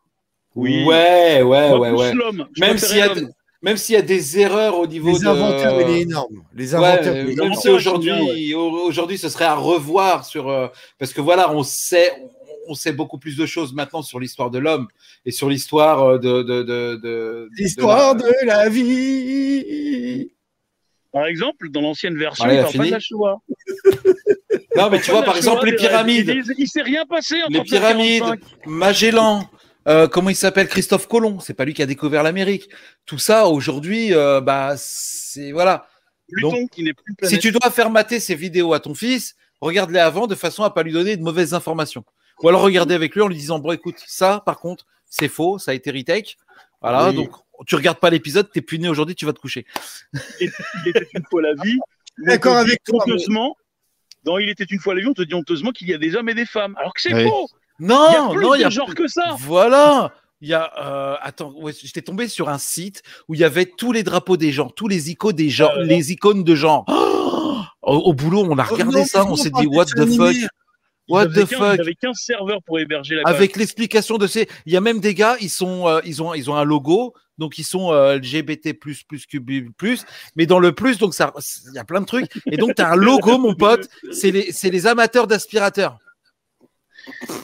Speaker 3: Oui.
Speaker 5: Ouais, ouais,
Speaker 3: Moi,
Speaker 5: ouais,
Speaker 3: plus
Speaker 5: ouais.
Speaker 3: l'homme. Je
Speaker 5: Même
Speaker 3: préférais
Speaker 5: s'il y, a-
Speaker 3: l'homme.
Speaker 5: même s'il y a des erreurs au niveau
Speaker 4: Les
Speaker 5: de...
Speaker 4: inventeurs, il est énorme. Les
Speaker 5: Ouais,
Speaker 4: inventeurs,
Speaker 5: euh,
Speaker 4: il est
Speaker 5: même
Speaker 4: énorme.
Speaker 5: si
Speaker 3: inventeurs, ils sont
Speaker 5: aujourd'hui, aujourd'hui, ce serait à revoir sur, euh, parce que voilà, on sait, on-
Speaker 1: on sait beaucoup plus de choses maintenant sur l'histoire de l'homme et sur l'histoire euh, de, de, de, de-
Speaker 4: L'histoire
Speaker 1: de
Speaker 4: de la vie.
Speaker 3: Par exemple, dans l'ancienne version,
Speaker 1: Ouais,
Speaker 3: il parle
Speaker 1: fini.
Speaker 3: pas de la Shoah.
Speaker 1: la- Non, mais tu vois, par exemple, les
Speaker 3: Ils
Speaker 1: pyramides,
Speaker 3: disent, Il s'est rien passé en
Speaker 1: les pyramides,
Speaker 3: 1945.
Speaker 1: Magellan, euh, comment il s'appelle Christophe Colomb, c'est pas lui qui a découvert l'Amérique. Tout ça, aujourd'hui, euh, bah, c'est voilà.
Speaker 3: Pluton
Speaker 1: Donc,
Speaker 3: qui n'est plus
Speaker 1: Si
Speaker 3: planète.
Speaker 1: tu dois faire mater ces vidéos à ton fils, regarde-les avant de façon à pas lui donner de mauvaises informations. Ou alors regarder avec lui en lui disant bon écoute, ça par contre, c'est faux, ça a été retake. Voilà,
Speaker 4: Oui.
Speaker 1: donc tu regardes pas l'épisode, t'es puni aujourd'hui, tu vas te coucher.
Speaker 3: Il était une fois la vie.
Speaker 4: D'accord
Speaker 3: On te
Speaker 4: avec
Speaker 3: dit
Speaker 4: toi, mais-
Speaker 3: Honteusement, dans Il était une fois la vie, on te dit honteusement qu'il y a des hommes et des femmes. Alors que c'est
Speaker 2: Oui.
Speaker 3: faux. Il y a
Speaker 1: Non,
Speaker 3: plus
Speaker 1: non, il y
Speaker 3: de
Speaker 1: a
Speaker 3: genre que ça.
Speaker 1: Voilà. Il y a euh, attends, ouais, j'étais tombé sur un site où il y avait tous les drapeaux des genres, tous les icônes des genres,
Speaker 4: Euh.
Speaker 1: les icônes de genre. Oh (gasps) au, au boulot, on a regardé
Speaker 4: Oh non,
Speaker 1: ça,
Speaker 4: mais
Speaker 1: on s'est
Speaker 4: parle
Speaker 1: dit
Speaker 4: des
Speaker 1: what the
Speaker 4: animés. Eh
Speaker 1: fuck.
Speaker 3: Ils
Speaker 1: What
Speaker 3: avaient
Speaker 1: the
Speaker 3: 15
Speaker 1: fuck
Speaker 3: Ils avaient 15 serveurs pour héberger la
Speaker 4: ben.
Speaker 1: avec l'explication de ces. Il y a même des gars, ils sont, euh, ils ont, ils ont un logo, donc ils sont euh, LGBT plus plus plus, mais dans le plus, donc ça, il y a plein de trucs. Et donc t'as un logo, mon pote. C'est les, c'est les amateurs d'aspirateurs.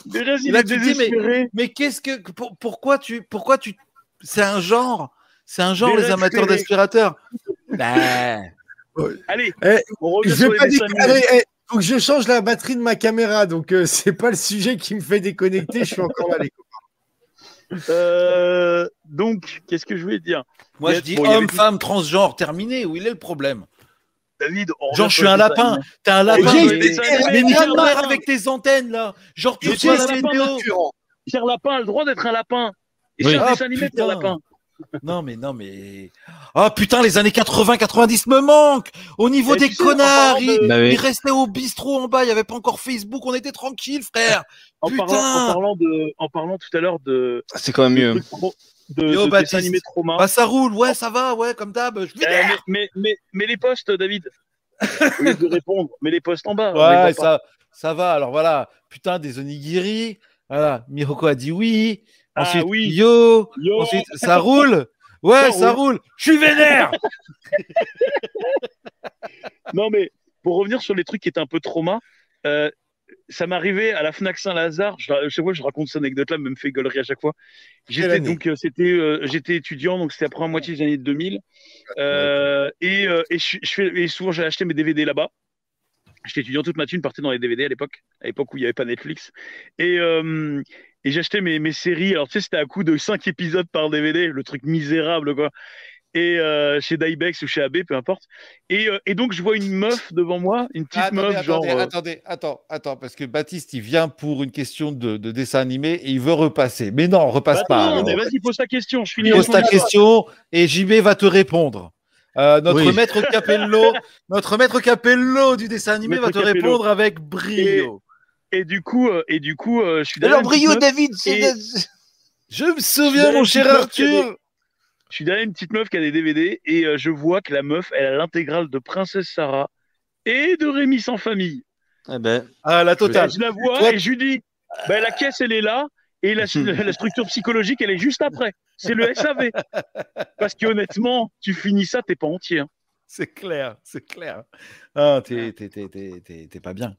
Speaker 3: Déjà, il
Speaker 1: Là,
Speaker 3: est
Speaker 1: tu dis, mais-
Speaker 3: désespéré.
Speaker 1: Mais qu'est-ce que, pour- pourquoi tu, pourquoi tu, c'est un genre, c'est un genre
Speaker 3: Déjà,
Speaker 1: les amateurs
Speaker 3: tu fais-
Speaker 1: d'aspirateurs. Bah,
Speaker 3: (laughs) Allez,
Speaker 4: Eh,
Speaker 3: on revient
Speaker 4: Je
Speaker 3: sur
Speaker 4: vais
Speaker 3: les
Speaker 4: pas
Speaker 3: dessins
Speaker 4: déconner.
Speaker 3: animés.
Speaker 4: Eh, faut que je change la batterie de ma caméra, donc euh, (laughs) c'est pas le sujet qui me fait déconnecter. Je suis encore là. les copains.
Speaker 3: Euh, Donc, qu'est-ce que je voulais dire
Speaker 1: moi
Speaker 3: Mais-
Speaker 1: je dis
Speaker 3: bon, il y avait
Speaker 1: homme,
Speaker 3: tout-
Speaker 1: femme, transgenre, terminé. Où il est le problème
Speaker 3: David, on
Speaker 1: Genre
Speaker 3: revient
Speaker 1: je suis
Speaker 3: sur les
Speaker 1: un
Speaker 3: dessins
Speaker 1: lapin.
Speaker 3: animés.
Speaker 1: T'es un
Speaker 3: Et
Speaker 1: lapin.
Speaker 3: j'ai-
Speaker 1: mais- Mais
Speaker 3: Mais
Speaker 1: nique ta
Speaker 3: Pierre
Speaker 1: mère
Speaker 3: Lapin-
Speaker 1: avec tes antennes là. Genre tu
Speaker 4: Mais
Speaker 1: reçois la
Speaker 4: c'est
Speaker 1: vidéo.
Speaker 4: Concurrent.
Speaker 3: Pierre Lapin a le droit d'être un lapin. Et
Speaker 2: Oui.
Speaker 3: c'est un
Speaker 1: Ah,
Speaker 3: dessin animé,
Speaker 1: putain.
Speaker 3: Pierre Lapin.
Speaker 1: Non, mais non, mais. Ah putain, les années 80-90 me manquent Au niveau
Speaker 3: Et
Speaker 1: des
Speaker 3: tu sais, en
Speaker 1: connards,
Speaker 3: parlant
Speaker 1: ils,
Speaker 3: de-
Speaker 2: Bah oui.
Speaker 1: ils restaient au bistrot en bas, il n'y avait pas encore Facebook, on était tranquille, frère
Speaker 3: En
Speaker 1: Putain.
Speaker 3: parlant, en parlant de, en parlant tout à l'heure de,
Speaker 2: C'est quand même
Speaker 3: de,
Speaker 2: mieux.
Speaker 3: trucs pro- de,
Speaker 1: Yo,
Speaker 3: de
Speaker 1: Baptiste.
Speaker 3: dessin animé trauma.
Speaker 1: Bah ça roule, ouais, ça va, ouais, comme d'hab, je
Speaker 3: Euh, mais,
Speaker 1: libère.
Speaker 3: mais, mais, mais les
Speaker 1: (laughs)
Speaker 3: postes, David. Au lieu de répondre, mais les postes en bas. (laughs) on les
Speaker 1: Ouais,
Speaker 3: voit pas.
Speaker 1: ça, ça va, alors voilà, putain, des onigiri, voilà, Mihoko a dit oui,
Speaker 3: Ah
Speaker 1: ensuite
Speaker 3: oui. Oh.
Speaker 1: yo,
Speaker 3: Yo.
Speaker 1: ensuite ça roule Ouais,
Speaker 3: Ça
Speaker 1: ça roule, je suis
Speaker 3: (laughs)
Speaker 1: vénère
Speaker 3: Non, mais pour revenir sur les trucs qui étaient un peu trauma, euh, ça m'arrivait à la Fnac Saint-Lazare. Je, je sais pas, je raconte cette anecdote-là, mais elle me fait gueulerie à chaque fois. J'étais
Speaker 4: année
Speaker 3: donc, euh, c'était, euh, j'étais étudiant, donc c'était après la moitié des années 2000. Euh, et, euh, et, je, je fais, et souvent, j'ai acheté mes DVD là-bas. J'étais étudiant toute ma thune, partait dans les DVD à l'époque, à l'époque où il n'y avait pas Netflix. Et, euh, et j'achetais mes, mes séries. Alors, tu sais, c'était à coup de 5 épisodes par DVD, le truc misérable, quoi. Et euh, chez Dybex ou chez AB, peu importe. Et, euh, et donc, je vois une meuf devant moi, une petite meuf, genre. euh,
Speaker 1: attendez, attends, attends, parce que Baptiste, il vient pour une question de, de dessin animé et il veut repasser. Mais non, repasse
Speaker 3: Bah
Speaker 1: pas.
Speaker 3: non,
Speaker 1: alors.
Speaker 3: mais vas-y, pose ta question. Je finis.
Speaker 1: Pose
Speaker 3: avec
Speaker 1: ta
Speaker 3: mon
Speaker 1: question et JB va te répondre. Euh, notre
Speaker 4: Oui.
Speaker 1: maître Capello,
Speaker 3: (laughs)
Speaker 1: notre maître Capello du dessin animé
Speaker 3: Maître
Speaker 1: va te
Speaker 3: Capello.
Speaker 1: répondre avec brio.
Speaker 3: Et du coup, euh, et du coup, euh, je suis derrière
Speaker 2: Alors,
Speaker 3: une
Speaker 2: brio,
Speaker 3: petite meuf-
Speaker 2: David, c'est.
Speaker 3: et-
Speaker 1: Je me souviens, mon cher
Speaker 3: Maître Capello.
Speaker 1: Arthur.
Speaker 3: Je suis derrière une petite meuf qui a des DVD et euh, je vois que la meuf, elle a l'intégrale de Princesse Sarah et de Rémi sans famille.
Speaker 2: Ah ben.
Speaker 1: Ah, la totale.
Speaker 3: Et je la vois
Speaker 1: Toi- Hmm.
Speaker 3: et je lui dis, bah, la caisse, elle est là et la, la structure psychologique, elle est juste après. C'est le SAV. Parce que honnêtement, tu finis ça, t'es pas entier. hein.
Speaker 1: C'est clair, c'est clair. Ah, t'es t'es- t'es- t'es- t'es- t'es pas bien.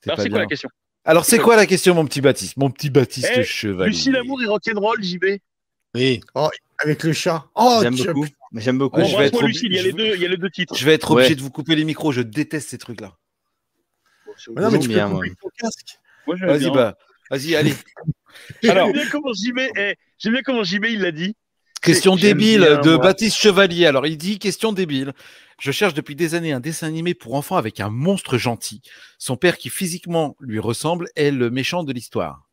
Speaker 1: T'es
Speaker 3: Alors,
Speaker 1: pas
Speaker 3: c'est quoi
Speaker 1: bien.
Speaker 3: la question
Speaker 1: Alors, c'est quoi la question, mon petit Baptiste Mon petit Baptiste
Speaker 3: Eh,
Speaker 1: Chevalier.
Speaker 3: Lucie Lamour et Rock'n'Roll, JB.
Speaker 2: Oui,
Speaker 4: Avec le chat. Oh,
Speaker 2: j'aime
Speaker 4: tu-
Speaker 2: beaucoup. J'aime beaucoup.
Speaker 1: Ouais, Ah, je vais être
Speaker 3: Embrasse-moi,
Speaker 1: obli-
Speaker 3: Lucie, il y a
Speaker 1: je
Speaker 3: les
Speaker 1: vais-
Speaker 3: deux- il y a les deux titres.
Speaker 1: Je vais être
Speaker 2: Ouais.
Speaker 1: obligé de vous couper les micros, je déteste ces trucs-là.
Speaker 4: Mais non, mais tu peux
Speaker 2: Bien,
Speaker 4: couper
Speaker 2: ouais.
Speaker 4: ton casque.
Speaker 3: Moi, j'aime
Speaker 1: Vas-y,
Speaker 3: bien.
Speaker 1: bah, vas-y,
Speaker 3: (laughs)
Speaker 1: allez.
Speaker 3: J'aime
Speaker 1: Alors,
Speaker 3: bien comment JB, eh, j'aime bien comment JB il l'a dit.
Speaker 1: question
Speaker 3: j'aime
Speaker 1: débile
Speaker 3: bien,
Speaker 1: de
Speaker 3: moi.
Speaker 1: Baptiste Chevalier. Alors, il dit question débile. Je cherche depuis des années un dessin animé pour enfants avec un monstre gentil. Son père, qui physiquement lui ressemble, est le méchant de l'histoire.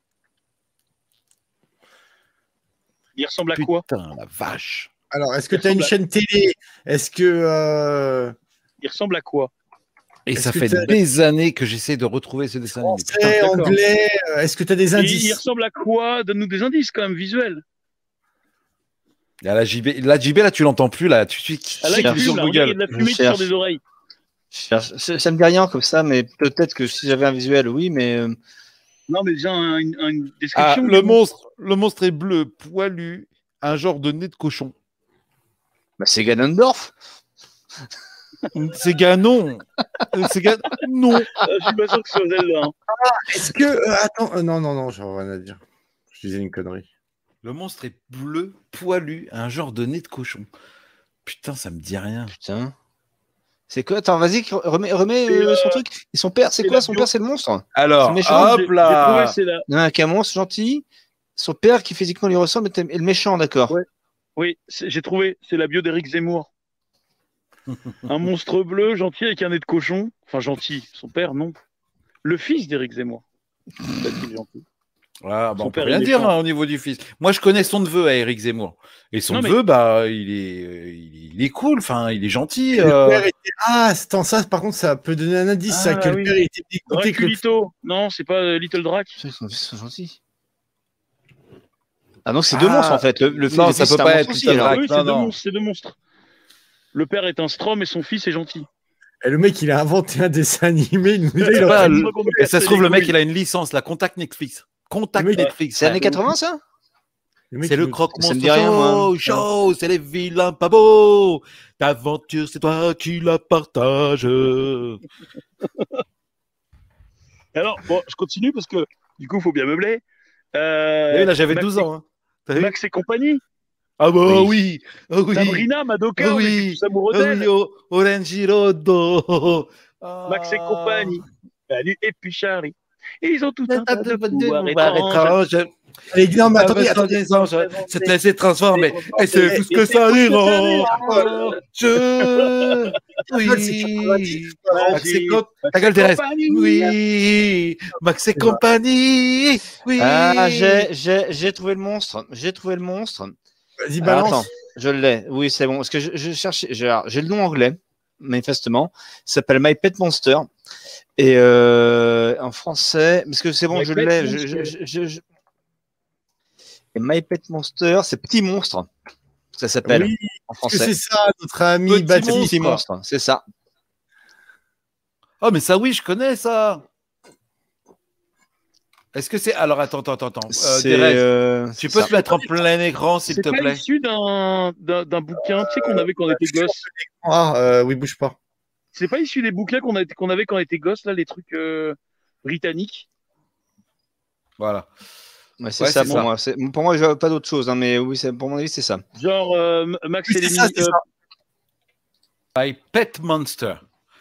Speaker 3: Il ressemble à quoi
Speaker 1: Putain, la vache.
Speaker 4: Alors, est-ce que tu as une chaîne télé Est-ce que. euh,
Speaker 3: Il ressemble à quoi
Speaker 1: Et
Speaker 4: Est-ce
Speaker 1: ça
Speaker 4: que
Speaker 1: fait
Speaker 4: t'as- Oh,
Speaker 1: des années que j'essaie de retrouver ce dessin animé.
Speaker 4: français,
Speaker 3: d'accord.
Speaker 4: anglais euh, Est-ce que tu as des
Speaker 3: Et Il
Speaker 4: indices
Speaker 3: ressemble à quoi Donne-nous des indices quand même visuels.
Speaker 1: Là, Ah, la JB, la JB, là, tu l'entends plus, là. Tu suis
Speaker 3: Ah, là, il
Speaker 2: Cherche
Speaker 3: fume,
Speaker 2: sur
Speaker 3: là, on dirait qu'il y a de la
Speaker 2: Je
Speaker 3: fumée qui sort
Speaker 2: cherche.
Speaker 3: des oreilles.
Speaker 2: Je cherche- Ça ça me dit rien comme ça, mais peut-être que si j'avais un visuel, oui, mais. euh,
Speaker 3: Non, mais déjà un- une, une
Speaker 1: Ah,
Speaker 3: description.
Speaker 1: le monstre, le monstre est bleu, poilu, un genre de nez de cochon.
Speaker 2: Bah, c'est Ganondorf.
Speaker 6: Ces gars, non. Ces gars, non.
Speaker 3: Euh, Je suis pas sûr que ce soit Zelda. hein.
Speaker 4: Est-ce que. euh, attends, euh, non, non, non, j'ai rien à dire. Je disais une connerie.
Speaker 1: Le monstre est bleu, poilu, un genre de nez de cochon. Putain, ça me dit rien.
Speaker 2: Putain. C'est quoi Attends, vas-y, remets, remets euh,
Speaker 3: euh,
Speaker 2: son truc. Et son père, c'est
Speaker 3: c'est
Speaker 2: quoi
Speaker 3: la
Speaker 2: Son
Speaker 3: bio-
Speaker 2: père, c'est le monstre.
Speaker 1: Alors,
Speaker 2: C'est méchant,
Speaker 1: hop
Speaker 3: J'ai- j'ai trouvé,
Speaker 1: là
Speaker 3: c'est la-
Speaker 2: Non, un monstre gentil. Son père qui physiquement lui ressemble est est le méchant, d'accord.
Speaker 3: Ouais. Oui, c'est- j'ai trouvé, c'est la bio d'Éric
Speaker 1: (laughs)
Speaker 3: Zemmour. un monstre bleu, gentil, avec un nez de cochon. Enfin, gentil, son père, non. Le fils d'Éric Zemmour. Pas qu'il est gentil.
Speaker 1: Ah, bah,
Speaker 3: Son
Speaker 1: On peut
Speaker 3: père,
Speaker 1: rien
Speaker 3: il est
Speaker 1: dire
Speaker 3: méchant.
Speaker 1: hein, au niveau du fils. Moi, je connais son neveu à Eric Zemmour. Et son
Speaker 3: Non, mais-
Speaker 1: neveu, bah, il est, euh, il est- il est cool, enfin, il est gentil.
Speaker 4: Le
Speaker 1: euh,
Speaker 4: père était- Ah, c'est- attends, ça, par contre, ça peut donner un indice, ça,
Speaker 3: Ah,
Speaker 4: que le
Speaker 3: oui.
Speaker 4: père il était dégoûté que le
Speaker 3: Draculito. Non, c'est pas euh, Little Drac.
Speaker 2: Putain, son fils, c'est gentil. Ah, donc c'est deux
Speaker 1: Ah.
Speaker 2: monstres en fait. Le, le
Speaker 1: Non,
Speaker 2: le
Speaker 1: ça
Speaker 2: fils,
Speaker 1: peut
Speaker 2: c'est un
Speaker 1: pas
Speaker 2: monstre
Speaker 1: être
Speaker 2: aussi, hein.
Speaker 1: Little
Speaker 2: alors.
Speaker 1: Drac,
Speaker 3: oui,
Speaker 1: non,
Speaker 3: c'est deux
Speaker 1: non.
Speaker 3: monstres, c'est deux monstres. Le père est un strom et son fils est gentil.
Speaker 4: Et le mec, il a inventé un dessin animé. Il nous dit, il
Speaker 1: pas
Speaker 4: aurait-
Speaker 1: le-
Speaker 3: Et
Speaker 1: Et ça se trouve, le mec, il a une licence, la Contact Netflix. Contact
Speaker 4: Le mec-
Speaker 1: Netflix.
Speaker 2: C'est
Speaker 1: ouais.
Speaker 2: années 80 ça
Speaker 4: le mec,
Speaker 1: C'est
Speaker 4: il
Speaker 1: le
Speaker 4: nous-
Speaker 2: Ça me
Speaker 1: croque-monstre.
Speaker 2: dit rien, moi. Ah.
Speaker 1: Show, show, c'est les vilains pas beaux. L'aventure, c'est toi qui la partages.
Speaker 3: Alors, bon, je continue parce que du coup, il faut bien meubler. Euh,
Speaker 1: Eh oui, là, j'avais
Speaker 3: Max
Speaker 1: 12 ans. hein. T'as
Speaker 3: et-
Speaker 1: vu
Speaker 3: Max et compagnie.
Speaker 1: Ah bah oui. Ah oui.
Speaker 3: Sabrina, Madoka, on
Speaker 1: Oui.
Speaker 3: est tous amoureux
Speaker 1: Ah
Speaker 3: d'elle.
Speaker 1: oui, oh, Orange Rodo.
Speaker 3: (laughs) Max et compagnie. Manu et puis Charlie. Et ils ont tout un
Speaker 1: Ah, La
Speaker 3: tas
Speaker 1: table
Speaker 3: de
Speaker 1: de Ah, votre
Speaker 3: pouvoirs étranges.
Speaker 1: étrange.
Speaker 2: Bah,
Speaker 4: Allez, non,
Speaker 3: Ah,
Speaker 4: mais attendez,
Speaker 3: bah,
Speaker 1: Avec
Speaker 4: attendez.
Speaker 1: des anges, C'est te laisser transformer. Et c'est tout ce que
Speaker 3: (laughs)
Speaker 1: ça rira. Je.
Speaker 3: (laughs)
Speaker 1: Oui. Ah, Max et Co- Ta gueule, Thérèse.
Speaker 3: Compagnie.
Speaker 1: Oui, Max et compagnie. Oui.
Speaker 2: Ah, j'ai- j'ai j'ai trouvé le monstre. J'ai trouvé le monstre.
Speaker 4: Vas-y,
Speaker 2: Ah,
Speaker 4: balance.
Speaker 2: attends, je l'ai. Oui, c'est bon. Parce que je, je cherchais. J'ai alors, j'ai le nom anglais, manifestement. Ça s'appelle My Pet Monster. Et euh, en français, parce que c'est bon,
Speaker 3: My
Speaker 2: je
Speaker 3: Pet
Speaker 2: l'ai. je-
Speaker 3: Monster.
Speaker 2: je- je- je- Et My Pet Monster, c'est Petit Monstre. Ça s'appelle
Speaker 4: Oui,
Speaker 2: en
Speaker 4: Est-ce que
Speaker 2: français.
Speaker 4: c'est ça, notre ami
Speaker 1: Petit
Speaker 4: Baptiste
Speaker 1: monstre,
Speaker 2: Petit
Speaker 1: quoi.
Speaker 2: Monstre, c'est ça.
Speaker 1: Oh, mais ça, oui, je connais ça. Est-ce que c'est. Alors, attends, attends, attends, attends. Euh,
Speaker 2: C'est,
Speaker 1: Thérèse,
Speaker 2: euh,
Speaker 1: tu peux
Speaker 2: ça.
Speaker 1: te mettre en plein écran, s'il
Speaker 3: C'est
Speaker 1: te
Speaker 3: pas
Speaker 1: plaît
Speaker 3: issu d'un d'un- d'un bouquin, tu sais, qu'on avait quand on était gosse.
Speaker 4: Ah, euh, oui, bouge pas.
Speaker 3: C'est pas issu des bouquins qu'on a- qu'on avait quand on était gosse, là, les trucs euh, britanniques.
Speaker 1: Voilà.
Speaker 2: Ouais, c'est
Speaker 1: Ouais,
Speaker 2: ça
Speaker 1: c'est
Speaker 2: pour
Speaker 1: ça.
Speaker 2: moi. C'est- Pour moi, je vois pas d'autre chose. hein, mais oui, c'est- pour mon avis, c'est ça.
Speaker 3: Genre euh, Max
Speaker 4: Oui,
Speaker 3: et
Speaker 4: c'est
Speaker 3: les
Speaker 4: ça,
Speaker 3: mini-
Speaker 4: c'est ça.
Speaker 3: euh,
Speaker 1: By Pet Monster.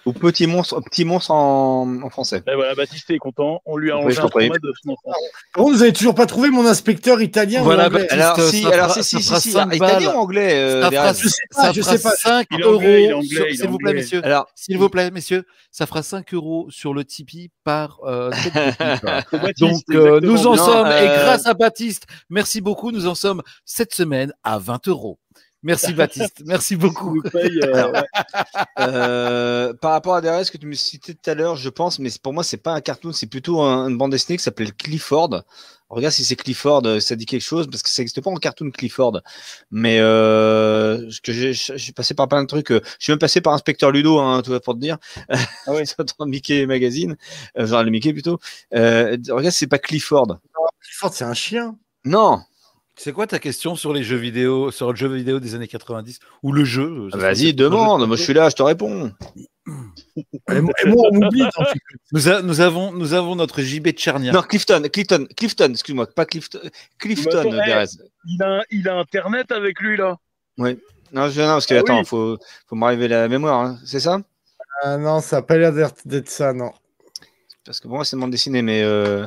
Speaker 2: Ou Petit Monstre, Petit Monstre en, en français.
Speaker 3: ben voilà, Baptiste est content. On lui a
Speaker 2: Oui,
Speaker 3: enlevé
Speaker 2: je
Speaker 3: un
Speaker 2: t'en prie.
Speaker 3: trauma de son enfance.
Speaker 4: Par contre, vous avez toujours pas trouvé mon inspecteur italien
Speaker 1: Voilà,
Speaker 4: ou anglais.
Speaker 1: Baptiste.
Speaker 2: Alors,
Speaker 1: ça
Speaker 2: si,
Speaker 1: fera-
Speaker 2: alors,
Speaker 1: ça
Speaker 2: si, si,
Speaker 1: fera
Speaker 2: si, si,
Speaker 1: cinq
Speaker 2: italien
Speaker 1: balles.
Speaker 2: ou anglais euh,
Speaker 1: ça
Speaker 2: Véran
Speaker 1: fera,
Speaker 4: Je sais pas,
Speaker 1: ça
Speaker 4: je
Speaker 1: fera
Speaker 4: sais pas.
Speaker 1: 5
Speaker 3: Il est
Speaker 1: euros.
Speaker 3: anglais, il est anglais,
Speaker 1: sur-
Speaker 3: il est
Speaker 1: S'il vous plaît,
Speaker 3: anglais.
Speaker 1: messieurs.
Speaker 2: Alors,
Speaker 1: S'il vous plaît, messieurs, ça fera 5 euros sur le Tipeee par. euh, tête de Tipeee, quoi.
Speaker 3: Faut Baptiste,
Speaker 1: Donc, euh,
Speaker 3: exactement.
Speaker 1: nous en
Speaker 2: Non,
Speaker 1: sommes, et
Speaker 2: euh,
Speaker 1: grâce à Baptiste, merci beaucoup, nous en sommes cette semaine à 20 euros. Merci Baptiste, merci beaucoup.
Speaker 3: Il paye,
Speaker 1: (laughs)
Speaker 3: euh, ouais.
Speaker 2: euh, par rapport à derrière ce que tu me citais tout à l'heure, je pense, mais c'est- pour moi, c'est pas un cartoon, c'est plutôt un- une bande dessinée qui s'appelle Clifford. Regarde si c'est Clifford, euh, ça dit quelque chose, parce que ça n'existe pas en cartoon Clifford. Mais euh, ce que j'ai- je suis passé par plein de trucs. euh, je suis même passé par Inspecteur Ludo, hein, tout va pour te dire. Ah (laughs) ouais. dans Mickey Magazine, euh, genre le Mickey plutôt. Euh, regarde, c'est pas Clifford.
Speaker 4: Clifford, c'est un chien.
Speaker 2: Non.
Speaker 1: C'est quoi ta question sur les jeux vidéo, sur le jeu vidéo des années 90 ou le jeu euh, ça se trouve,
Speaker 2: Ah, Vas-y,
Speaker 1: c'est-
Speaker 2: demande. Moi, je suis là, je te réponds.
Speaker 4: Et moi, et moi, on m'oublie. tant pis.
Speaker 1: Nous, a- nous avons, nous avons notre JB de Charnière.
Speaker 2: Non, Clifton, Clifton, Clifton, excuse-moi, pas Clifton, Clifton,
Speaker 3: Mais attends,
Speaker 2: Derez.
Speaker 3: il, a, il a Internet avec lui, là.
Speaker 2: Non, je, non, parce que
Speaker 3: Ah
Speaker 2: attends,
Speaker 3: oui.
Speaker 2: faut, faut m'arriver la mémoire, hein, c'est ça
Speaker 4: Ah non, ça a pas l'air d'être- d'être ça, non.
Speaker 2: Parce que bon, c'est une bande dessinée, mais euh,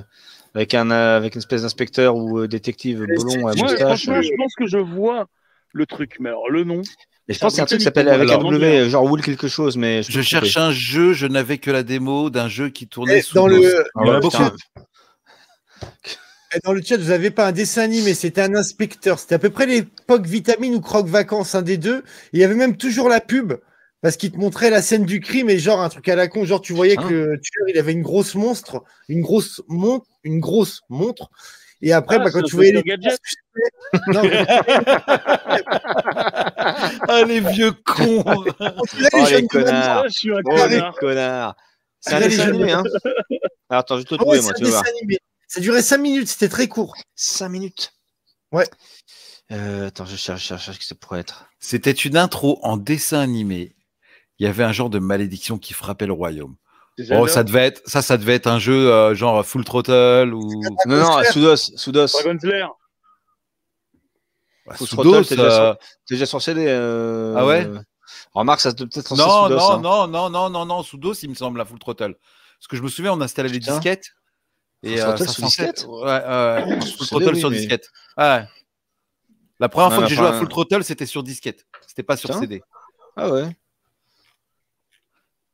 Speaker 2: avec un, euh, avec une espèce d'inspecteur ou euh, détective blond à
Speaker 3: Ah, Moi,
Speaker 2: moustache.
Speaker 3: franchement,
Speaker 2: euh,
Speaker 3: je pense que je vois le truc. Mais alors, le nom.
Speaker 2: mais je pense que c'est un truc qui s'appelle
Speaker 3: britannique,
Speaker 2: avec un
Speaker 3: alors.
Speaker 2: W, genre Will quelque chose, mais
Speaker 1: Je cherche un jeu, je n'avais que la démo d'un jeu qui tournait
Speaker 4: Et
Speaker 1: sous
Speaker 4: Eh, Dans
Speaker 1: l'eau.
Speaker 4: le,
Speaker 2: Il y en a
Speaker 1: beaucoup.
Speaker 4: et dans le chat, vous avez pas un dessin animé, c'était un inspecteur. C'était à peu près l'époque Vitamine ou Croque Vacances, un des deux. Et Il y avait même toujours la pub. Parce qu'il te montrait la scène du crime et genre un truc à la con, genre tu voyais que
Speaker 2: Putain.
Speaker 4: le tueur il avait une grosse monstre, une grosse montre, une grosse montre. Et après,
Speaker 3: Ah,
Speaker 4: bah, quand
Speaker 3: c'est un
Speaker 4: tu voyais les
Speaker 3: Inspecteur Gadget.
Speaker 4: Non, mais-
Speaker 1: Ah, les vieux cons
Speaker 4: tu vois, les
Speaker 2: Oh
Speaker 4: jeunes
Speaker 2: les
Speaker 4: de maintenant,
Speaker 2: connards
Speaker 3: Ah, je suis un
Speaker 2: Oh les
Speaker 3: connard.
Speaker 2: connards C'est un
Speaker 4: Allez,
Speaker 2: dessin
Speaker 4: je-
Speaker 2: animé, hein Alors, Attends, je vais te le
Speaker 4: Ah ouais,
Speaker 2: trouver, moi,
Speaker 4: c'est un
Speaker 2: tu vas
Speaker 4: dessin
Speaker 2: voir.
Speaker 4: animé. Ça durait 5 minutes, c'était très court.
Speaker 2: 5 minutes
Speaker 4: Ouais.
Speaker 2: Euh, attends, je cherche, je cherche, je cherche ce que ça pourrait être.
Speaker 1: C'était une intro en dessin animé il y avait un genre de malédiction qui frappait le royaume.
Speaker 3: C'est
Speaker 1: Oh,
Speaker 3: Zelda
Speaker 1: ça devait être, ça, ça devait être un jeu euh, genre Full Throttle ou
Speaker 2: Non, non, Soudos, Soudos.
Speaker 3: Dragon Slayer.
Speaker 1: Bah,
Speaker 2: Full
Speaker 1: Soudos,
Speaker 2: Throttle, c'est déjà
Speaker 1: euh,
Speaker 2: T'es déjà sur CD euh...
Speaker 1: Ah ouais
Speaker 2: Remarque, ça se peut peut-être en
Speaker 1: Non,
Speaker 2: Soudos,
Speaker 1: non,
Speaker 2: hein.
Speaker 1: non, non, non, non, non, Soudos, il me semble, la Full Throttle. Parce que je me souviens, on installait les
Speaker 2: Putain.
Speaker 1: disquettes. Et
Speaker 2: Full
Speaker 1: euh,
Speaker 2: Throttle Ah,
Speaker 1: ça
Speaker 2: sur
Speaker 1: sortait-
Speaker 2: disquette
Speaker 1: Ouais, ouais,
Speaker 2: Sur
Speaker 1: Full
Speaker 2: CD,
Speaker 1: Throttle
Speaker 2: oui,
Speaker 1: sur
Speaker 2: mais-
Speaker 1: disquette. Ouais. La première
Speaker 2: Ouais,
Speaker 1: fois que
Speaker 2: la
Speaker 1: j'ai joué à
Speaker 2: fin-
Speaker 1: Full Throttle, c'était sur disquette. C'était pas sur
Speaker 2: Putain.
Speaker 1: CD.
Speaker 2: Ah ouais.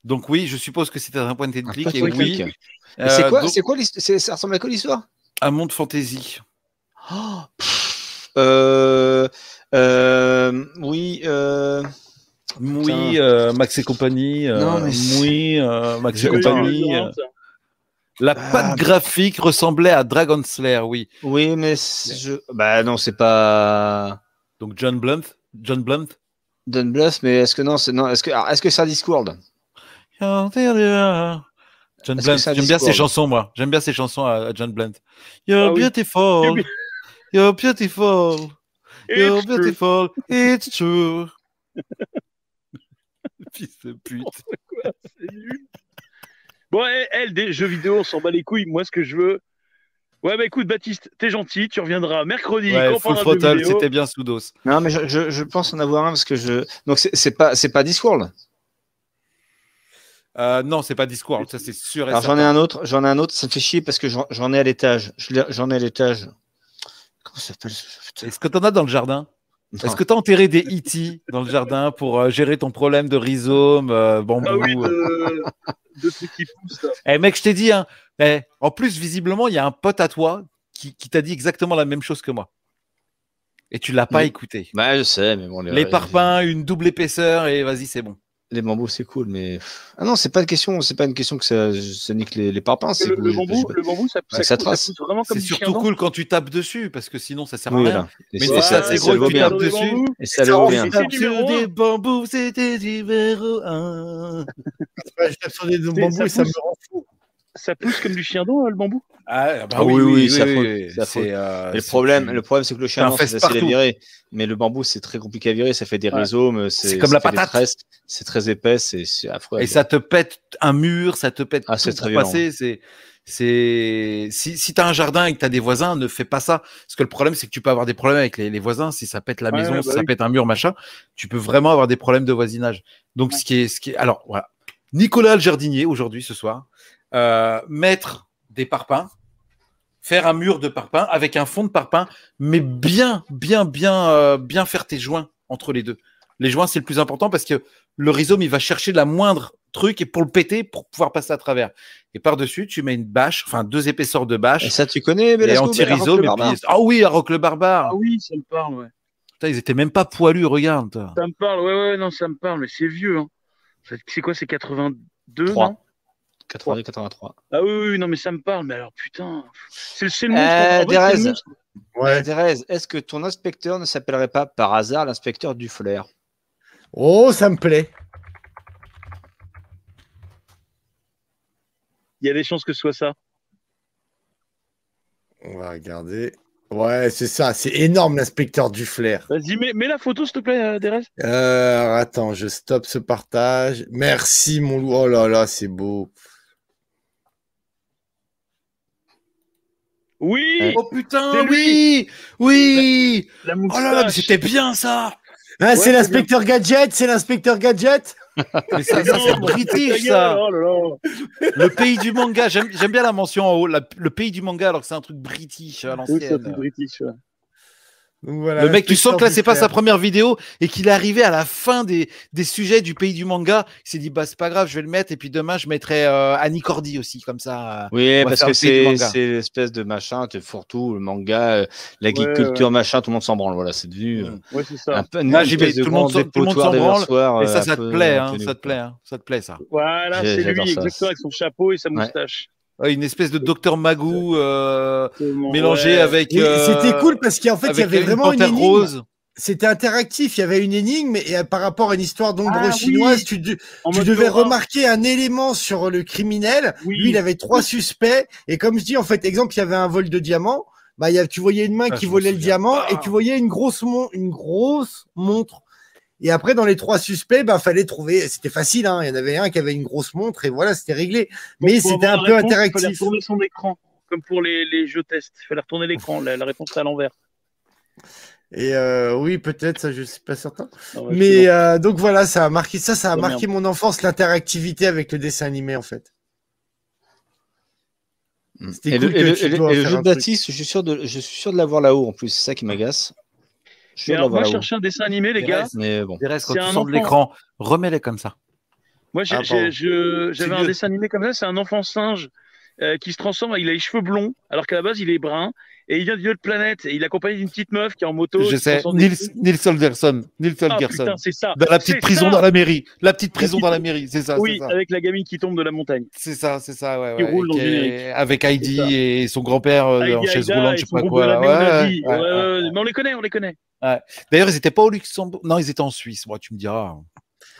Speaker 1: Donc oui, je suppose que c'était un point and click. Et
Speaker 2: point and
Speaker 1: oui,
Speaker 2: click. Et c'est
Speaker 1: euh,
Speaker 2: quoi,
Speaker 1: donc,
Speaker 2: c'est quoi l'histoire c'est- Ça ressemble à quoi l'histoire
Speaker 1: un monde fantasy.
Speaker 2: Oh, pff, euh, euh, oui, euh,
Speaker 1: Oui, euh, Max et compagnie. euh,
Speaker 2: Non, mais c'est-
Speaker 1: oui, euh, Max et
Speaker 3: Oui,
Speaker 1: compagnie.
Speaker 3: c'est
Speaker 1: euh, La
Speaker 2: Ah,
Speaker 1: patte graphique ressemblait à Dragon Slayer, oui.
Speaker 2: oui, mais c'est- je, bah non, c'est pas
Speaker 1: Donc John Blunt, John Blunt.
Speaker 2: Don Bluff, mais est-ce que non, c'est non, est-ce que alors, est-ce que c'est un Discworld
Speaker 1: John Blunt,
Speaker 2: Est-ce que ça
Speaker 1: j'aime bien
Speaker 2: Discord
Speaker 1: ses chansons, moi. J'aime bien ses chansons à, à John Blunt. You're
Speaker 3: Ah oui.
Speaker 1: beautiful, you're beautiful, you're
Speaker 3: It's true.
Speaker 1: beautiful, it's true. Fils de pute.
Speaker 3: C'est nul. Bon, eh, elle, des jeux vidéo, on s'en bat les couilles. Moi, ce que je veux. Ouais, bah écoute, Baptiste, t'es gentil, tu reviendras mercredi. quand
Speaker 1: Ouais,
Speaker 3: on
Speaker 1: Full
Speaker 3: parlera de
Speaker 1: Throttle,
Speaker 3: vidéo.
Speaker 1: c'était bien sous dos.
Speaker 2: Non, mais je, je, je pense en avoir un parce que je donc c'est, c'est pas c'est pas Discworld.
Speaker 1: Euh, non, c'est pas Discord, ça c'est sûr et
Speaker 2: Alors j'en ai
Speaker 1: certain.
Speaker 2: un autre, j'en ai un autre, ça me fait chier parce que j'en, j'en ai à l'étage. Je l'ai- j'en ai à l'étage. Comment ça s'appelle ce- putain,
Speaker 1: Est-ce que t'en as dans le jardin
Speaker 2: non.
Speaker 1: Est-ce que t'as enterré des E.T. dans le jardin pour euh, gérer ton problème de rhizome, euh, bambou
Speaker 3: Ah oui,
Speaker 1: euh,
Speaker 3: de, de trucs qui poussent. là.
Speaker 1: Eh mec, je t'ai dit, hein. Eh, en plus, visiblement, il y a un pote à toi qui, qui t'a dit exactement la même chose que moi. Et tu l'as pas
Speaker 2: Oui.
Speaker 1: écouté.
Speaker 2: Bah je sais, mais bon les,
Speaker 1: Les parpaings, une double épaisseur, et vas-y, c'est bon.
Speaker 2: Les bambous, c'est cool, mais ah non, c'est pas une question, c'est pas une question que ça, ça nique les, les parpaings. C'est
Speaker 3: Le,
Speaker 2: que
Speaker 3: le
Speaker 2: je-
Speaker 3: bambou,
Speaker 2: je-
Speaker 3: le bambou, ça,
Speaker 2: Ouais, ça
Speaker 3: pousse,
Speaker 2: trace.
Speaker 3: pousse vraiment comme
Speaker 1: C'est
Speaker 3: du
Speaker 1: surtout
Speaker 3: chien,
Speaker 1: cool quand tu tapes dessus, parce que sinon, ça sert à
Speaker 2: Oui,
Speaker 1: rien.
Speaker 2: voilà. Et
Speaker 1: Mais
Speaker 2: c'est
Speaker 3: Ouais,
Speaker 2: ça,
Speaker 3: c'est
Speaker 2: c'est ça
Speaker 3: gros
Speaker 2: le vaut
Speaker 3: qui
Speaker 2: bien.
Speaker 3: tape dessus.
Speaker 2: Et ça le vaut bien.
Speaker 3: c'est tape sur numéro des un.
Speaker 1: bambous, c'était numéro 1.
Speaker 4: Ouais, je tape sur des
Speaker 3: C'est-
Speaker 4: bambous
Speaker 3: ça
Speaker 4: et ça me
Speaker 3: pousse.
Speaker 4: rend fou.
Speaker 3: Ça pousse comme du chien d'eau, hein, le bambou.
Speaker 1: Ah, bah
Speaker 2: Ah
Speaker 1: oui,
Speaker 2: oui, oui,
Speaker 1: oui,
Speaker 2: c'est affreux,
Speaker 1: oui,
Speaker 2: c'est affreux.
Speaker 1: c'est, euh,
Speaker 2: Et le
Speaker 1: c'est-
Speaker 2: problème, le problème, c'est que le
Speaker 1: un
Speaker 2: chien blanc, c'est
Speaker 1: fesse
Speaker 2: facile à
Speaker 1: partout.
Speaker 2: virer, mais le bambou, c'est très compliqué à virer. Ça fait des
Speaker 3: Ouais.
Speaker 2: rhizomes,
Speaker 1: C'est comme
Speaker 2: ça
Speaker 1: la
Speaker 2: fait des
Speaker 1: patate.
Speaker 2: tresses, C'est très épais, c'est c'est affreux. à
Speaker 1: Et
Speaker 2: virer.
Speaker 1: ça te pète un mur, ça te pète
Speaker 2: Ah,
Speaker 1: tout
Speaker 2: c'est
Speaker 1: pour
Speaker 2: très
Speaker 1: passer. C'est, c'est, si, si t'as un jardin et que t'as des voisins, ne fais pas ça. Parce que le problème, c'est que tu peux avoir des problèmes avec les, les voisins. Si ça pète la
Speaker 3: Ouais,
Speaker 1: maison,
Speaker 3: ouais,
Speaker 1: si
Speaker 3: bah
Speaker 1: ça
Speaker 3: oui.
Speaker 1: pète un mur, machin, tu peux vraiment avoir des problèmes de voisinage. Donc, ce qui est, ce qui est, alors, voilà. Nicolas le jardinier, aujourd'hui, ce soir, euh, mettre des parpaings, faire un mur de parpaings avec un fond de parpaings, mais bien, bien, bien, euh, bien faire tes joints entre les deux. Les joints, c'est le plus important parce que le rhizome, il va chercher la moindre truc et pour le péter, pour pouvoir passer à travers. Et par-dessus, tu mets une bâche, enfin deux épaisseurs de
Speaker 2: Et
Speaker 1: bâche,
Speaker 2: ça, tu connais,
Speaker 1: et,
Speaker 2: Belasco,
Speaker 1: anti-rhizome.
Speaker 2: mais
Speaker 1: et
Speaker 2: la roque, le barbare.
Speaker 1: puis- Ah oui, Aroc le barbare.
Speaker 3: Ah oui, ça me parle, ouais.
Speaker 1: Putain, ils étaient même pas poilus, regarde. toi.
Speaker 3: Ça me parle, ouais, ouais, non, ça me parle, mais c'est vieux. Hein. Ça- C'est quoi, c'est 82
Speaker 2: Trois.
Speaker 3: non
Speaker 2: 82, 83.
Speaker 3: Ah oui, oui, oui, non, mais ça me parle, mais alors putain. C'est c'est le
Speaker 2: Euh,
Speaker 3: monstre. en fait, Ah c'est le
Speaker 2: Derez.
Speaker 3: monstre.
Speaker 4: Ouais.
Speaker 2: Thérèse, est-ce que ton inspecteur ne s'appellerait pas par hasard l'inspecteur du flair
Speaker 4: Oh, ça me plaît.
Speaker 3: Il y a des chances que ce soit ça.
Speaker 4: On va regarder. Ouais, c'est ça. C'est énorme, l'inspecteur du flair.
Speaker 3: Vas-y, mets, mets la photo, s'il te plaît, euh, Derez.
Speaker 4: Euh, alors, attends, je stoppe ce partage. Merci, mon loup. Oh là là, c'est beau.
Speaker 3: Oui,
Speaker 2: Ouais.
Speaker 1: Oh putain,
Speaker 3: C'est
Speaker 1: oui,
Speaker 3: lui.
Speaker 1: oui.
Speaker 3: la
Speaker 1: Oh là là, mais
Speaker 3: moustache.
Speaker 1: c'était bien ça.
Speaker 4: Ah,
Speaker 3: c'est
Speaker 4: c'est l'inspecteur gadget, c'est l'inspecteur gadget.
Speaker 1: Mais ça, ça, c'est
Speaker 3: Non, ta gueule,
Speaker 1: british ça.
Speaker 3: Oh là là.
Speaker 1: Le pays du manga. J'aime j'aime bien la mention en haut. la- le pays du manga, alors que c'est un truc british à
Speaker 3: Oui, ça,
Speaker 1: l'ancienne.
Speaker 3: c'est british. ouais.
Speaker 4: Donc, voilà,
Speaker 1: Le mec, tu
Speaker 4: l'inspecteur
Speaker 1: sens que là,
Speaker 4: du
Speaker 1: c'est pas sa
Speaker 4: flair.
Speaker 1: première vidéo et qu'il est arrivé à la fin des, des sujets du pays du manga. Il s'est dit, bah, c'est pas grave, je vais le mettre. Et puis demain, je mettrai euh, Annie Cordy aussi, comme ça. euh.
Speaker 2: Oui,
Speaker 1: On va
Speaker 2: parce
Speaker 1: faire
Speaker 2: que
Speaker 1: le pays du
Speaker 2: c'est
Speaker 1: manga.
Speaker 2: c'est l'espèce de machin, te fourre-tout, le manga, euh, la geek
Speaker 3: Ouais,
Speaker 2: culture, machin, tout le monde s'en branle. Voilà, c'est devenu euh,
Speaker 1: Mm.
Speaker 3: Ouais, c'est ça.
Speaker 2: un peu une
Speaker 1: Là, j'y
Speaker 2: espèce
Speaker 1: vais,
Speaker 2: de
Speaker 1: tout le
Speaker 2: grand
Speaker 1: monde s'en- tout le monde
Speaker 2: dépotoir
Speaker 1: s'en branle,
Speaker 2: déversoir,
Speaker 1: et
Speaker 2: euh,
Speaker 1: ça,
Speaker 2: un
Speaker 1: ça
Speaker 2: peu
Speaker 1: te plaît, hein,
Speaker 2: tenu.
Speaker 1: ça te plaît, hein, ça te plaît, ça.
Speaker 3: Voilà,
Speaker 2: J'ai-
Speaker 3: c'est lui,
Speaker 2: j'adore ça.
Speaker 3: exactement, avec son chapeau et sa moustache.
Speaker 1: Ouais, une espèce de Docteur Magoo euh, mélangé
Speaker 3: Ouais.
Speaker 1: avec.
Speaker 4: Et
Speaker 1: euh,
Speaker 4: C'était cool parce qu'en fait, il y
Speaker 1: avec
Speaker 4: avait
Speaker 1: une
Speaker 4: vraiment une
Speaker 1: panthère
Speaker 4: énigme.
Speaker 1: rose.
Speaker 4: C'était interactif. Il y avait une énigme et euh, par rapport à une histoire d'ombre
Speaker 3: Ah,
Speaker 4: chinoise,
Speaker 3: oui.
Speaker 4: tu, de-
Speaker 3: En
Speaker 4: tu
Speaker 3: mode
Speaker 4: devais
Speaker 3: Dora.
Speaker 4: remarquer un élément sur le criminel.
Speaker 3: Oui.
Speaker 4: Lui, il avait trois suspects. Et comme je dis, en fait, exemple, il y avait un vol de diamant. Bah, il y a- tu voyais une main
Speaker 1: Ah,
Speaker 4: qui
Speaker 1: je me
Speaker 4: volait le
Speaker 1: souviens.
Speaker 4: diamant et
Speaker 1: Ah.
Speaker 4: tu voyais une grosse, mon- une grosse montre. Et après, dans les trois suspects, bah, fallait trouver. C'était facile. hein. Il y en avait un qui avait une grosse montre et voilà, c'était réglé. Mais
Speaker 3: Pour
Speaker 4: c'était
Speaker 3: avoir
Speaker 4: un
Speaker 3: la
Speaker 4: peu
Speaker 3: réponse, Il fallait
Speaker 4: interactif.
Speaker 3: retourner son écran, comme pour les, les jeux tests. Il fallait retourner l'écran, la, la réponse était à l'envers.
Speaker 4: Et euh, oui, peut-être, ça, je suis pas certain.
Speaker 3: Non, ouais,
Speaker 4: Mais euh, donc voilà, ça a marqué ça, ça a
Speaker 3: Oh,
Speaker 4: marqué mon enfance, l'interactivité avec le dessin animé en fait. C'était
Speaker 2: Mm. Et
Speaker 4: cool
Speaker 2: le,
Speaker 4: que
Speaker 2: et le-
Speaker 4: tu
Speaker 2: et le-
Speaker 4: dois
Speaker 2: et le
Speaker 4: faire
Speaker 2: jeu
Speaker 4: un
Speaker 2: de
Speaker 4: truc.
Speaker 2: Baptiste, je suis sûr de, je suis sûr de l'avoir là-haut en plus. C'est ça qui m'agace. Je suis sûr
Speaker 3: Mais
Speaker 2: de
Speaker 3: alors, moi,
Speaker 2: l'avoir
Speaker 3: je
Speaker 2: là-haut.
Speaker 3: cherchais un dessin animé, les gars.
Speaker 2: Mais bon.
Speaker 1: Pérez, quand
Speaker 3: C'est
Speaker 1: tu
Speaker 3: un
Speaker 1: sors de
Speaker 3: enfant.
Speaker 1: l'écran, remets-les comme ça.
Speaker 3: Moi, j'ai-
Speaker 4: Ah,
Speaker 3: j'ai-
Speaker 4: pardon.
Speaker 3: je-
Speaker 1: C'est
Speaker 3: j'avais un
Speaker 1: mieux.
Speaker 3: dessin animé comme ça, c'est un enfant singe euh, qui se transforme, il a les cheveux blonds, alors qu'à la base, il est brun, et il vient d'une autre planète, et il est accompagné d'une petite meuf qui est en moto.
Speaker 6: Je
Speaker 3: qui
Speaker 6: sais,
Speaker 3: transcende des
Speaker 6: Nils,
Speaker 3: trucs.
Speaker 6: Nils Holgersson. Nils
Speaker 3: Ah,
Speaker 6: Holgersson.
Speaker 3: putain, c'est ça.
Speaker 6: dans la
Speaker 3: C'est
Speaker 6: petite prison
Speaker 3: ça.
Speaker 6: dans la mairie. La petite prison
Speaker 3: petite-
Speaker 6: dans la mairie, c'est ça,
Speaker 3: Oui,
Speaker 6: c'est ça.
Speaker 3: avec la gamine qui tombe de la montagne.
Speaker 6: C'est ça, c'est ça, ouais,
Speaker 3: Qui
Speaker 6: ouais,
Speaker 3: roule dans
Speaker 6: qui
Speaker 3: le
Speaker 6: est-
Speaker 3: générique.
Speaker 6: Avec Heidi
Speaker 3: C'est ça.
Speaker 6: et son grand-père euh, en
Speaker 3: Heidi
Speaker 6: chaise
Speaker 3: Haïda
Speaker 6: roulante,
Speaker 3: et
Speaker 6: je sais
Speaker 3: son
Speaker 6: pas
Speaker 3: groupe
Speaker 6: quoi.
Speaker 3: de
Speaker 6: là.
Speaker 3: la même
Speaker 6: Ouais,
Speaker 3: vie.
Speaker 6: ouais, ouais,
Speaker 3: Ouais,
Speaker 6: ouais.
Speaker 3: ouais, ouais. Mais on les connaît, on les connaît.
Speaker 1: D'ailleurs, ils étaient pas au Luxembourg. Non, ils étaient en Suisse. Moi, tu me diras.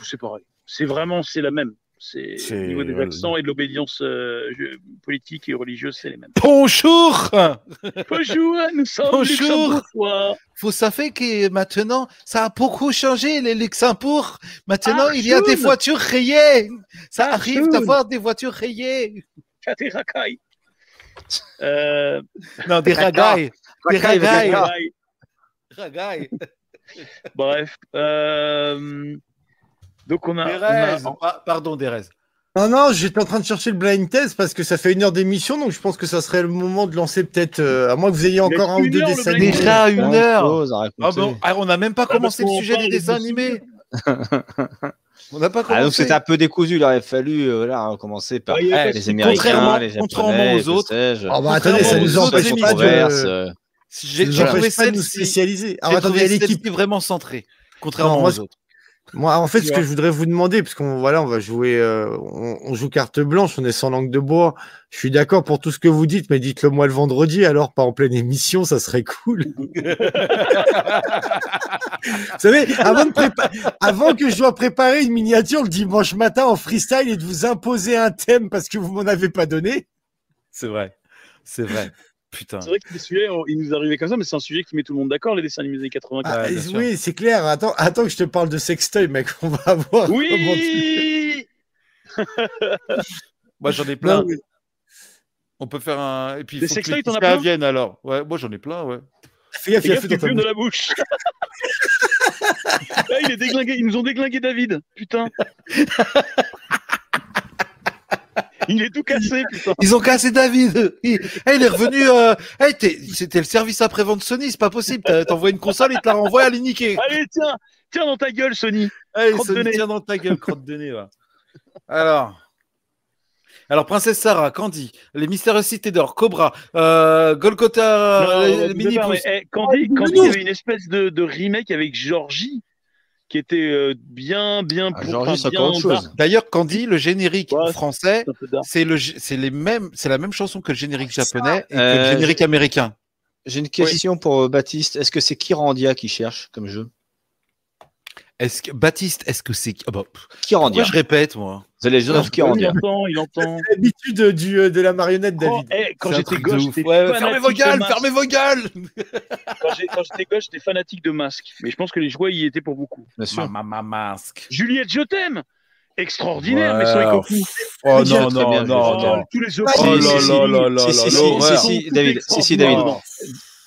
Speaker 3: C'est pareil. C'est vraiment, c'est la même. C'est au
Speaker 1: C'est-
Speaker 3: niveau des
Speaker 1: voilà.
Speaker 3: accents et de l'obédience euh, je- politique et religieuse, c'est les mêmes.
Speaker 6: Bonjour
Speaker 3: Bonjour, nous sommes
Speaker 6: Bonjour.
Speaker 3: luxembourgeois.
Speaker 1: Vous savez que maintenant, ça a beaucoup changé, les Luxembourg. Maintenant,
Speaker 3: Ah,
Speaker 1: il y a des
Speaker 3: Arjun.
Speaker 1: voitures rayées. Ça arrive
Speaker 3: Arjun.
Speaker 1: d'avoir des voitures rayées.
Speaker 3: Chate
Speaker 4: (laughs)
Speaker 3: racaille. Euh,
Speaker 1: Non, des ragailles. Des ragailles.
Speaker 3: racaille.
Speaker 1: Ragailles.
Speaker 3: Bref. euh, donc on a. on a-
Speaker 1: Pérez. Ah, Pardon, Dérez.
Speaker 4: Non, non, j'étais en train de chercher le blind test parce que ça fait une heure d'émission, donc je pense que ça serait le moment de lancer peut-être, euh, à moins que vous ayez encore un ou
Speaker 3: une
Speaker 4: deux
Speaker 3: heure, le
Speaker 4: dessins
Speaker 3: blind
Speaker 4: animés.
Speaker 3: test.
Speaker 1: Déjà Ah, une
Speaker 2: Plein de
Speaker 1: heure.
Speaker 2: choses à raconter.
Speaker 1: Ah bon, ah, on n'a même pas
Speaker 3: parce
Speaker 1: commencé le
Speaker 3: qu'on
Speaker 1: sujet
Speaker 3: parle
Speaker 1: des
Speaker 3: de
Speaker 1: dessins
Speaker 3: dessin
Speaker 1: animés.
Speaker 3: (laughs)
Speaker 1: on n'a pas
Speaker 2: Ah, donc
Speaker 1: commencé.
Speaker 2: c'était un peu décousu, il aurait fallu euh, voilà, commencer par
Speaker 3: Ah, il y a
Speaker 2: eh,
Speaker 3: pas de
Speaker 2: les
Speaker 3: souci.
Speaker 2: Américains,
Speaker 1: Contrairement-
Speaker 2: les Japonais,
Speaker 1: contrairement aux
Speaker 2: que
Speaker 1: autres.
Speaker 2: sais-je.
Speaker 4: Ah bah attendez, ça
Speaker 1: Contrairement
Speaker 4: nous
Speaker 1: aux
Speaker 4: empêche
Speaker 1: autres
Speaker 4: pas
Speaker 2: Controverse,
Speaker 4: de,
Speaker 2: euh,
Speaker 1: J'ai
Speaker 4: nous
Speaker 1: j'ai
Speaker 2: Voilà.
Speaker 4: empêche
Speaker 1: trouvé
Speaker 4: pas de nous
Speaker 1: celle-ci.
Speaker 4: spécialiser.
Speaker 6: Ah,
Speaker 4: Alors
Speaker 6: bah,
Speaker 1: J'ai trouvé
Speaker 4: attendez, il y a l'équipe
Speaker 1: celle-ci vraiment centrée, contrairement
Speaker 4: Non, moi,
Speaker 1: aux autres.
Speaker 4: Moi, en fait, ce
Speaker 1: Tu
Speaker 4: que je voudrais vous demander, parce qu'on voilà, on va jouer, euh, on, on joue carte blanche, on est sans langue de bois. Je suis d'accord pour tout ce que vous dites, mais dites-le moi le vendredi, alors pas en pleine émission, ça serait cool.
Speaker 3: (laughs)
Speaker 4: vous savez, avant, de prépa- avant que je dois préparer une miniature le dimanche matin en freestyle et de vous imposer un thème parce que vous m'en avez pas donné.
Speaker 1: C'est vrai. C'est vrai. Putain.
Speaker 3: C'est vrai que le sujet, on- il nous arrivait comme ça, mais c'est un sujet qui met tout le monde d'accord, les dessins animés des années 80.
Speaker 4: Ah,
Speaker 1: bien sûr.
Speaker 4: oui, c'est clair. Attends, attends que je te parle de sextoy, mec, (laughs) on va voir. comment tu-
Speaker 3: oui
Speaker 6: Moi j'en ai plein.
Speaker 4: Non, mais-
Speaker 6: On peut faire un. Et puis,
Speaker 3: Des
Speaker 6: faut que
Speaker 3: sextoys,
Speaker 6: les
Speaker 3: t'en as
Speaker 6: Piscas
Speaker 3: plein
Speaker 6: viennent alors. Ouais, moi j'en ai plein, ouais.
Speaker 4: fais gaffe,
Speaker 3: Fais
Speaker 4: il y a
Speaker 3: gaffe,
Speaker 4: fait
Speaker 3: tu
Speaker 4: dans ta
Speaker 3: fumes de la
Speaker 4: (laughs)
Speaker 3: bouche. Ah, il est déglingué. Ils nous ont déglingué David.
Speaker 4: (laughs)
Speaker 3: Putain. Il est tout cassé, putain.
Speaker 1: Ils ont cassé David. (laughs) Il, Eh, il est revenu. euh, eh, t'es- C'était le service après-vente Sony. C'est pas possible. T'as- T'envoies une console, ils te la renvoient à niquer.
Speaker 3: Allez, tiens, tiens dans ta gueule, Sony.
Speaker 6: Allez,
Speaker 3: Crotte de
Speaker 6: Sony,
Speaker 3: nez.
Speaker 6: tiens dans ta gueule, crotte de nez, va.
Speaker 1: Alors. Alors, Princesse Sarah, Candy, les mystérieuses cités d'or, Cobra, euh, Golgotha, euh,
Speaker 3: Non,
Speaker 1: les-
Speaker 3: non,
Speaker 1: les
Speaker 3: mais
Speaker 1: mini
Speaker 3: non, mais,
Speaker 1: pouces.
Speaker 3: eh, Candy,
Speaker 4: Ah,
Speaker 3: Candy,
Speaker 4: non.
Speaker 3: il y avait une espèce de, de remake avec Georgie qui était euh, bien, bien.
Speaker 2: Ah,
Speaker 3: pour-
Speaker 2: Georgie, c'est
Speaker 3: bien
Speaker 2: encore autre
Speaker 3: dark.
Speaker 2: chose.
Speaker 1: D'ailleurs, Candy, le générique
Speaker 3: Ouais.
Speaker 1: français,
Speaker 3: C'est un peu dark.
Speaker 1: c'est le, gé- c'est les mêmes, c'est la même chanson que le générique japonais et que
Speaker 2: Euh,
Speaker 1: le générique américain.
Speaker 2: J'ai une question pour euh, Baptiste. Est-ce que c'est Kirandia qui cherche comme jeu
Speaker 1: Est-ce que, Baptiste, est-ce que c'est, ah bah, pff, pourquoi
Speaker 2: Kirandia.
Speaker 1: je répète, moi?
Speaker 2: The Legend of
Speaker 3: Il
Speaker 1: (laughs)
Speaker 2: Kirandia.
Speaker 3: entend, il entend.
Speaker 4: l'habitude euh, du, euh, de la marionnette,
Speaker 3: Oh,
Speaker 4: David.
Speaker 3: eh, quand
Speaker 1: C'est un
Speaker 3: j'étais
Speaker 1: truc de
Speaker 3: gosse,
Speaker 1: ouf.
Speaker 3: j'étais
Speaker 1: Ouais,
Speaker 3: fanatique
Speaker 1: fermez
Speaker 3: de
Speaker 1: vos gueules,
Speaker 3: Masque.
Speaker 1: fermez vos gueules!
Speaker 3: Quand j'ai- quand j'étais gosse, j'étais fanatique de masque. Mais je pense que les joueurs y étaient pour beaucoup.
Speaker 2: Bien sûr.
Speaker 1: Maman masque.
Speaker 3: Juliette, je t'aime Extraordinaire, mais sans écho. (laughs)
Speaker 1: Oh non,
Speaker 2: Très bien,
Speaker 1: non,
Speaker 2: très bien,
Speaker 1: non,
Speaker 2: très bien.
Speaker 1: non.
Speaker 3: Tous les jeux.
Speaker 1: Oh
Speaker 2: Ah, Si,
Speaker 1: là
Speaker 2: si, si.
Speaker 1: là là là
Speaker 2: Si, si,
Speaker 1: là,
Speaker 2: si,
Speaker 1: l'horreur.
Speaker 2: si, si, David. Si, si, Ah, David.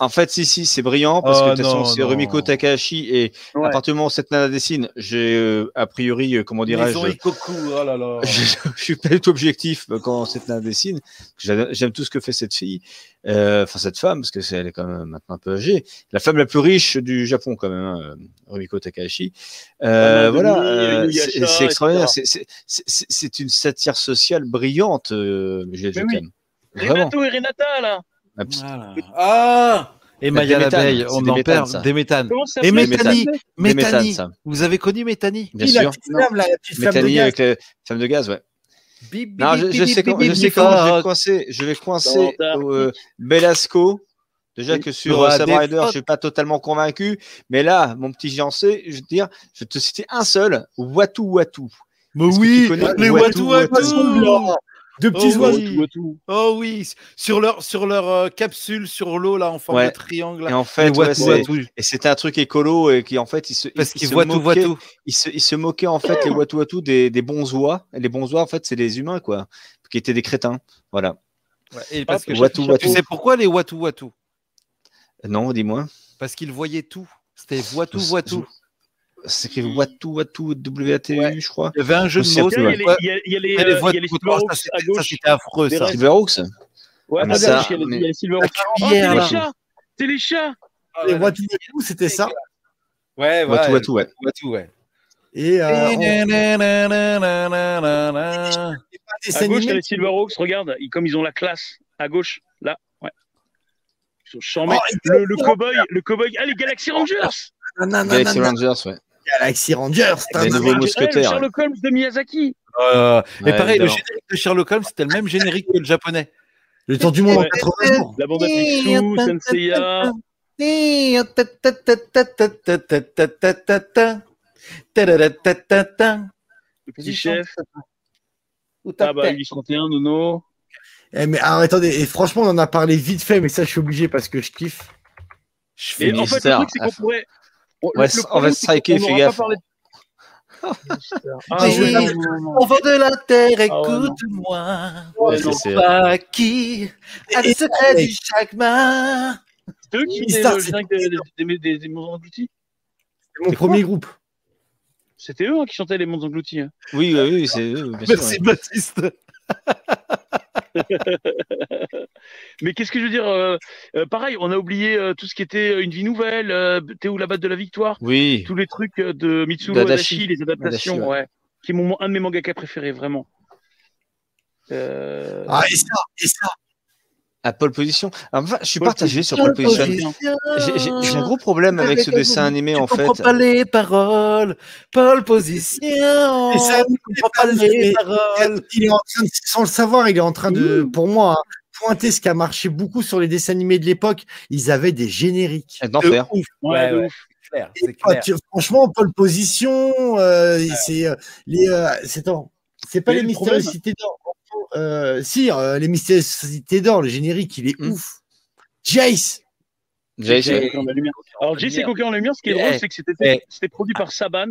Speaker 2: En fait, si, si, c'est brillant parce que de toute
Speaker 1: Oh,
Speaker 2: façon,
Speaker 1: non,
Speaker 2: c'est
Speaker 1: non.
Speaker 2: Rumiko Takahashi et à
Speaker 3: Ouais.
Speaker 2: partir du moment où cette nana dessine, j'ai euh, a priori, euh, comment dirais-je,
Speaker 1: Maison Ikoku, oh là là.
Speaker 2: (laughs) je, je suis pas du tout objectif euh, quand cette nana dessine. J'a- J'aime tout ce que fait cette fille, Euh, enfin cette femme, parce que c'est elle est quand même maintenant un peu âgée. La femme la plus riche du Japon quand même, hein, euh, Rumiko Takahashi.
Speaker 3: Pas mal
Speaker 2: Euh,
Speaker 3: de
Speaker 2: voilà,
Speaker 3: nuits,
Speaker 2: euh,
Speaker 3: Inuyasha,
Speaker 2: c'est c'est extraordinaire.
Speaker 3: etc.
Speaker 2: C'est- c'est- C'est c'est- c'est une satire sociale brillante. Euh, Juliette
Speaker 3: Mais
Speaker 2: Je
Speaker 3: oui.
Speaker 2: t'aime. Vraiment.
Speaker 3: Renato et Renata, là
Speaker 2: Abs-
Speaker 1: Voilà. Ah Et Maya
Speaker 2: Déméthane,
Speaker 1: l'abeille,
Speaker 2: c'est
Speaker 1: on en
Speaker 2: Déméthane, ça.
Speaker 1: perd. Des méthanes.
Speaker 3: Comment ça
Speaker 1: Et
Speaker 3: s'appelle
Speaker 1: Métani,
Speaker 2: Des méthanes,
Speaker 1: Métani.
Speaker 2: ça.
Speaker 1: Vous avez connu Métani
Speaker 2: Bien
Speaker 4: Oui, la
Speaker 2: sûr.
Speaker 4: petite femme, là, la petite femme de
Speaker 2: Métanie
Speaker 4: gaz.
Speaker 2: avec les femmes de gaz, ouais.
Speaker 1: Bip, bip,
Speaker 2: Non, je,
Speaker 1: bip,
Speaker 2: je
Speaker 1: bip,
Speaker 2: sais
Speaker 1: bip,
Speaker 2: comment, je
Speaker 1: bip,
Speaker 2: sais
Speaker 1: bip,
Speaker 2: comment je vais
Speaker 1: fuck.
Speaker 2: coincer. Je vais coincer
Speaker 3: Dans
Speaker 2: au, euh, Belasco. Déjà que sur
Speaker 1: Dans
Speaker 2: euh, Sam
Speaker 1: des
Speaker 2: Rider, je
Speaker 1: fuck.
Speaker 2: suis pas totalement convaincu. Mais là, mon petit Jancé, je vais te dire, je vais te citer un seul, Watu Watu.
Speaker 1: Mais
Speaker 2: Est-ce que tu
Speaker 1: oui,
Speaker 2: connais
Speaker 1: les
Speaker 2: Watu
Speaker 1: Watu Watu
Speaker 2: Watu
Speaker 4: Poisson blanc. Deux petits
Speaker 1: Oh,
Speaker 4: oiseaux.
Speaker 1: oui.
Speaker 3: Tout et tout.
Speaker 1: Oh oui, sur leur, sur leur euh, capsule, sur l'eau, là, en forme
Speaker 2: Ouais.
Speaker 1: de triangle.
Speaker 2: Et
Speaker 1: là.
Speaker 2: en fait,
Speaker 1: Les
Speaker 2: ouais,
Speaker 1: Watu
Speaker 2: c'est-
Speaker 1: Watu.
Speaker 2: et c'était un truc écolo et qui en fait, ils se,
Speaker 1: Parce
Speaker 2: ils-
Speaker 1: qu'ils
Speaker 2: ils se
Speaker 1: voient tout, voient
Speaker 2: moquaient-
Speaker 1: tout.
Speaker 2: Ils se, ils se moquaient en fait les Watu Watu des, des bonzois. Et les bonzois, en fait, c'est les humains quoi, qui étaient des crétins. Voilà.
Speaker 1: Ouais, et parce que
Speaker 2: Watu
Speaker 1: tu
Speaker 2: Watu.
Speaker 1: sais pourquoi les Watu Watu
Speaker 2: Non, dis-moi.
Speaker 1: Parce qu'ils voyaient tout. C'était Watu
Speaker 2: Je- je-
Speaker 1: Watu.
Speaker 2: Ça s'écrit Watu Watu W A T U,
Speaker 1: Mmh. Ouais.
Speaker 2: je crois.
Speaker 1: Il y avait un jeu
Speaker 2: Je
Speaker 1: de
Speaker 2: sais
Speaker 1: mots.
Speaker 2: plus,
Speaker 1: tu
Speaker 3: Tiens,
Speaker 1: vois.
Speaker 2: ouais.
Speaker 3: Il y a
Speaker 1: Ouais,
Speaker 3: les- il y a- il y a les
Speaker 1: les
Speaker 3: euh, il y a
Speaker 1: Watu
Speaker 3: les
Speaker 1: Watu, alors ça,
Speaker 3: Silverhawks à
Speaker 1: c'était- ça,
Speaker 3: gauche.
Speaker 1: c'était affreux,
Speaker 3: Des
Speaker 1: ça.
Speaker 3: restes.
Speaker 2: Silverhawks.
Speaker 3: Ouais,
Speaker 2: Ah,
Speaker 3: à
Speaker 2: mais
Speaker 3: gauche,
Speaker 2: ça,
Speaker 3: il y a les-
Speaker 2: mais-
Speaker 3: il y a les Silverhawks. Oh,
Speaker 1: La
Speaker 3: c'est
Speaker 1: cuillère,
Speaker 3: les
Speaker 1: là.
Speaker 3: chats C'est les chats
Speaker 1: Ah,
Speaker 4: Les Watu Watu, c'était ça.
Speaker 1: Ouais,
Speaker 2: Watu Watu, ouais.
Speaker 1: Watu, ouais.
Speaker 4: Et euh, on-
Speaker 1: Nanananananana.
Speaker 4: des
Speaker 3: À gauche, t'as
Speaker 4: animés.
Speaker 3: les Silverhawks, regarde, ils- comme ils ont la classe. À gauche, là, ouais. Ils sont charmés.
Speaker 4: Oh, et-
Speaker 3: le, le cowboy, le cowboy. Ah, les Galaxy Rangers
Speaker 4: Nanana,
Speaker 2: Galaxy
Speaker 4: nanana,
Speaker 2: Rangers, ouais.
Speaker 4: Galaxy Rangers.
Speaker 2: Les
Speaker 4: nanana.
Speaker 2: nouveaux
Speaker 3: Eh, le
Speaker 2: mousquetaires.
Speaker 3: Sherlock Holmes de Miyazaki.
Speaker 1: Euh, Et
Speaker 2: Ouais,
Speaker 1: pareil, le
Speaker 2: évidemment.
Speaker 1: générique de Sherlock Holmes, c'était le même générique que le japonais.
Speaker 4: Le tour du monde en
Speaker 3: Ouais.
Speaker 4: 80 jours.
Speaker 3: La bande à Picsou, Senseiya. Le petit chef. Ah bah, Ulysse 31, Nono.
Speaker 4: Eh, mais alors, attendez, et franchement, on en a parlé vite fait, mais ça, je suis obligé parce que je kiffe.
Speaker 1: Je fais
Speaker 3: Et
Speaker 1: une-
Speaker 3: en fait, le
Speaker 2: Mister,
Speaker 3: truc, c'est qu'on
Speaker 2: enfin.
Speaker 3: pourrait. Bon, le-
Speaker 2: Ouais,
Speaker 3: le
Speaker 2: on va
Speaker 3: problème, c'est
Speaker 2: striker,
Speaker 3: qu'on
Speaker 2: fais
Speaker 3: n'aura
Speaker 2: gaffe.
Speaker 3: pas parlé de- Ah
Speaker 4: Mais je-
Speaker 3: oui,
Speaker 4: non,
Speaker 3: non, non.
Speaker 1: On vend de la terre,
Speaker 3: Ah ouais, non.
Speaker 1: écoute-moi.
Speaker 2: Ouais,
Speaker 3: non,
Speaker 2: c'est-
Speaker 1: Pas qui a le secret du chagrin.
Speaker 3: C'est eux qui
Speaker 4: Mister,
Speaker 3: étaient le
Speaker 4: c'est-
Speaker 3: générique des- des- des- des- des Mondes Engloutis.
Speaker 4: C'est mon premier groupe.
Speaker 3: C'était eux hein, qui chantaient les Mondes Engloutis. hein.
Speaker 2: Oui, oui, oui, c'est eux, bien sûr, ouais.
Speaker 1: Merci Baptiste.
Speaker 3: Mais qu'est-ce que je veux dire euh, euh, Pareil, on a oublié euh, tout ce qui était euh, Une vie nouvelle, euh, T'es où la batte de la victoire,
Speaker 2: Oui.
Speaker 3: tous les trucs euh, de Mitsuo
Speaker 2: D'Adachi.
Speaker 3: Adachi, les adaptations,
Speaker 2: Adachi,
Speaker 3: ouais. qui est mon, un de mes mangaka préférés, vraiment. Euh,
Speaker 4: Ah, et ça, et ça.
Speaker 2: À pole position. Enfin, je suis
Speaker 3: Pole
Speaker 2: partagé sur pole position. J'ai- J'ai j'ai un gros problème avec ce dessin animé
Speaker 1: Tu
Speaker 2: en fait.
Speaker 1: comprends pas les paroles, Paul Position.
Speaker 4: Et ça,
Speaker 1: tu comprends pas les
Speaker 4: mais-
Speaker 1: paroles.
Speaker 4: Il est en train de- sans le savoir, il est en train de, pour moi, hein, pointer ce qui a marché beaucoup sur les dessins animés de l'époque. Ils avaient des génériques.
Speaker 2: D'enfer.
Speaker 4: De ouf.
Speaker 3: ouais,
Speaker 1: Ouais,
Speaker 3: de
Speaker 1: ouais.
Speaker 3: ouf.
Speaker 1: C'est clair,
Speaker 4: Et quand tu- franchement, Paul Position, euh, c'est euh, les, euh, c'est attends, c'est pas
Speaker 3: Mais
Speaker 4: les
Speaker 3: le
Speaker 4: mystérieuses
Speaker 3: problème-
Speaker 4: cités d'or. Euh, si, euh, les mystérieuses cités d'or, le générique, il est
Speaker 2: Hmm.
Speaker 4: ouf. Jace,
Speaker 2: J'ai essayé.
Speaker 3: Coquin de la Lumière. Alors, Jay, c'est Coquin en lumière. Ce qui est
Speaker 1: Eh,
Speaker 3: drôle, c'est que c'était
Speaker 1: eh.
Speaker 3: c'était produit par Saban,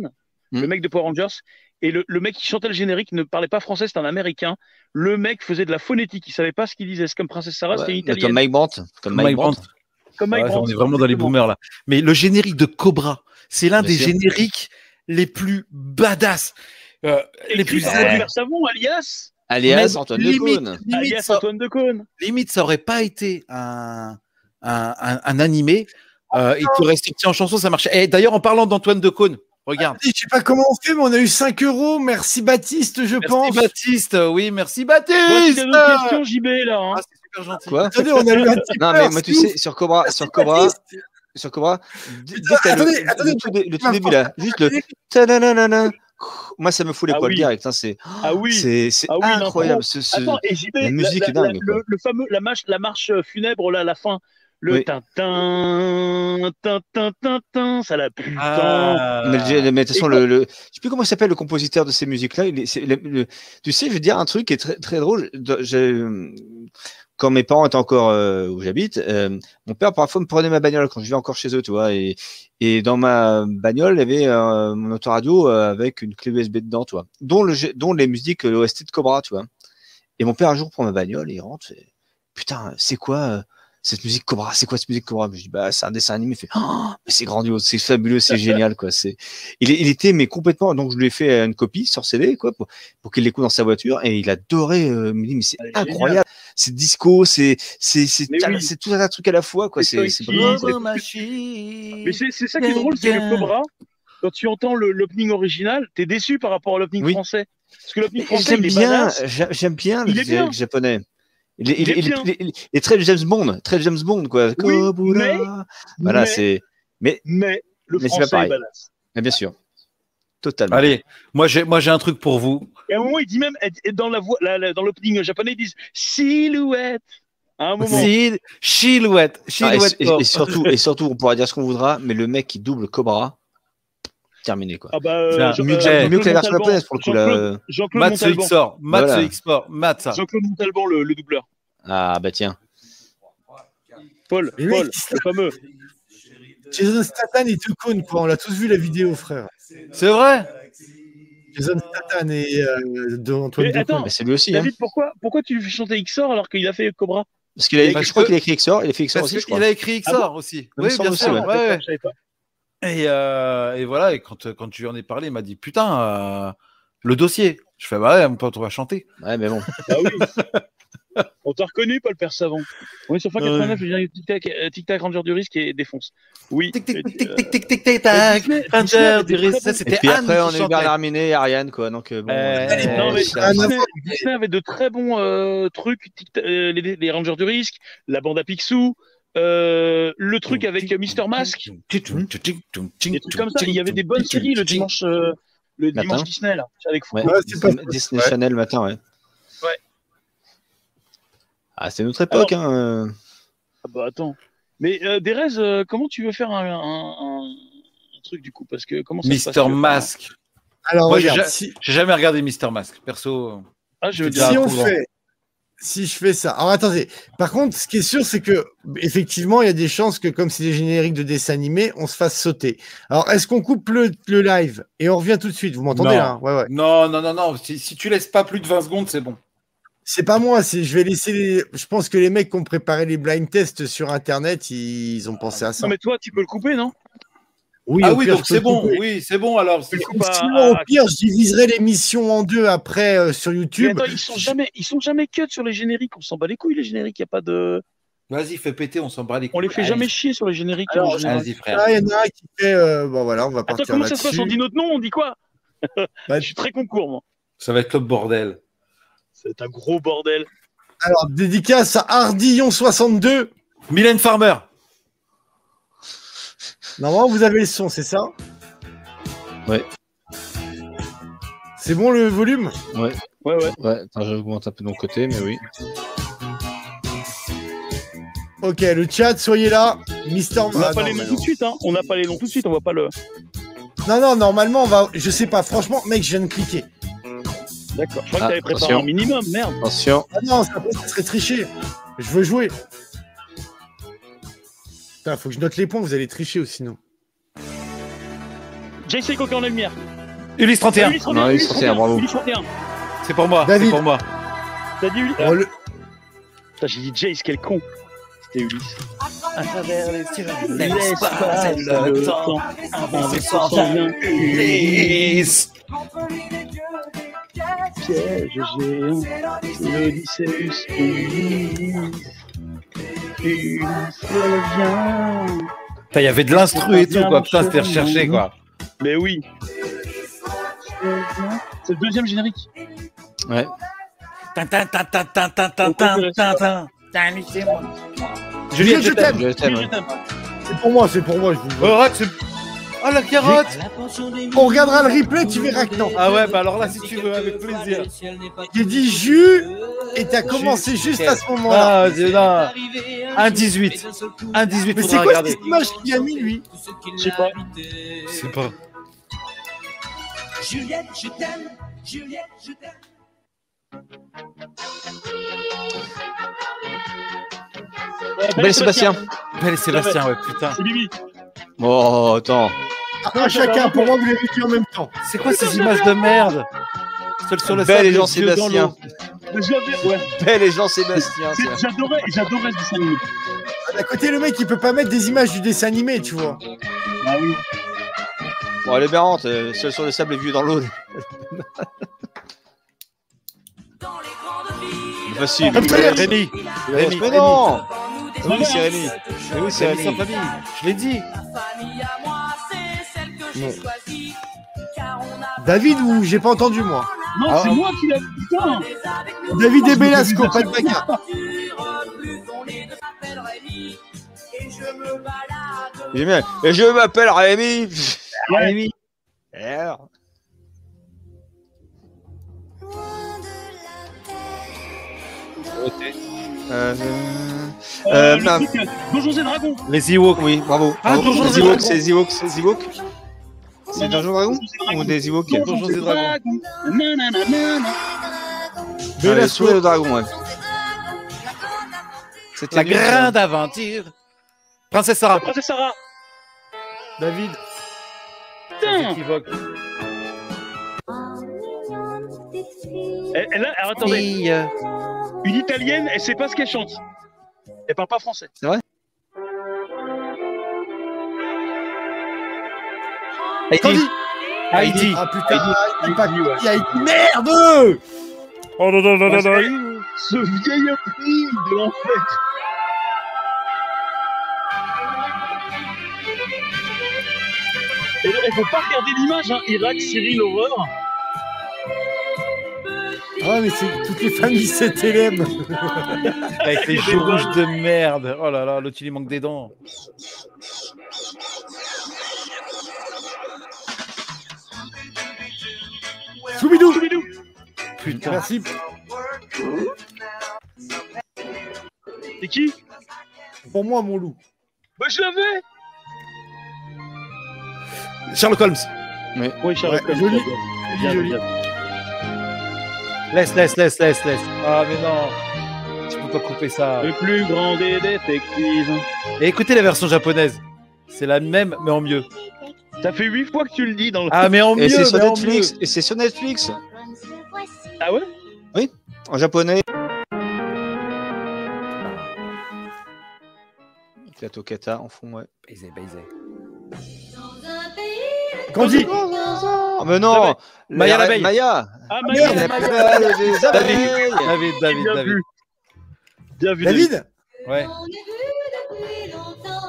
Speaker 2: Hmm.
Speaker 3: le mec de Power Rangers. Et le, le mec qui chantait le générique ne parlait pas français, c'était un américain. Le mec faisait de la phonétique, il savait pas ce qu'il disait. C'est comme Princesse Sarah,
Speaker 2: Ouais,
Speaker 3: c'était une
Speaker 2: mais Comme
Speaker 3: italienne.
Speaker 2: Mike Brandt. Comme Mike Brandt.
Speaker 3: Comme
Speaker 1: Ouais,
Speaker 3: Mike
Speaker 1: on
Speaker 3: Brandt,
Speaker 1: est vraiment dans les
Speaker 3: exactement.
Speaker 1: boomers là. Mais le générique de Cobra, c'est l'un
Speaker 2: Bien
Speaker 1: des
Speaker 2: sûr.
Speaker 1: génériques les plus badass, euh, les
Speaker 3: Écrit
Speaker 1: plus
Speaker 3: par
Speaker 1: adultes.
Speaker 3: Robert Savon, alias,
Speaker 2: Alias
Speaker 1: Même
Speaker 2: Antoine
Speaker 1: limite,
Speaker 2: Decaune.
Speaker 1: limite,
Speaker 3: alias
Speaker 1: ça,
Speaker 3: Antoine de Caunes.
Speaker 1: limite, ça aurait pas été un, un, un- un animé. Euh, il t'aurait sorti en chanson, ça marchait. Et d'ailleurs, en parlant d'Antoine Decaune, regarde.
Speaker 4: je sais pas comment on fait, mais on a eu 5 euros. Ah, Merci Baptiste, je
Speaker 1: Merci
Speaker 4: pense.
Speaker 1: Baptiste, oui, merci
Speaker 3: Voici
Speaker 1: Baptiste.
Speaker 3: d'autres questions, JB, là. hein.
Speaker 1: Ah, c'est super gentil.
Speaker 2: Quoi
Speaker 4: Attendez, on a eu un tipeur,
Speaker 2: Non, mais moi, tu
Speaker 4: c'est
Speaker 2: sais,
Speaker 4: ouf.
Speaker 2: sur Cobra, sur
Speaker 4: Merci,
Speaker 2: Cobra,
Speaker 4: Baptiste.
Speaker 2: sur Cobra, dès dès
Speaker 4: Putain,
Speaker 2: que t'as le,
Speaker 4: attendez,
Speaker 2: le
Speaker 4: attendez,
Speaker 2: tout, dé- le tout
Speaker 4: attendez,
Speaker 2: début là, juste le ta-da-da-da-da, moi ça me fout les
Speaker 3: Ah
Speaker 2: poils
Speaker 3: oui.
Speaker 2: direct, hein, c'est
Speaker 3: Ah oui.
Speaker 2: c'est c'est
Speaker 3: Ah oui, l'impro.
Speaker 2: incroyable. Ce, ce-
Speaker 3: Attends, et JB,
Speaker 2: la musique est dingue,
Speaker 3: le,
Speaker 2: quoi.
Speaker 3: le fameux, la marche, la marche funèbre, là, à la fin. Le
Speaker 2: Oui.
Speaker 3: tintin, tintin, tintin, ça la putain.
Speaker 1: Ah.
Speaker 2: Mais, le- mais de toute façon,
Speaker 3: Et
Speaker 2: le, le- je sais plus comment il s'appelle le compositeur de ces musiques-là. il est- c'est le- le- Tu sais, je vais te dire un truc qui est très, très drôle. De- j'ai- Quand mes parents étaient encore euh, où j'habite, euh, mon père parfois me prenait ma bagnole quand je vais encore chez eux, tu vois. Et, et dans ma bagnole, il y avait euh, mon autoradio euh, avec une clé USB dedans, tu vois. Dont, le, jeu- dont les musiques, euh, l'OST de Cobra, tu vois. Et mon père un jour prend ma bagnole et il rentre. fait, Putain, c'est quoi euh, cette musique Cobra C'est quoi cette musique Cobra Je dis bah c'est un dessin animé. Il fait oh, mais c'est grandiose, c'est fabuleux, c'est génial quoi. C'est il, est- il était mais complètement donc je lui ai fait euh, une copie sur CD quoi pour, pour qu'il l'écoute dans sa voiture et il adorait. euh, il me dit mais c'est
Speaker 3: Ah, génial.
Speaker 2: incroyable, c'est disco, c'est c'est c'est
Speaker 3: Mais
Speaker 2: ta-
Speaker 3: oui.
Speaker 2: c'est tout un truc à la fois quoi.
Speaker 3: C'est
Speaker 2: C'est
Speaker 3: funky,
Speaker 2: c'est brillant, quoi.
Speaker 1: Cobra Machine.
Speaker 3: Mais c'est c'est ça qui est drôle, c'est que Cobra, quand tu entends le- l'opening original, t'es déçu par rapport à l'opening
Speaker 2: Oui.
Speaker 3: français. Parce que l'opening
Speaker 2: Mais
Speaker 3: français,
Speaker 2: J'aime
Speaker 3: il est
Speaker 2: bien, euh,
Speaker 3: badass.
Speaker 2: j'a- j'aime bien
Speaker 3: Il
Speaker 2: le
Speaker 3: est bien.
Speaker 2: générique japonais. Il, est-
Speaker 3: Il
Speaker 2: il,
Speaker 3: est
Speaker 2: il,
Speaker 3: bien.
Speaker 2: il, il- il est très James Bond, très James Bond quoi. Kobura. Voilà,
Speaker 3: mais-
Speaker 2: c'est
Speaker 3: Mais le
Speaker 2: Mais c'est pas
Speaker 3: français est,
Speaker 2: pareil.
Speaker 3: badass.
Speaker 2: mais Ah, bien sûr, totalement.
Speaker 1: Allez, moi j'ai moi j'ai un truc pour vous.
Speaker 3: Et à un moment, il dit même, et- et dans la voix, la- la- dans l'opening japonais, ils disent silhouette. À un moment.
Speaker 1: Sil- Silhouette,
Speaker 2: Ah, et,
Speaker 1: silhouette.
Speaker 2: et- et
Speaker 1: Corps.
Speaker 2: surtout, et surtout, on pourra dire ce qu'on voudra, mais le mec qui double Cobra, terminé quoi.
Speaker 3: Ah bah, euh,
Speaker 1: Tiens,
Speaker 3: Jean-
Speaker 1: mieux que-
Speaker 3: euh,
Speaker 2: mieux que la version
Speaker 3: Jean-Claude
Speaker 2: japonaise, pour le coup, là,
Speaker 3: Jean-Claude-
Speaker 2: euh.
Speaker 3: Jean-Claude
Speaker 1: Matt ce
Speaker 3: Montalban.
Speaker 1: X-Sport, Matt
Speaker 2: Voilà.
Speaker 1: ce X-Sport, Matt ça.
Speaker 3: Jean-Claude Montalban, le, le doubleur.
Speaker 2: Ah bah tiens.
Speaker 3: Paul,
Speaker 4: Mais
Speaker 3: Paul,
Speaker 4: mec,
Speaker 3: le fameux.
Speaker 4: Jason Statham et tout con, quoi. On l'a tous vu la vidéo, frère.
Speaker 1: C'est vrai
Speaker 4: Jason Statham et euh, de Antoine
Speaker 3: Mais
Speaker 4: Decaune.
Speaker 3: attends,
Speaker 2: Bah, c'est lui aussi. hein.
Speaker 3: David, pourquoi, pourquoi tu lui fais chanter XOR alors qu'il a fait Cobra
Speaker 2: Parce qu'il a,
Speaker 1: Parce
Speaker 2: je crois
Speaker 1: que-
Speaker 2: qu'il a écrit XOR, il a fait XOR
Speaker 1: Parce
Speaker 2: aussi, je
Speaker 1: qu'il
Speaker 2: crois.
Speaker 1: a écrit XOR aussi.
Speaker 2: Il Ah me
Speaker 1: Oui,
Speaker 2: semble
Speaker 1: bien
Speaker 2: aussi,
Speaker 1: sûr.
Speaker 2: ouais.
Speaker 1: ouais, Ah, ouais.
Speaker 3: Ah, Je savais pas.
Speaker 1: Et, euh, et voilà, et quand, euh, quand tu en ai parlé, il m'a dit Putain, euh, le dossier. Je fais Bah ouais, mon pote, on va chanter.
Speaker 2: Ouais, mais bon.
Speaker 3: Bah oui.
Speaker 1: (laughs)
Speaker 3: On t'a reconnu, Paul Père Savant. On est sur fin 89, le dernier tic-tac, euh, tic-tac Ranger du risque et défonce. Oui.
Speaker 1: Tic, tic,
Speaker 3: euh,
Speaker 1: tic, tic, tic, tic, tic, tac.
Speaker 3: Disney- Disney
Speaker 1: Ranger
Speaker 3: avait
Speaker 1: du
Speaker 3: des
Speaker 1: risque. Ça,
Speaker 3: très bons-
Speaker 2: Et
Speaker 1: c'était
Speaker 2: puis après,
Speaker 1: Anne
Speaker 2: on
Speaker 1: qui
Speaker 2: a eu
Speaker 1: chantait.
Speaker 2: Bernard Minet et Ariane, quoi. Donc, euh, bon.
Speaker 1: Euh,
Speaker 2: euh,
Speaker 3: non, mais-
Speaker 2: ça-
Speaker 4: Anna-
Speaker 3: Disney, Disney avait de très bons euh, trucs, tic- euh, les, les Rangers du risque, la bande à Picsou, euh, le truc avec Mister Mask, des trucs comme ça. Il y avait des bonnes séries le dimanche, euh, le
Speaker 2: Matin.
Speaker 3: dimanche Disney là, avec Fou.
Speaker 2: ouais,
Speaker 4: Ouais, c'est pas-
Speaker 2: Disney, Disney Channel matin, ouais.
Speaker 3: Ouais.
Speaker 2: Ah, c'est notre époque, hein. euh.
Speaker 3: Ah bah attends. Mais euh, Derez, euh, comment tu veux faire un, un- un- un truc du coup Parce que comment ça se passe
Speaker 1: Mister
Speaker 3: que-
Speaker 1: Mask.
Speaker 4: Alors,
Speaker 1: Moi,
Speaker 4: regarde,
Speaker 1: j'ai-
Speaker 4: si,
Speaker 1: J'ai jamais regardé Mister Mask, perso. euh,
Speaker 3: Ah, je veux
Speaker 1: Déjà,
Speaker 3: dire.
Speaker 4: si on
Speaker 1: courant.
Speaker 4: fait, si je fais ça. Alors attendez. Par contre, ce qui est sûr, c'est que effectivement, il y a des chances que, comme c'est des génériques de dessins animés, on se fasse sauter. Alors, est-ce qu'on coupe le, le live et on revient tout de suite Vous m'entendez
Speaker 1: Non.
Speaker 4: là hein Ouais, ouais.
Speaker 1: Non, non, non, non. Si, si tu laisses pas plus de 20 secondes, c'est bon.
Speaker 4: C'est pas moi. C'est, je vais laisser. Les... Je pense que les mecs qui ont préparé les blind tests sur Internet, ils ont pensé à ça.
Speaker 3: ah, Non mais toi, tu peux le couper, non
Speaker 4: Oui,
Speaker 1: ah
Speaker 4: au
Speaker 1: oui,
Speaker 4: pire,
Speaker 1: donc
Speaker 4: je peux
Speaker 1: c'est bon.
Speaker 4: couper.
Speaker 1: Oui, c'est bon. Alors,
Speaker 3: Tu
Speaker 1: c'est-
Speaker 3: le
Speaker 4: Ou
Speaker 3: coupes à-
Speaker 4: sinon,
Speaker 3: à-
Speaker 4: au pire, je diviserai l'émission en deux après euh, sur
Speaker 3: Mais
Speaker 4: YouTube.
Speaker 3: attends, ils sont jamais, ils sont jamais cut sur les génériques. On s'en bat les couilles les génériques. Y a pas de,
Speaker 1: vas-y, fais péter, on s'en bat les
Speaker 3: on les fait
Speaker 1: Allez,
Speaker 3: jamais chier sur les génériques.
Speaker 4: Alors,
Speaker 3: en général.
Speaker 1: Vas-y, frère.
Speaker 4: Ah, il y en a un qui fait. euh, bon, voilà, on va
Speaker 3: Attends,
Speaker 4: partir
Speaker 3: comment ça se passe
Speaker 4: là-dessus.
Speaker 3: On dit notre nom, on dit
Speaker 4: (laughs)
Speaker 3: quoi
Speaker 4: Bah,
Speaker 3: Je suis très concours, moi.
Speaker 1: Ça va être le bordel.
Speaker 3: C'est un gros bordel.
Speaker 4: Alors, Ah, dédicace à Ardillon62.
Speaker 1: Mylène Farmer.
Speaker 4: Normalement, vous avez le son, c'est ça
Speaker 2: Ouais.
Speaker 4: C'est bon le volume
Speaker 3: Ouais, ouais.
Speaker 2: Ouais, attends, j'augmente un peu de mon côté, mais oui.
Speaker 4: Ok, le chat, soyez là. Mister.
Speaker 3: On n'a
Speaker 4: Ah,
Speaker 3: pas
Speaker 4: non,
Speaker 3: les
Speaker 4: mais
Speaker 3: noms
Speaker 4: non.
Speaker 3: tout de suite, hein. On n'a pas les noms tout de suite. On va pas le.
Speaker 4: non, non, normalement, on va. Je sais pas, franchement, mec, je viens de cliquer.
Speaker 3: D'accord. Je crois
Speaker 2: Ah,
Speaker 3: que t'avais préparé
Speaker 2: attention.
Speaker 3: un minimum. Merde.
Speaker 2: Attention.
Speaker 4: Ah non, ça, ça serait tricher. Je veux jouer. Putain, faut que je note les points, vous allez tricher aussi, sinon.
Speaker 3: JC Coca en la lumière.
Speaker 1: Ulysse 31.
Speaker 3: Ulysse
Speaker 2: Non, Ulysse 31, bravo.
Speaker 3: Ulysse 31.
Speaker 1: C'est pour moi. C'est
Speaker 4: David.
Speaker 1: pour moi.
Speaker 3: T'as dit Ulysse.
Speaker 4: Oh, le-
Speaker 3: Putain, j'ai dit Jace, quel con. C'était Ulysse.
Speaker 7: À travers les cieux,
Speaker 3: Laisse passer le temps avant de s'en
Speaker 1: Ulysse.
Speaker 3: Piège géant, l'Odysseus Ulysse. Ulysse revient.
Speaker 1: Putain, Il y avait de l'instru et tout, quoi. Putain, c'était recherché, quoi.
Speaker 3: Mais oui. C'est le deuxième générique.
Speaker 2: Ouais.
Speaker 1: Juliette, je t'aime.
Speaker 2: Je t'aime,
Speaker 3: Oui,
Speaker 2: ouais.
Speaker 3: je t'aime.
Speaker 4: c'est pour moi, c'est pour moi, je vous
Speaker 1: Oh, arrête, c'est- Ah, la carotte.
Speaker 4: On regardera Ah, le replay, tu verras que non.
Speaker 1: Ah ouais, bah alors là, si tu veux, avec plaisir.
Speaker 4: J'ai dit jus et t'as commencé juste à ce moment-là.
Speaker 1: Ah, c'est là. 1,18. 1,18
Speaker 4: Mais
Speaker 1: faudra
Speaker 4: c'est quoi
Speaker 1: regarder.
Speaker 4: cette image qu'il a mis, lui
Speaker 3: Je sais pas.
Speaker 1: C'est pas.
Speaker 7: Juliette, je t'aime. Juliette, je t'aime.
Speaker 2: Belle Sébastien.
Speaker 1: Belle et Sébastien, ouais, putain.
Speaker 3: C'est Bibi.
Speaker 2: Oh, attends.
Speaker 4: À Ah, chacun, pour moi, vous l'avez dit en même temps.
Speaker 1: C'est quoi ces images de merde Seul sur le
Speaker 2: Belle
Speaker 1: sable, les
Speaker 2: et
Speaker 1: yeux dans
Speaker 2: Jean-Sébastien.
Speaker 1: l'eau.
Speaker 3: J'avais- ouais,
Speaker 2: (laughs) Belle et Jean-Sébastien.
Speaker 3: c'est-
Speaker 2: c'est-
Speaker 3: J'adorais, j'adorais ce dessin animé.
Speaker 4: À côté, le mec, il peut pas mettre des images du dessin animé, tu vois.
Speaker 3: Ah oui.
Speaker 2: Bon, elle est berrante. euh, Seul sur le sable et vieux dans l'eau.
Speaker 7: Dans les grandes villes.
Speaker 2: Facile. Oh,
Speaker 1: Rémi, Rémi,
Speaker 2: Mais
Speaker 1: Oh.
Speaker 2: non
Speaker 7: Nous,
Speaker 2: Mais oui, c'est Rémi. Mais oui, c'est
Speaker 1: Rémi sans
Speaker 2: Rémi.
Speaker 1: famille, je l'ai dit.
Speaker 7: Ma famille à moi, c'est celle que j'ai choisie. Car on a
Speaker 4: David ou j'ai pas entendu, moi.
Speaker 3: Non,
Speaker 1: Ah,
Speaker 3: c'est
Speaker 1: ah.
Speaker 3: moi qui l'ai. Putain.
Speaker 7: des avec nous.
Speaker 4: David et Belasco, pas de bagarre.
Speaker 7: Dure, plus on est de m'appelle Rémi. Et je me balade.
Speaker 2: Il est bien. Et je m'appelle Rémi.
Speaker 3: Ouais.
Speaker 2: Rémi. Et alors Euh,
Speaker 3: Euh, le
Speaker 2: non.
Speaker 3: truc, euh, Donjons et Dragons.
Speaker 2: Les Ewoks, oui, bravo.
Speaker 1: Ah,
Speaker 2: Bravo.
Speaker 1: Donjons et
Speaker 2: les Ewoks,
Speaker 1: Dragons.
Speaker 2: c'est les Ewoks, c'est les Ewoks. C'est Donjon Dragon ou des Ewoks
Speaker 6: Donjons et Dragons.
Speaker 2: Ah, les souris de dragon, ouais. C'était
Speaker 1: La
Speaker 2: nul, ça.
Speaker 1: grande aventure. Princesse
Speaker 3: La
Speaker 1: Sarah.
Speaker 3: princesse Ah, Sarah.
Speaker 4: David,
Speaker 1: Mmh.
Speaker 3: Putain.
Speaker 6: Équivoque.
Speaker 3: Elle, elle a- Eh, alors, attendez,
Speaker 1: Fille.
Speaker 3: une italienne, elle sait pas ce qu'elle chante. Elle parle pas français.
Speaker 1: Candy.
Speaker 6: Heidi.
Speaker 4: ah putain, il pas
Speaker 3: Heidi, ouais.
Speaker 4: il y a une- merde
Speaker 6: Oh non, non, non, non,
Speaker 3: Parce
Speaker 6: non.
Speaker 3: que Ce vieil opening de l'enfer. Et il faut pas regarder l'image, hein. Irak, Cyril, Horror.
Speaker 4: Ah mais c'est toutes les familles CTLM.
Speaker 6: Avec les
Speaker 3: jeux rouges
Speaker 6: de merde. Oh là là, l'autre il manque des dents.
Speaker 4: Soubidou.
Speaker 3: Soubidou.
Speaker 6: Putain.
Speaker 4: Merci.
Speaker 3: C'est qui
Speaker 4: Pour moi mon loup.
Speaker 3: Bah, je l'avais
Speaker 1: Sherlock Holmes.
Speaker 3: Oui, Charles.
Speaker 4: Ouais, joli.
Speaker 3: Bien,
Speaker 4: Joli.
Speaker 3: bien.
Speaker 1: Laisse, laisse, laisse, laisse, laisse. Ah, mais non. Tu peux pas couper ça.
Speaker 3: Le plus grand des détectives.
Speaker 1: Et écoutez la version japonaise. C'est la même, mais en mieux.
Speaker 3: Ça fait huit fois que tu le dis dans le.
Speaker 1: Ah, mais en mieux.
Speaker 2: Et c'est sur
Speaker 1: mais en
Speaker 2: Netflix.
Speaker 1: mieux.
Speaker 2: Et c'est sur Netflix.
Speaker 3: Ah ouais
Speaker 2: En japonais. La Tokata en fond, ouais.
Speaker 1: Baiser, baiser.
Speaker 4: Candy.
Speaker 2: Oh, mais non
Speaker 1: Maya
Speaker 2: la-
Speaker 1: l'abeille.
Speaker 2: Maya
Speaker 3: Ah, Maya,
Speaker 2: La belle des abeilles.
Speaker 1: David, David,
Speaker 3: bien
Speaker 1: David.
Speaker 3: vu. Bien vu, David.
Speaker 4: David.
Speaker 1: Ouais.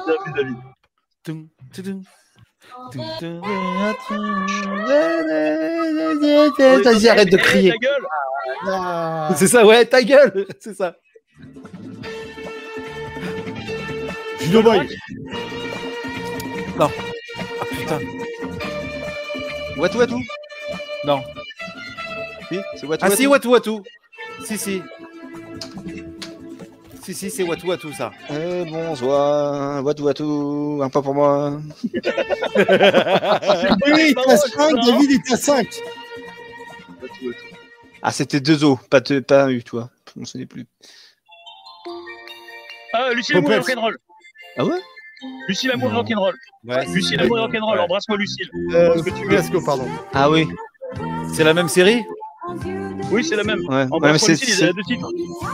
Speaker 3: Bien vu, David.
Speaker 1: Tum, tum, tum.
Speaker 3: Ah,
Speaker 4: Eh,
Speaker 3: Vas-y,
Speaker 1: arrête de crier.
Speaker 3: Eh, Ta gueule
Speaker 4: Ah.
Speaker 1: C'est ça, ouais, ta gueule. C'est ça.
Speaker 4: Judo Boy.
Speaker 1: Ah, putain.
Speaker 2: Watu Watu
Speaker 1: Non.
Speaker 2: Oui, c'est Watu
Speaker 1: Ah,
Speaker 2: Watu.
Speaker 1: si, Watu Watu. Si, si. Si, si, c'est Watu Watu, ça.
Speaker 2: Eh, bonsoir, Watu Watu, un pas pour moi.
Speaker 4: Oui, il est à 5, David est à 5.
Speaker 2: Ah, c'était deux os, pas, te, pas un U, toi. On ne sait plus.
Speaker 3: Ah, Lucie Lamour et
Speaker 4: Popette.
Speaker 3: rock'n'roll.
Speaker 2: Ah ouais
Speaker 3: Lucie Lamour et rock'n'roll.
Speaker 1: Ouais,
Speaker 3: Lucie
Speaker 1: Ah, c'est-
Speaker 3: Lamour et rock'n'roll.
Speaker 1: Ouais.
Speaker 3: Embrasse-moi, Lucille.
Speaker 4: Euh,
Speaker 3: Ce que tu veux.
Speaker 4: Fiasco, pardon.
Speaker 2: Ah oui.
Speaker 1: C'est la même série
Speaker 3: Oui, c'est la même.
Speaker 2: Ouais,
Speaker 1: Oh, bah,
Speaker 2: ouais mais
Speaker 3: Embrasse-moi,
Speaker 2: c'est.
Speaker 3: Lucille, il y
Speaker 2: c'est-
Speaker 3: a deux titres.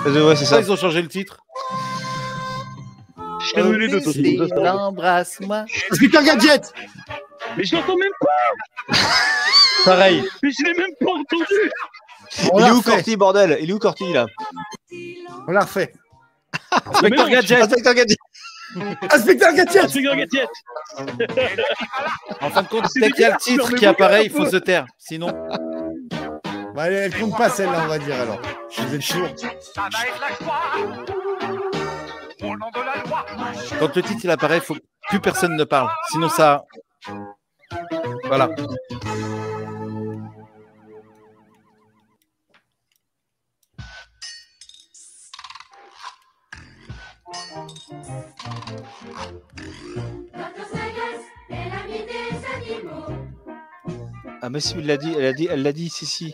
Speaker 2: euh, Ouais, c'est
Speaker 1: Ça,
Speaker 2: ça.
Speaker 1: ils ont changé le titre.
Speaker 3: Je t'ai donné les deux, toi, c'est deux, ça.
Speaker 1: Embrasse-moi.
Speaker 4: Inspecteur Gadget.
Speaker 3: Mais je l'entends même pas.
Speaker 1: Pareil.
Speaker 3: Mais je l'ai même pas entendu.
Speaker 4: On
Speaker 2: Il est
Speaker 4: l'a
Speaker 2: où
Speaker 4: refait.
Speaker 2: Corti, bordel Il est où Corti, là
Speaker 4: On l'a refait.
Speaker 3: Mais non,
Speaker 1: Inspecteur Gadget.
Speaker 2: Inspecteur Gadget
Speaker 4: Inspecteur Gadget.
Speaker 3: Inspecteur Gadget.
Speaker 1: En fin de compte,
Speaker 3: C'est
Speaker 1: dès qu'il y a le
Speaker 3: bizarre,
Speaker 1: titre
Speaker 3: mais
Speaker 1: qui apparaît,
Speaker 3: oui,
Speaker 1: il faut se taire. Sinon,
Speaker 4: Bah, elle, elle compte pas celle-là, on va dire alors. Je vous ai toujours.
Speaker 1: quand le titre il apparaît, faut que plus personne ne parle. Sinon, ça. Voilà.
Speaker 2: Ah, mais si, il l'a dit, elle l'a dit, elle l'a dit, si, si.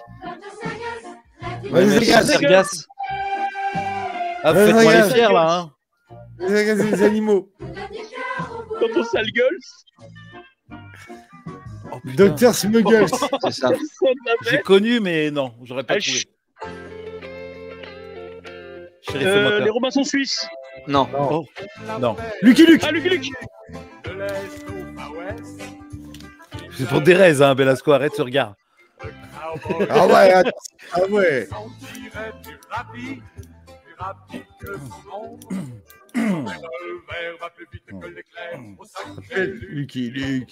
Speaker 4: Vas-y,
Speaker 2: mais
Speaker 4: les gars,
Speaker 1: Inspecteur Gadget. Ah,
Speaker 4: Ouais,
Speaker 1: faites-moi
Speaker 4: regarde.
Speaker 1: les fiers là. Hein.
Speaker 4: les gars, c'est des animaux.
Speaker 3: Dans ton sale gueule,
Speaker 1: Oh, putain.
Speaker 4: Docteur Smuggles.
Speaker 2: C'est ça.
Speaker 3: personne
Speaker 1: J'ai
Speaker 3: n'avait.
Speaker 1: connu, mais non, j'aurais pas
Speaker 3: Ah,
Speaker 1: trouvé.
Speaker 3: chut.
Speaker 1: Shérif et
Speaker 3: Euh,
Speaker 1: moteur.
Speaker 3: les Robinson Suisses.
Speaker 2: Non.
Speaker 1: Non,
Speaker 4: Lucky Luke.
Speaker 3: Ah, Lucky Luke.
Speaker 1: c'est pour des raises, hein, Belasco, arrête ce regard.
Speaker 4: Ah ouais, attends. ah ouais. (coughs) Lucky Luke.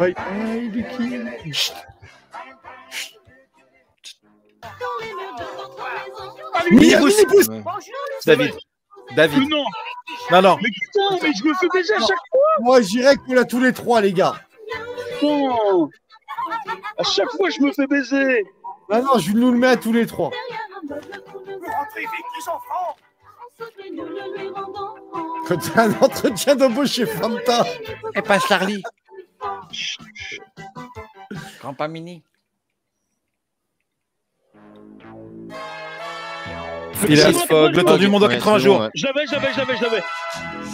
Speaker 4: Ouais. Hey, Lucky. Minipousse.
Speaker 2: Ouais.
Speaker 1: David,
Speaker 3: Mais
Speaker 1: David.
Speaker 3: non.
Speaker 1: Non, non,
Speaker 3: Mais putain, mais je me fais baiser à chaque
Speaker 4: Moi, je dirais qu'on l'a tous les trois, les gars.
Speaker 3: fois. À chaque fois, je me fais baiser.
Speaker 4: Ah non, je nous le mets à tous les trois. Quand t'as un entretien d'embauche chez Fanta.
Speaker 1: et pas Charlie. Grand pas mini.
Speaker 6: Phileas Fogg, le tour du monde en
Speaker 1: Ouais,
Speaker 6: 80
Speaker 1: c'est bon,
Speaker 6: jours.
Speaker 1: ouais.
Speaker 3: J'avais, j'avais, j'avais, j'avais.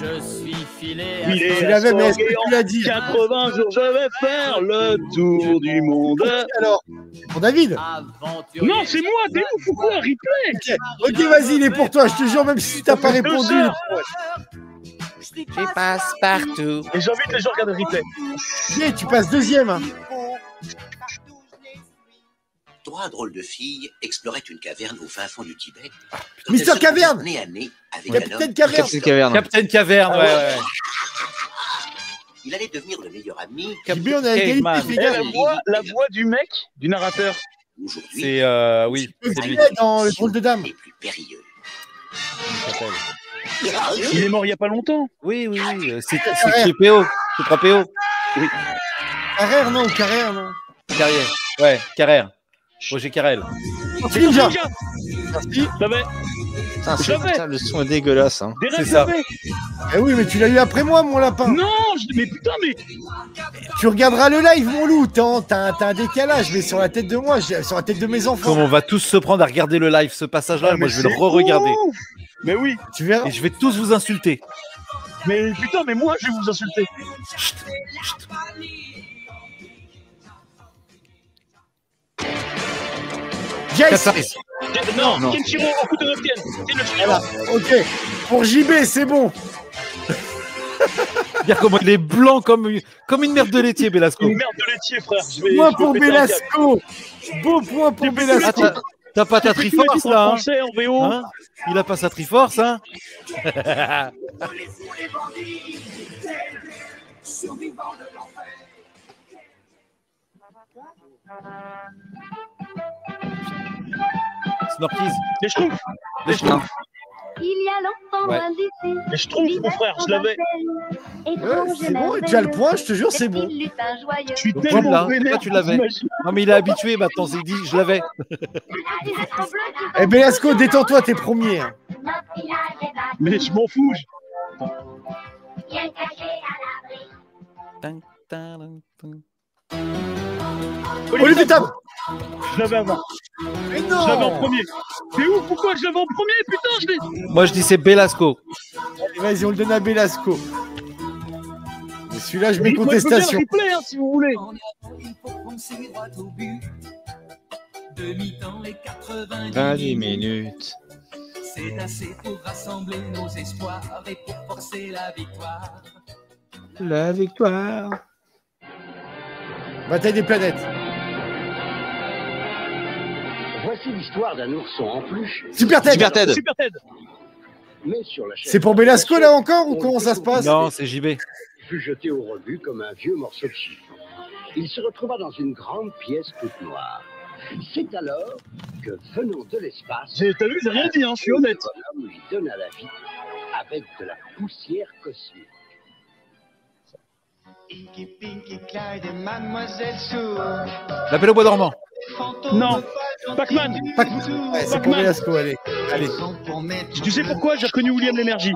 Speaker 7: Je suis filé.
Speaker 3: Il est
Speaker 4: Tu l'avais, mais est-ce
Speaker 3: assorti
Speaker 4: que tu
Speaker 3: en
Speaker 4: l'as dit
Speaker 3: 80 jours, je vais faire le tour du monde.
Speaker 4: Alors, pour David
Speaker 7: Aventurier.
Speaker 3: Non, c'est moi, t'es ouf ou quoi, replay
Speaker 4: Ok, vas-y, il est pour toi, je te jure, même si t'as pas répondu. il est pour toi.
Speaker 7: Je passe partout.
Speaker 3: Et j'ai envie que les gens regardent le replay.
Speaker 4: Ok, Eh, tu passes deuxième. hein.
Speaker 8: Trois drôles de filles exploraient une caverne au fin fond du Tibet. dont
Speaker 4: Ah, Mister
Speaker 8: elles se
Speaker 4: Caverne
Speaker 8: trouvaient Nez à nez avec un homme.
Speaker 4: Capitaine Caverne
Speaker 2: Captain Caverne.
Speaker 1: Captain Caverne, ouais, ouais.
Speaker 8: Il allait devenir le meilleur ami.
Speaker 4: JB, on a égalité,
Speaker 1: Caveman.
Speaker 4: fais
Speaker 3: Et Eh, la
Speaker 4: gaffe.
Speaker 3: voix, la voix du mec, du narrateur.
Speaker 8: Aujourd'hui,
Speaker 6: C'est euh, oui, c'est lui.
Speaker 4: Exact. dans le drôle de dame.
Speaker 8: Les plus périlleux.
Speaker 3: Il est mort il y a pas longtemps.
Speaker 1: Oui, oui, oui. euh, C'est c'est chez PO. C'est 3PO.
Speaker 4: Carrère, non, Carrère, non.
Speaker 1: Carrière. Ouais, Carrère. Roger Carrel.
Speaker 4: Ninja
Speaker 3: Ninja.
Speaker 4: Merci.
Speaker 3: J'avais
Speaker 2: Putain, c'est-
Speaker 3: Jamais.
Speaker 2: putain, le son est dégueulasse. Hein.
Speaker 3: des
Speaker 1: C'est
Speaker 3: rêves
Speaker 1: ça.
Speaker 3: j'avais.
Speaker 4: Eh oui, mais tu l'as eu après moi, mon lapin.
Speaker 3: Non, je- mais putain, mais
Speaker 4: Tu regarderas le live, mon loup. T'as un- t'as un, t'as un décalage, mais sur la tête de moi, j'ai- sur la tête de mes enfants.
Speaker 1: Comme on va tous se prendre à regarder le live, ce passage-là,
Speaker 3: Ah, mais
Speaker 1: moi je vais le
Speaker 3: c'est
Speaker 1: re-regarder.
Speaker 3: ouf. Mais oui,
Speaker 4: Tu verras.
Speaker 1: Et je vais tous vous insulter.
Speaker 3: mais putain, mais moi je vais vous insulter.
Speaker 4: Yes
Speaker 3: Non, Kenshiro, au coup de notre C'est le chien.
Speaker 4: Voilà. Ok. Pour JB, c'est bon.
Speaker 1: Dire comment il est blanc comme, une- comme une merde de laitier, Belasco.
Speaker 3: Une merde de laitier, frère. Je vais-
Speaker 4: Point
Speaker 3: je vais
Speaker 4: pour
Speaker 3: péter un câble.
Speaker 4: Belasco. Beau point pour
Speaker 1: Ah,
Speaker 4: Belasco.
Speaker 1: t'as- T'as pas ta
Speaker 3: Faites-le
Speaker 1: triforce
Speaker 3: dire en
Speaker 1: là hein
Speaker 3: français, en VO.
Speaker 1: Hein Il a pas sa triforce, hein Snorkies.
Speaker 3: Les schtroumpfs. Les schtroumpfs.
Speaker 9: Il y a l'enfant
Speaker 1: Ouais.
Speaker 9: invité.
Speaker 3: Les schtroumpfs, mon frère. Je l'avais.
Speaker 4: Ouais, Euh, c'est bon, tu as le point, je te jure, c'est bon.
Speaker 9: Lutin joyeux. (laughs)
Speaker 3: Je suis
Speaker 1: Donc,
Speaker 3: tellement
Speaker 1: voilà,
Speaker 3: vénère,
Speaker 1: toi, tu l'avais.
Speaker 3: t'imagines.
Speaker 1: Non mais il est habitué maintenant, c'est dit, je l'avais.
Speaker 4: Eh Belasco, détends-toi, t'es premier. hein.
Speaker 3: Mais je m'en fous. je-
Speaker 4: Olivier Tam
Speaker 3: Je l'avais avant.
Speaker 4: Mais
Speaker 3: Je l'avais en
Speaker 4: non
Speaker 3: premier. C'est ouf, pourquoi je l'avais en premier Putain, je l'ai.
Speaker 1: Moi je dis c'est Belasco.
Speaker 4: Allez, Vas-y, on le donne à Belasco. Et Celui-là, je mets
Speaker 3: Moi, je veux bien le
Speaker 4: contestation.
Speaker 3: replay, hein, si vous voulez.
Speaker 7: Demi-temps et 90
Speaker 2: 20 minutes.
Speaker 7: C'est assez pour rassembler nos espoirs et pour forcer la victoire.
Speaker 2: La victoire.
Speaker 4: Bataille des planètes.
Speaker 8: Voici l'histoire d'un ourson en peluche,
Speaker 4: Super tête
Speaker 2: Super Ted.
Speaker 3: Super Ted.
Speaker 8: mais sur la chaîne.
Speaker 4: C'est pour Belasco là encore ou comment ça se passe
Speaker 1: Non, c'est JB.
Speaker 8: fut jeté au rebut comme un vieux morceau de chiffon. Il se retrouva dans une grande pièce toute noire. C'est alors que, venant de l'espace,
Speaker 3: J'ai- T'as vu, j'ai rien dit, hein, je suis honnête.
Speaker 8: le bonhomme lui donna la vie avec de la poussière cosmique.
Speaker 1: L'appel au bois dormant.
Speaker 3: Non. Pac-Man.
Speaker 4: Pac-Man. Ouais, c'est pour Belasco, allez. allez.
Speaker 3: Tu sais pourquoi j'ai reconnu William Lémergie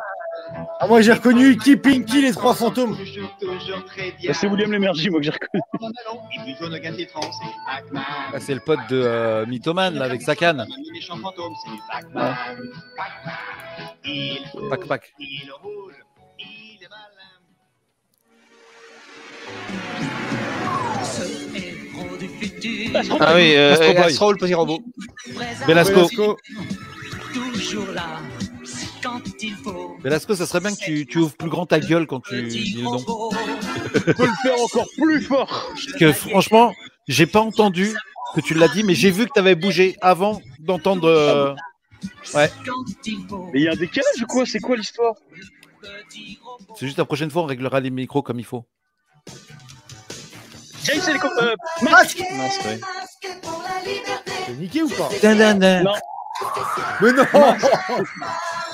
Speaker 4: Ah, moi j'ai reconnu Iki Pinky, les trois fantômes.
Speaker 3: Bah, C'est William Lémergie, moi, que j'ai reconnu.
Speaker 1: Ah, Bah, c'est le pote de euh, Mythoman là avec sa canne. Pac pac.
Speaker 2: Ah oui, euh,
Speaker 1: Astro Boy.
Speaker 2: Astro le petit robot.
Speaker 1: Belasco.
Speaker 4: Belasco.
Speaker 7: Toujours là, quand il faut.
Speaker 1: Belasco, ça serait bien que tu, tu ouvres plus grand ta gueule quand tu dis le nom.
Speaker 3: Je peux le faire encore plus fort.
Speaker 1: Parce que franchement, j'ai pas entendu que tu l'as dit, mais j'ai vu que t'avais bougé avant d'entendre. euh,
Speaker 3: Mais il y a un décalage ou quoi C'est quoi l'histoire
Speaker 1: C'est juste la prochaine fois, on réglera les micros comme il faut.
Speaker 3: James et les copains. euh,
Speaker 4: Masque
Speaker 2: Masque, ouais.
Speaker 4: T'es niqué ou pas
Speaker 3: Non.
Speaker 4: Mais non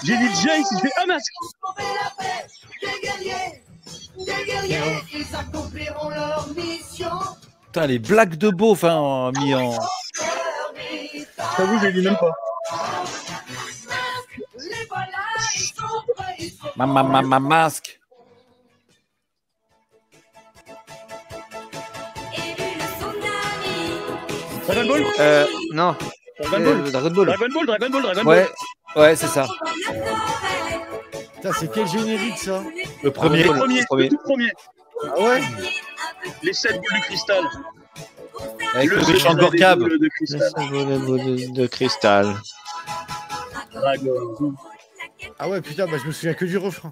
Speaker 3: J'ai dit James, il fait un masque.
Speaker 1: Putain, les blagues de beauf hein, en- mis en.
Speaker 3: J'avoue, je l'ai même pas.
Speaker 1: Ma, ma, ma, ma- masque.
Speaker 3: Dragon Ball
Speaker 2: Euh, non.
Speaker 3: Dragon
Speaker 2: Euh, Dragon
Speaker 3: Ball.
Speaker 2: Ball.
Speaker 3: Dragon Ball, Dragon Ball, Dragon Ball.
Speaker 2: Ouais, ouais, c'est ça.
Speaker 4: Putain, c'est quel générique ça
Speaker 2: Euh, Le premier.
Speaker 3: Le premier,
Speaker 2: Le premier.
Speaker 3: le tout premier.
Speaker 4: Ah ouais
Speaker 3: Les 7 boules de cristal.
Speaker 2: Avec
Speaker 3: Le
Speaker 2: le
Speaker 3: Dragon
Speaker 2: méchant Gorkab.
Speaker 3: Ball de cristal.
Speaker 2: De de cristal.
Speaker 3: Dragon.
Speaker 4: Ah ouais, putain, bah, je me souviens que du refrain.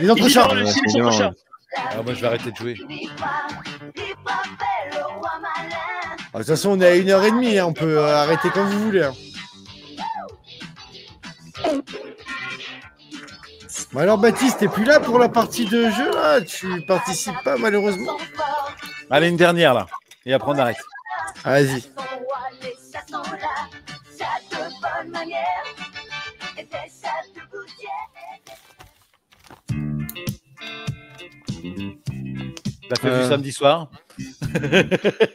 Speaker 4: Les entrechats
Speaker 3: Isidore, le ciel, son prochain.
Speaker 1: Ah, moi, je vais arrêter de jouer.
Speaker 4: Ah, De toute façon, on est à une heure et demie, hein, on peut euh, arrêter quand vous voulez. hein. Bon alors Baptiste, t'es plus là pour la partie de jeu là Tu participes pas malheureusement
Speaker 1: Allez, une dernière, là. Et après, on arrête.
Speaker 4: Ah, Vas-y.
Speaker 1: La fête
Speaker 2: Euh.
Speaker 1: du samedi soir.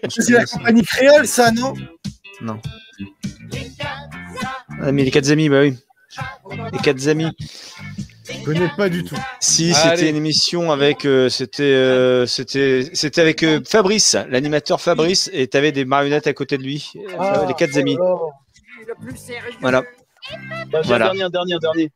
Speaker 4: C'est la compagnie créole ça, non
Speaker 2: Non. Ah, mais les quatre amis, bah oui. Les quatre amis.
Speaker 4: Je connais pas du tout.
Speaker 2: Si,
Speaker 1: Allez.
Speaker 2: c'était une émission avec, euh, c'était, euh, c'était, c'était avec euh, Fabrice, l'animateur Fabrice, et t'avais des marionnettes à côté de lui, euh, les quatre amis. Voilà. Voilà.
Speaker 3: Dernier, dernier, dernier.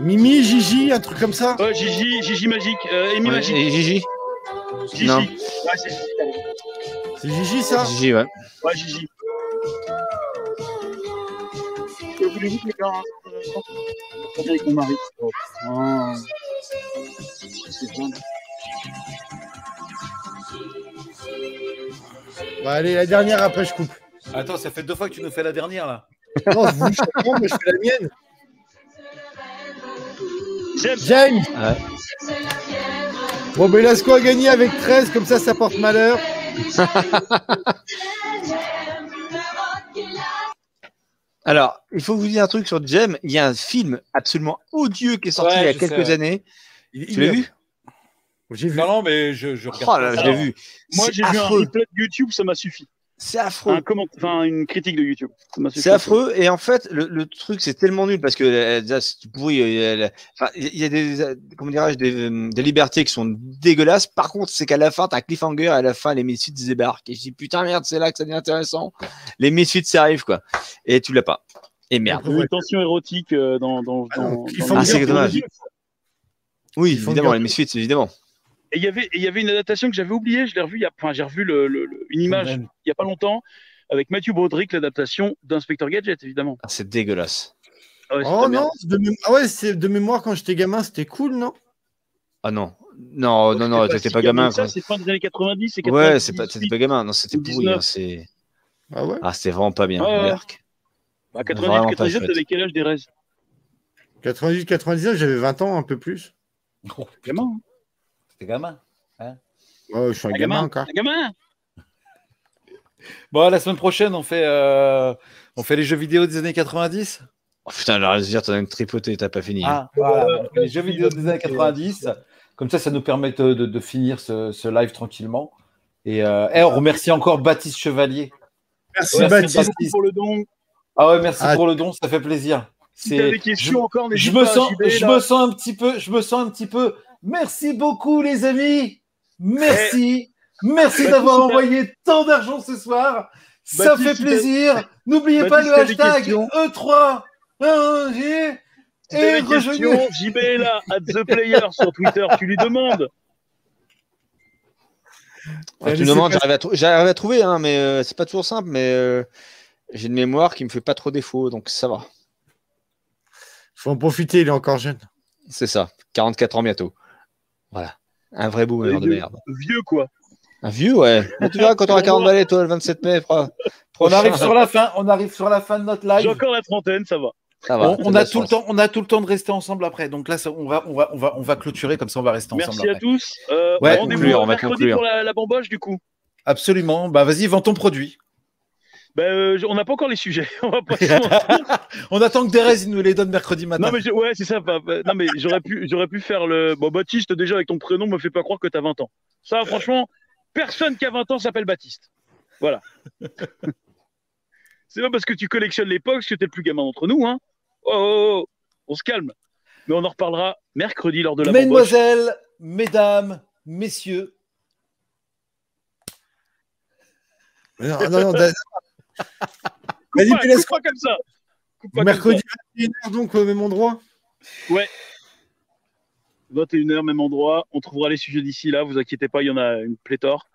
Speaker 4: Mimi, Gigi, un truc comme ça
Speaker 3: Ouais, Gigi, Gigi Magique, euh, Amy
Speaker 2: Ouais,
Speaker 3: Magique.
Speaker 2: et Gigi,
Speaker 3: Gigi.
Speaker 2: non.
Speaker 3: Ouais, c'est Gigi.
Speaker 4: C'est Gigi ça
Speaker 2: Gigi, ouais.
Speaker 3: Ouais, Gigi. Que voulez-vous que les gars hein Euh, je pense avec mon mari. Oh, putain. C'est bon.
Speaker 4: Bah allez, la dernière après je coupe.
Speaker 1: Attends, ça fait deux fois que tu nous fais la dernière, là.
Speaker 4: Non, je vous je fais pas, mais je fais la mienne.
Speaker 3: James,
Speaker 4: James
Speaker 2: Ouais.
Speaker 4: Bon Belasco a gagné avec 13, comme ça ça porte malheur.
Speaker 2: Alors, il faut vous dire un truc sur Jem. Il y a un film absolument odieux qui est sorti
Speaker 6: Ouais,
Speaker 2: il y a
Speaker 6: je
Speaker 2: quelques
Speaker 6: sais,
Speaker 2: années.
Speaker 1: Il-
Speaker 2: Tu
Speaker 1: il-
Speaker 2: l'as vu
Speaker 4: J'ai
Speaker 1: (laughs)
Speaker 4: vu.
Speaker 1: Non, non, mais je, je
Speaker 2: Oh
Speaker 1: regarde.
Speaker 2: là,
Speaker 1: pas
Speaker 2: là, je
Speaker 1: ça.
Speaker 2: l'ai vu.
Speaker 3: moi
Speaker 2: C'est
Speaker 3: j'ai vu un Ah,
Speaker 2: affreux.
Speaker 3: replay de YouTube, ça m'a suffi.
Speaker 2: C'est affreux.
Speaker 3: Un comment... Enfin, une critique de YouTube. ça m'a suffi.
Speaker 2: C'est affreux et en fait le, le truc c'est tellement nul parce que euh, déjà, c'est tout pourri. euh, la- enfin, Il y a des euh, comment dirais-je des, euh, des libertés qui sont dégueulasses. Par contre c'est qu'à la fin t'as un cliffhanger et à la fin les misfits débarquent et je dis putain merde c'est là que ça devient intéressant. Les misfits ça arrive quoi et tu l'as pas et merde.
Speaker 3: Il y a Une tension érotique euh, dans. dans,
Speaker 4: Ah non,
Speaker 3: dans-
Speaker 4: Cliffhanger,
Speaker 3: dans-
Speaker 2: Ah, c'est dommage. Oui
Speaker 4: Cliffhanger.
Speaker 2: évidemment les misfits évidemment.
Speaker 3: Et il y avait, et il y avait une adaptation que j'avais oubliée, je l'ai revue, il y a- enfin, j'ai revu le- le- le- une image il n'y a pas longtemps, avec Mathieu Baudric, l'adaptation d'Inspecteur Gadget, évidemment.
Speaker 2: Ah, c'est dégueulasse.
Speaker 3: Ah ouais, c'est
Speaker 4: Oh
Speaker 3: de la merde.
Speaker 4: non, de mém- ah ouais, c'est de mémoire quand j'étais gamin, c'était cool, non
Speaker 2: Ah non Oh non non non t'étais
Speaker 3: si
Speaker 2: pas
Speaker 3: gamin
Speaker 2: gamin
Speaker 3: que ça,
Speaker 2: quoi.
Speaker 3: C'est fin des années 90 et
Speaker 2: Ouais c'est pas t'étais
Speaker 3: 98.
Speaker 2: pas gamin non c'était pourri hein,
Speaker 3: 19.
Speaker 2: c'est
Speaker 4: Ah ouais
Speaker 2: ah c'était vraiment pas bien.
Speaker 3: Ouais, ouais.
Speaker 2: Merc.
Speaker 3: Bah,
Speaker 2: Vraiment
Speaker 3: 98,
Speaker 2: pas
Speaker 3: 97,
Speaker 2: chouette.
Speaker 3: t'avais quel âge des rêves
Speaker 4: 98, 99, j'avais 20 ans, un peu plus.
Speaker 1: Oh, putain,
Speaker 3: Gamin. hein.
Speaker 1: C'était gamin.
Speaker 4: Ouais, je suis un
Speaker 3: Un
Speaker 4: gamin,
Speaker 3: gamin.
Speaker 4: encore.
Speaker 3: Un gamin.
Speaker 1: Bon, la semaine prochaine, on fait, euh, on fait les jeux vidéo des années 90.
Speaker 2: Oh, putain j'aurais dû dire t'en as une tripotée t'as pas fini. Hein.
Speaker 1: Ah, voilà, on fait les jeux vidéo
Speaker 3: euh,
Speaker 1: des années 90. Comme ça, ça nous permet de, de- de finir ce, ce live tranquillement. Et euh, eh, on remercie encore Baptiste Chevalier.
Speaker 4: Merci,
Speaker 1: Merci,
Speaker 4: Baptiste.
Speaker 1: Baptiste.
Speaker 3: Pour le don.
Speaker 1: Ah ouais, merci
Speaker 4: Ah.
Speaker 1: pour le don, ça fait plaisir.
Speaker 3: Si t'as
Speaker 1: C'est,
Speaker 3: des
Speaker 1: je,
Speaker 3: questions encore,
Speaker 1: je
Speaker 3: n'hésite
Speaker 1: me
Speaker 3: pas,
Speaker 1: sens,
Speaker 3: JB,
Speaker 1: je
Speaker 3: là.
Speaker 1: me sens un petit peu, je me sens un petit peu. Merci beaucoup, les amis. Merci, merci
Speaker 3: Baptiste,
Speaker 1: d'avoir
Speaker 3: si t'as-
Speaker 1: envoyé tant d'argent ce soir. Ça
Speaker 3: Baptiste,
Speaker 1: fait
Speaker 3: si t'as-
Speaker 1: plaisir. N'oubliez pas le
Speaker 3: Baptiste, si t'as des
Speaker 1: hashtag E
Speaker 3: questions-
Speaker 1: E3. euh, j'ai-
Speaker 3: Si t'as
Speaker 1: Et
Speaker 3: des
Speaker 1: rejoignez.
Speaker 3: questions, JB est là, at the player sur Twitter, tu lui demandes.
Speaker 2: Ouais,
Speaker 4: Allez,
Speaker 2: tu me
Speaker 4: c'est
Speaker 2: demandes,
Speaker 4: pas-
Speaker 2: j'arrive à, trou- j'arrive à trouver, hein, mais euh, c'est pas toujours simple. Mais euh, j'ai une mémoire qui me fait pas trop défaut, donc ça va.
Speaker 4: Faut en profiter, il est encore jeune.
Speaker 2: C'est ça. 44 ans bientôt. Voilà. Un vrai boomer de
Speaker 3: Vieux.
Speaker 2: merde.
Speaker 3: Vieux, quoi.
Speaker 2: Un vieux, ouais. Mais tu verras quand
Speaker 3: (laughs)
Speaker 2: t'auras 40 balais, toi, le 27 mai. pro-
Speaker 1: On
Speaker 2: prochain.
Speaker 1: arrive sur la fin. On arrive sur la fin de
Speaker 2: Ah,
Speaker 1: notre
Speaker 3: J'ai
Speaker 1: live.
Speaker 3: encore la trentaine, ça va.
Speaker 2: Ça va,
Speaker 1: On,
Speaker 2: t'as
Speaker 1: on
Speaker 2: de
Speaker 1: a
Speaker 2: la
Speaker 1: tout le
Speaker 2: chance.
Speaker 1: temps, on a tout le temps de rester ensemble après. Donc là, ça, on va, on va, on va, on va clôturer comme ça, on va rester ensemble.
Speaker 3: Merci à
Speaker 1: après.
Speaker 3: tous. Euh,
Speaker 1: Ouais,
Speaker 3: Rendez-vous
Speaker 2: conclure, on va
Speaker 3: mercredi
Speaker 2: conclure.
Speaker 3: pour la, la bamboche, du coup.
Speaker 1: Absolument. Bah vas-y, vends ton
Speaker 3: (laughs)
Speaker 1: produit. (laughs)
Speaker 3: Ben, euh, je- on n'a pas encore les sujets. (laughs) On va pas se
Speaker 2: (laughs)
Speaker 3: mentir.
Speaker 1: On attend que Derez il nous les donne mercredi matin.
Speaker 3: non mais je- ouais c'est ça. bah, bah, non mais j'aurais pu j'aurais pu faire le. Bon Baptiste déjà avec ton prénom me fait pas croire que t'as 20 ans. Ça franchement personne qui a 20 ans s'appelle Baptiste. Voilà. c'est pas parce que tu collectionnes l'époque que t'es le plus gamin d'entre nous hein. Oh, oh, oh, on se calme. Mais on en reparlera mercredi lors de la bamboche.
Speaker 1: Mesdemoiselles, mesdames, messieurs.
Speaker 4: Non, non, non, Dan-
Speaker 3: Coupe
Speaker 4: Vas-y,
Speaker 3: pas,
Speaker 4: tu laisses-
Speaker 3: coupe pas comme ça. Coupe pas
Speaker 4: mercredi
Speaker 3: comme
Speaker 4: 21h, donc au même endroit.
Speaker 3: ça. Ouais. 21h, même endroit. On trouvera les sujets d'ici là. Vous inquiétez pas, il y en a une pléthore.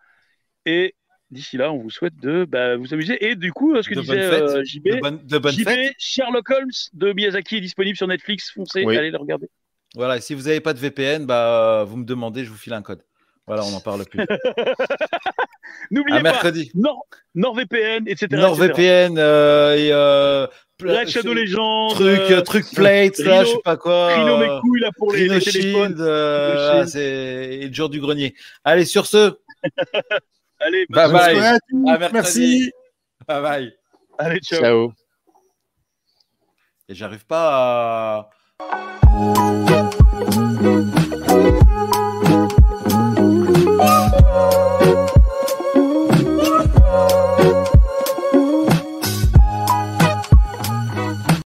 Speaker 3: Et d'ici là, on vous souhaite de bah, vous amuser. Et du coup, ce que
Speaker 1: De
Speaker 3: disait
Speaker 1: bonnes fêtes.
Speaker 3: euh, JB,
Speaker 1: De bonnes- de bonnes
Speaker 3: JB,
Speaker 1: fêtes.
Speaker 3: Sherlock Holmes de Miyazaki est disponible sur Netflix. Foncez,
Speaker 1: Oui.
Speaker 3: allez le regarder.
Speaker 1: Voilà, et si vous n'avez pas de VPN, bah, euh, vous me demandez, je vous file un code. Voilà, on n'en parle
Speaker 3: (laughs)
Speaker 1: plus.
Speaker 3: N'oubliez
Speaker 1: À mercredi.
Speaker 3: pas, Nord, NordVPN, etc. etc.
Speaker 1: NordVPN euh, et. euh, pla-
Speaker 3: Red Shadow
Speaker 1: ce-
Speaker 3: Legends,
Speaker 1: Truc,
Speaker 3: euh,
Speaker 1: euh, truc plate, là,
Speaker 3: Rhino-
Speaker 1: je sais pas quoi.
Speaker 3: Rhino mes
Speaker 1: euh,
Speaker 3: couilles, là, pour les-
Speaker 1: Rhino
Speaker 3: les téléphones.
Speaker 1: Shield, euh,
Speaker 3: Rhino
Speaker 1: voilà,
Speaker 3: Shield.
Speaker 1: c'est et le jour du grenier. Allez, sur ce.
Speaker 3: Allez,
Speaker 1: bye
Speaker 3: bonne
Speaker 1: Ah, bye.
Speaker 3: soirée à tous.
Speaker 1: À mercredi.
Speaker 3: Merci.
Speaker 1: Bye bye.
Speaker 3: Allez, ciao.
Speaker 1: Et j'arrive pas à.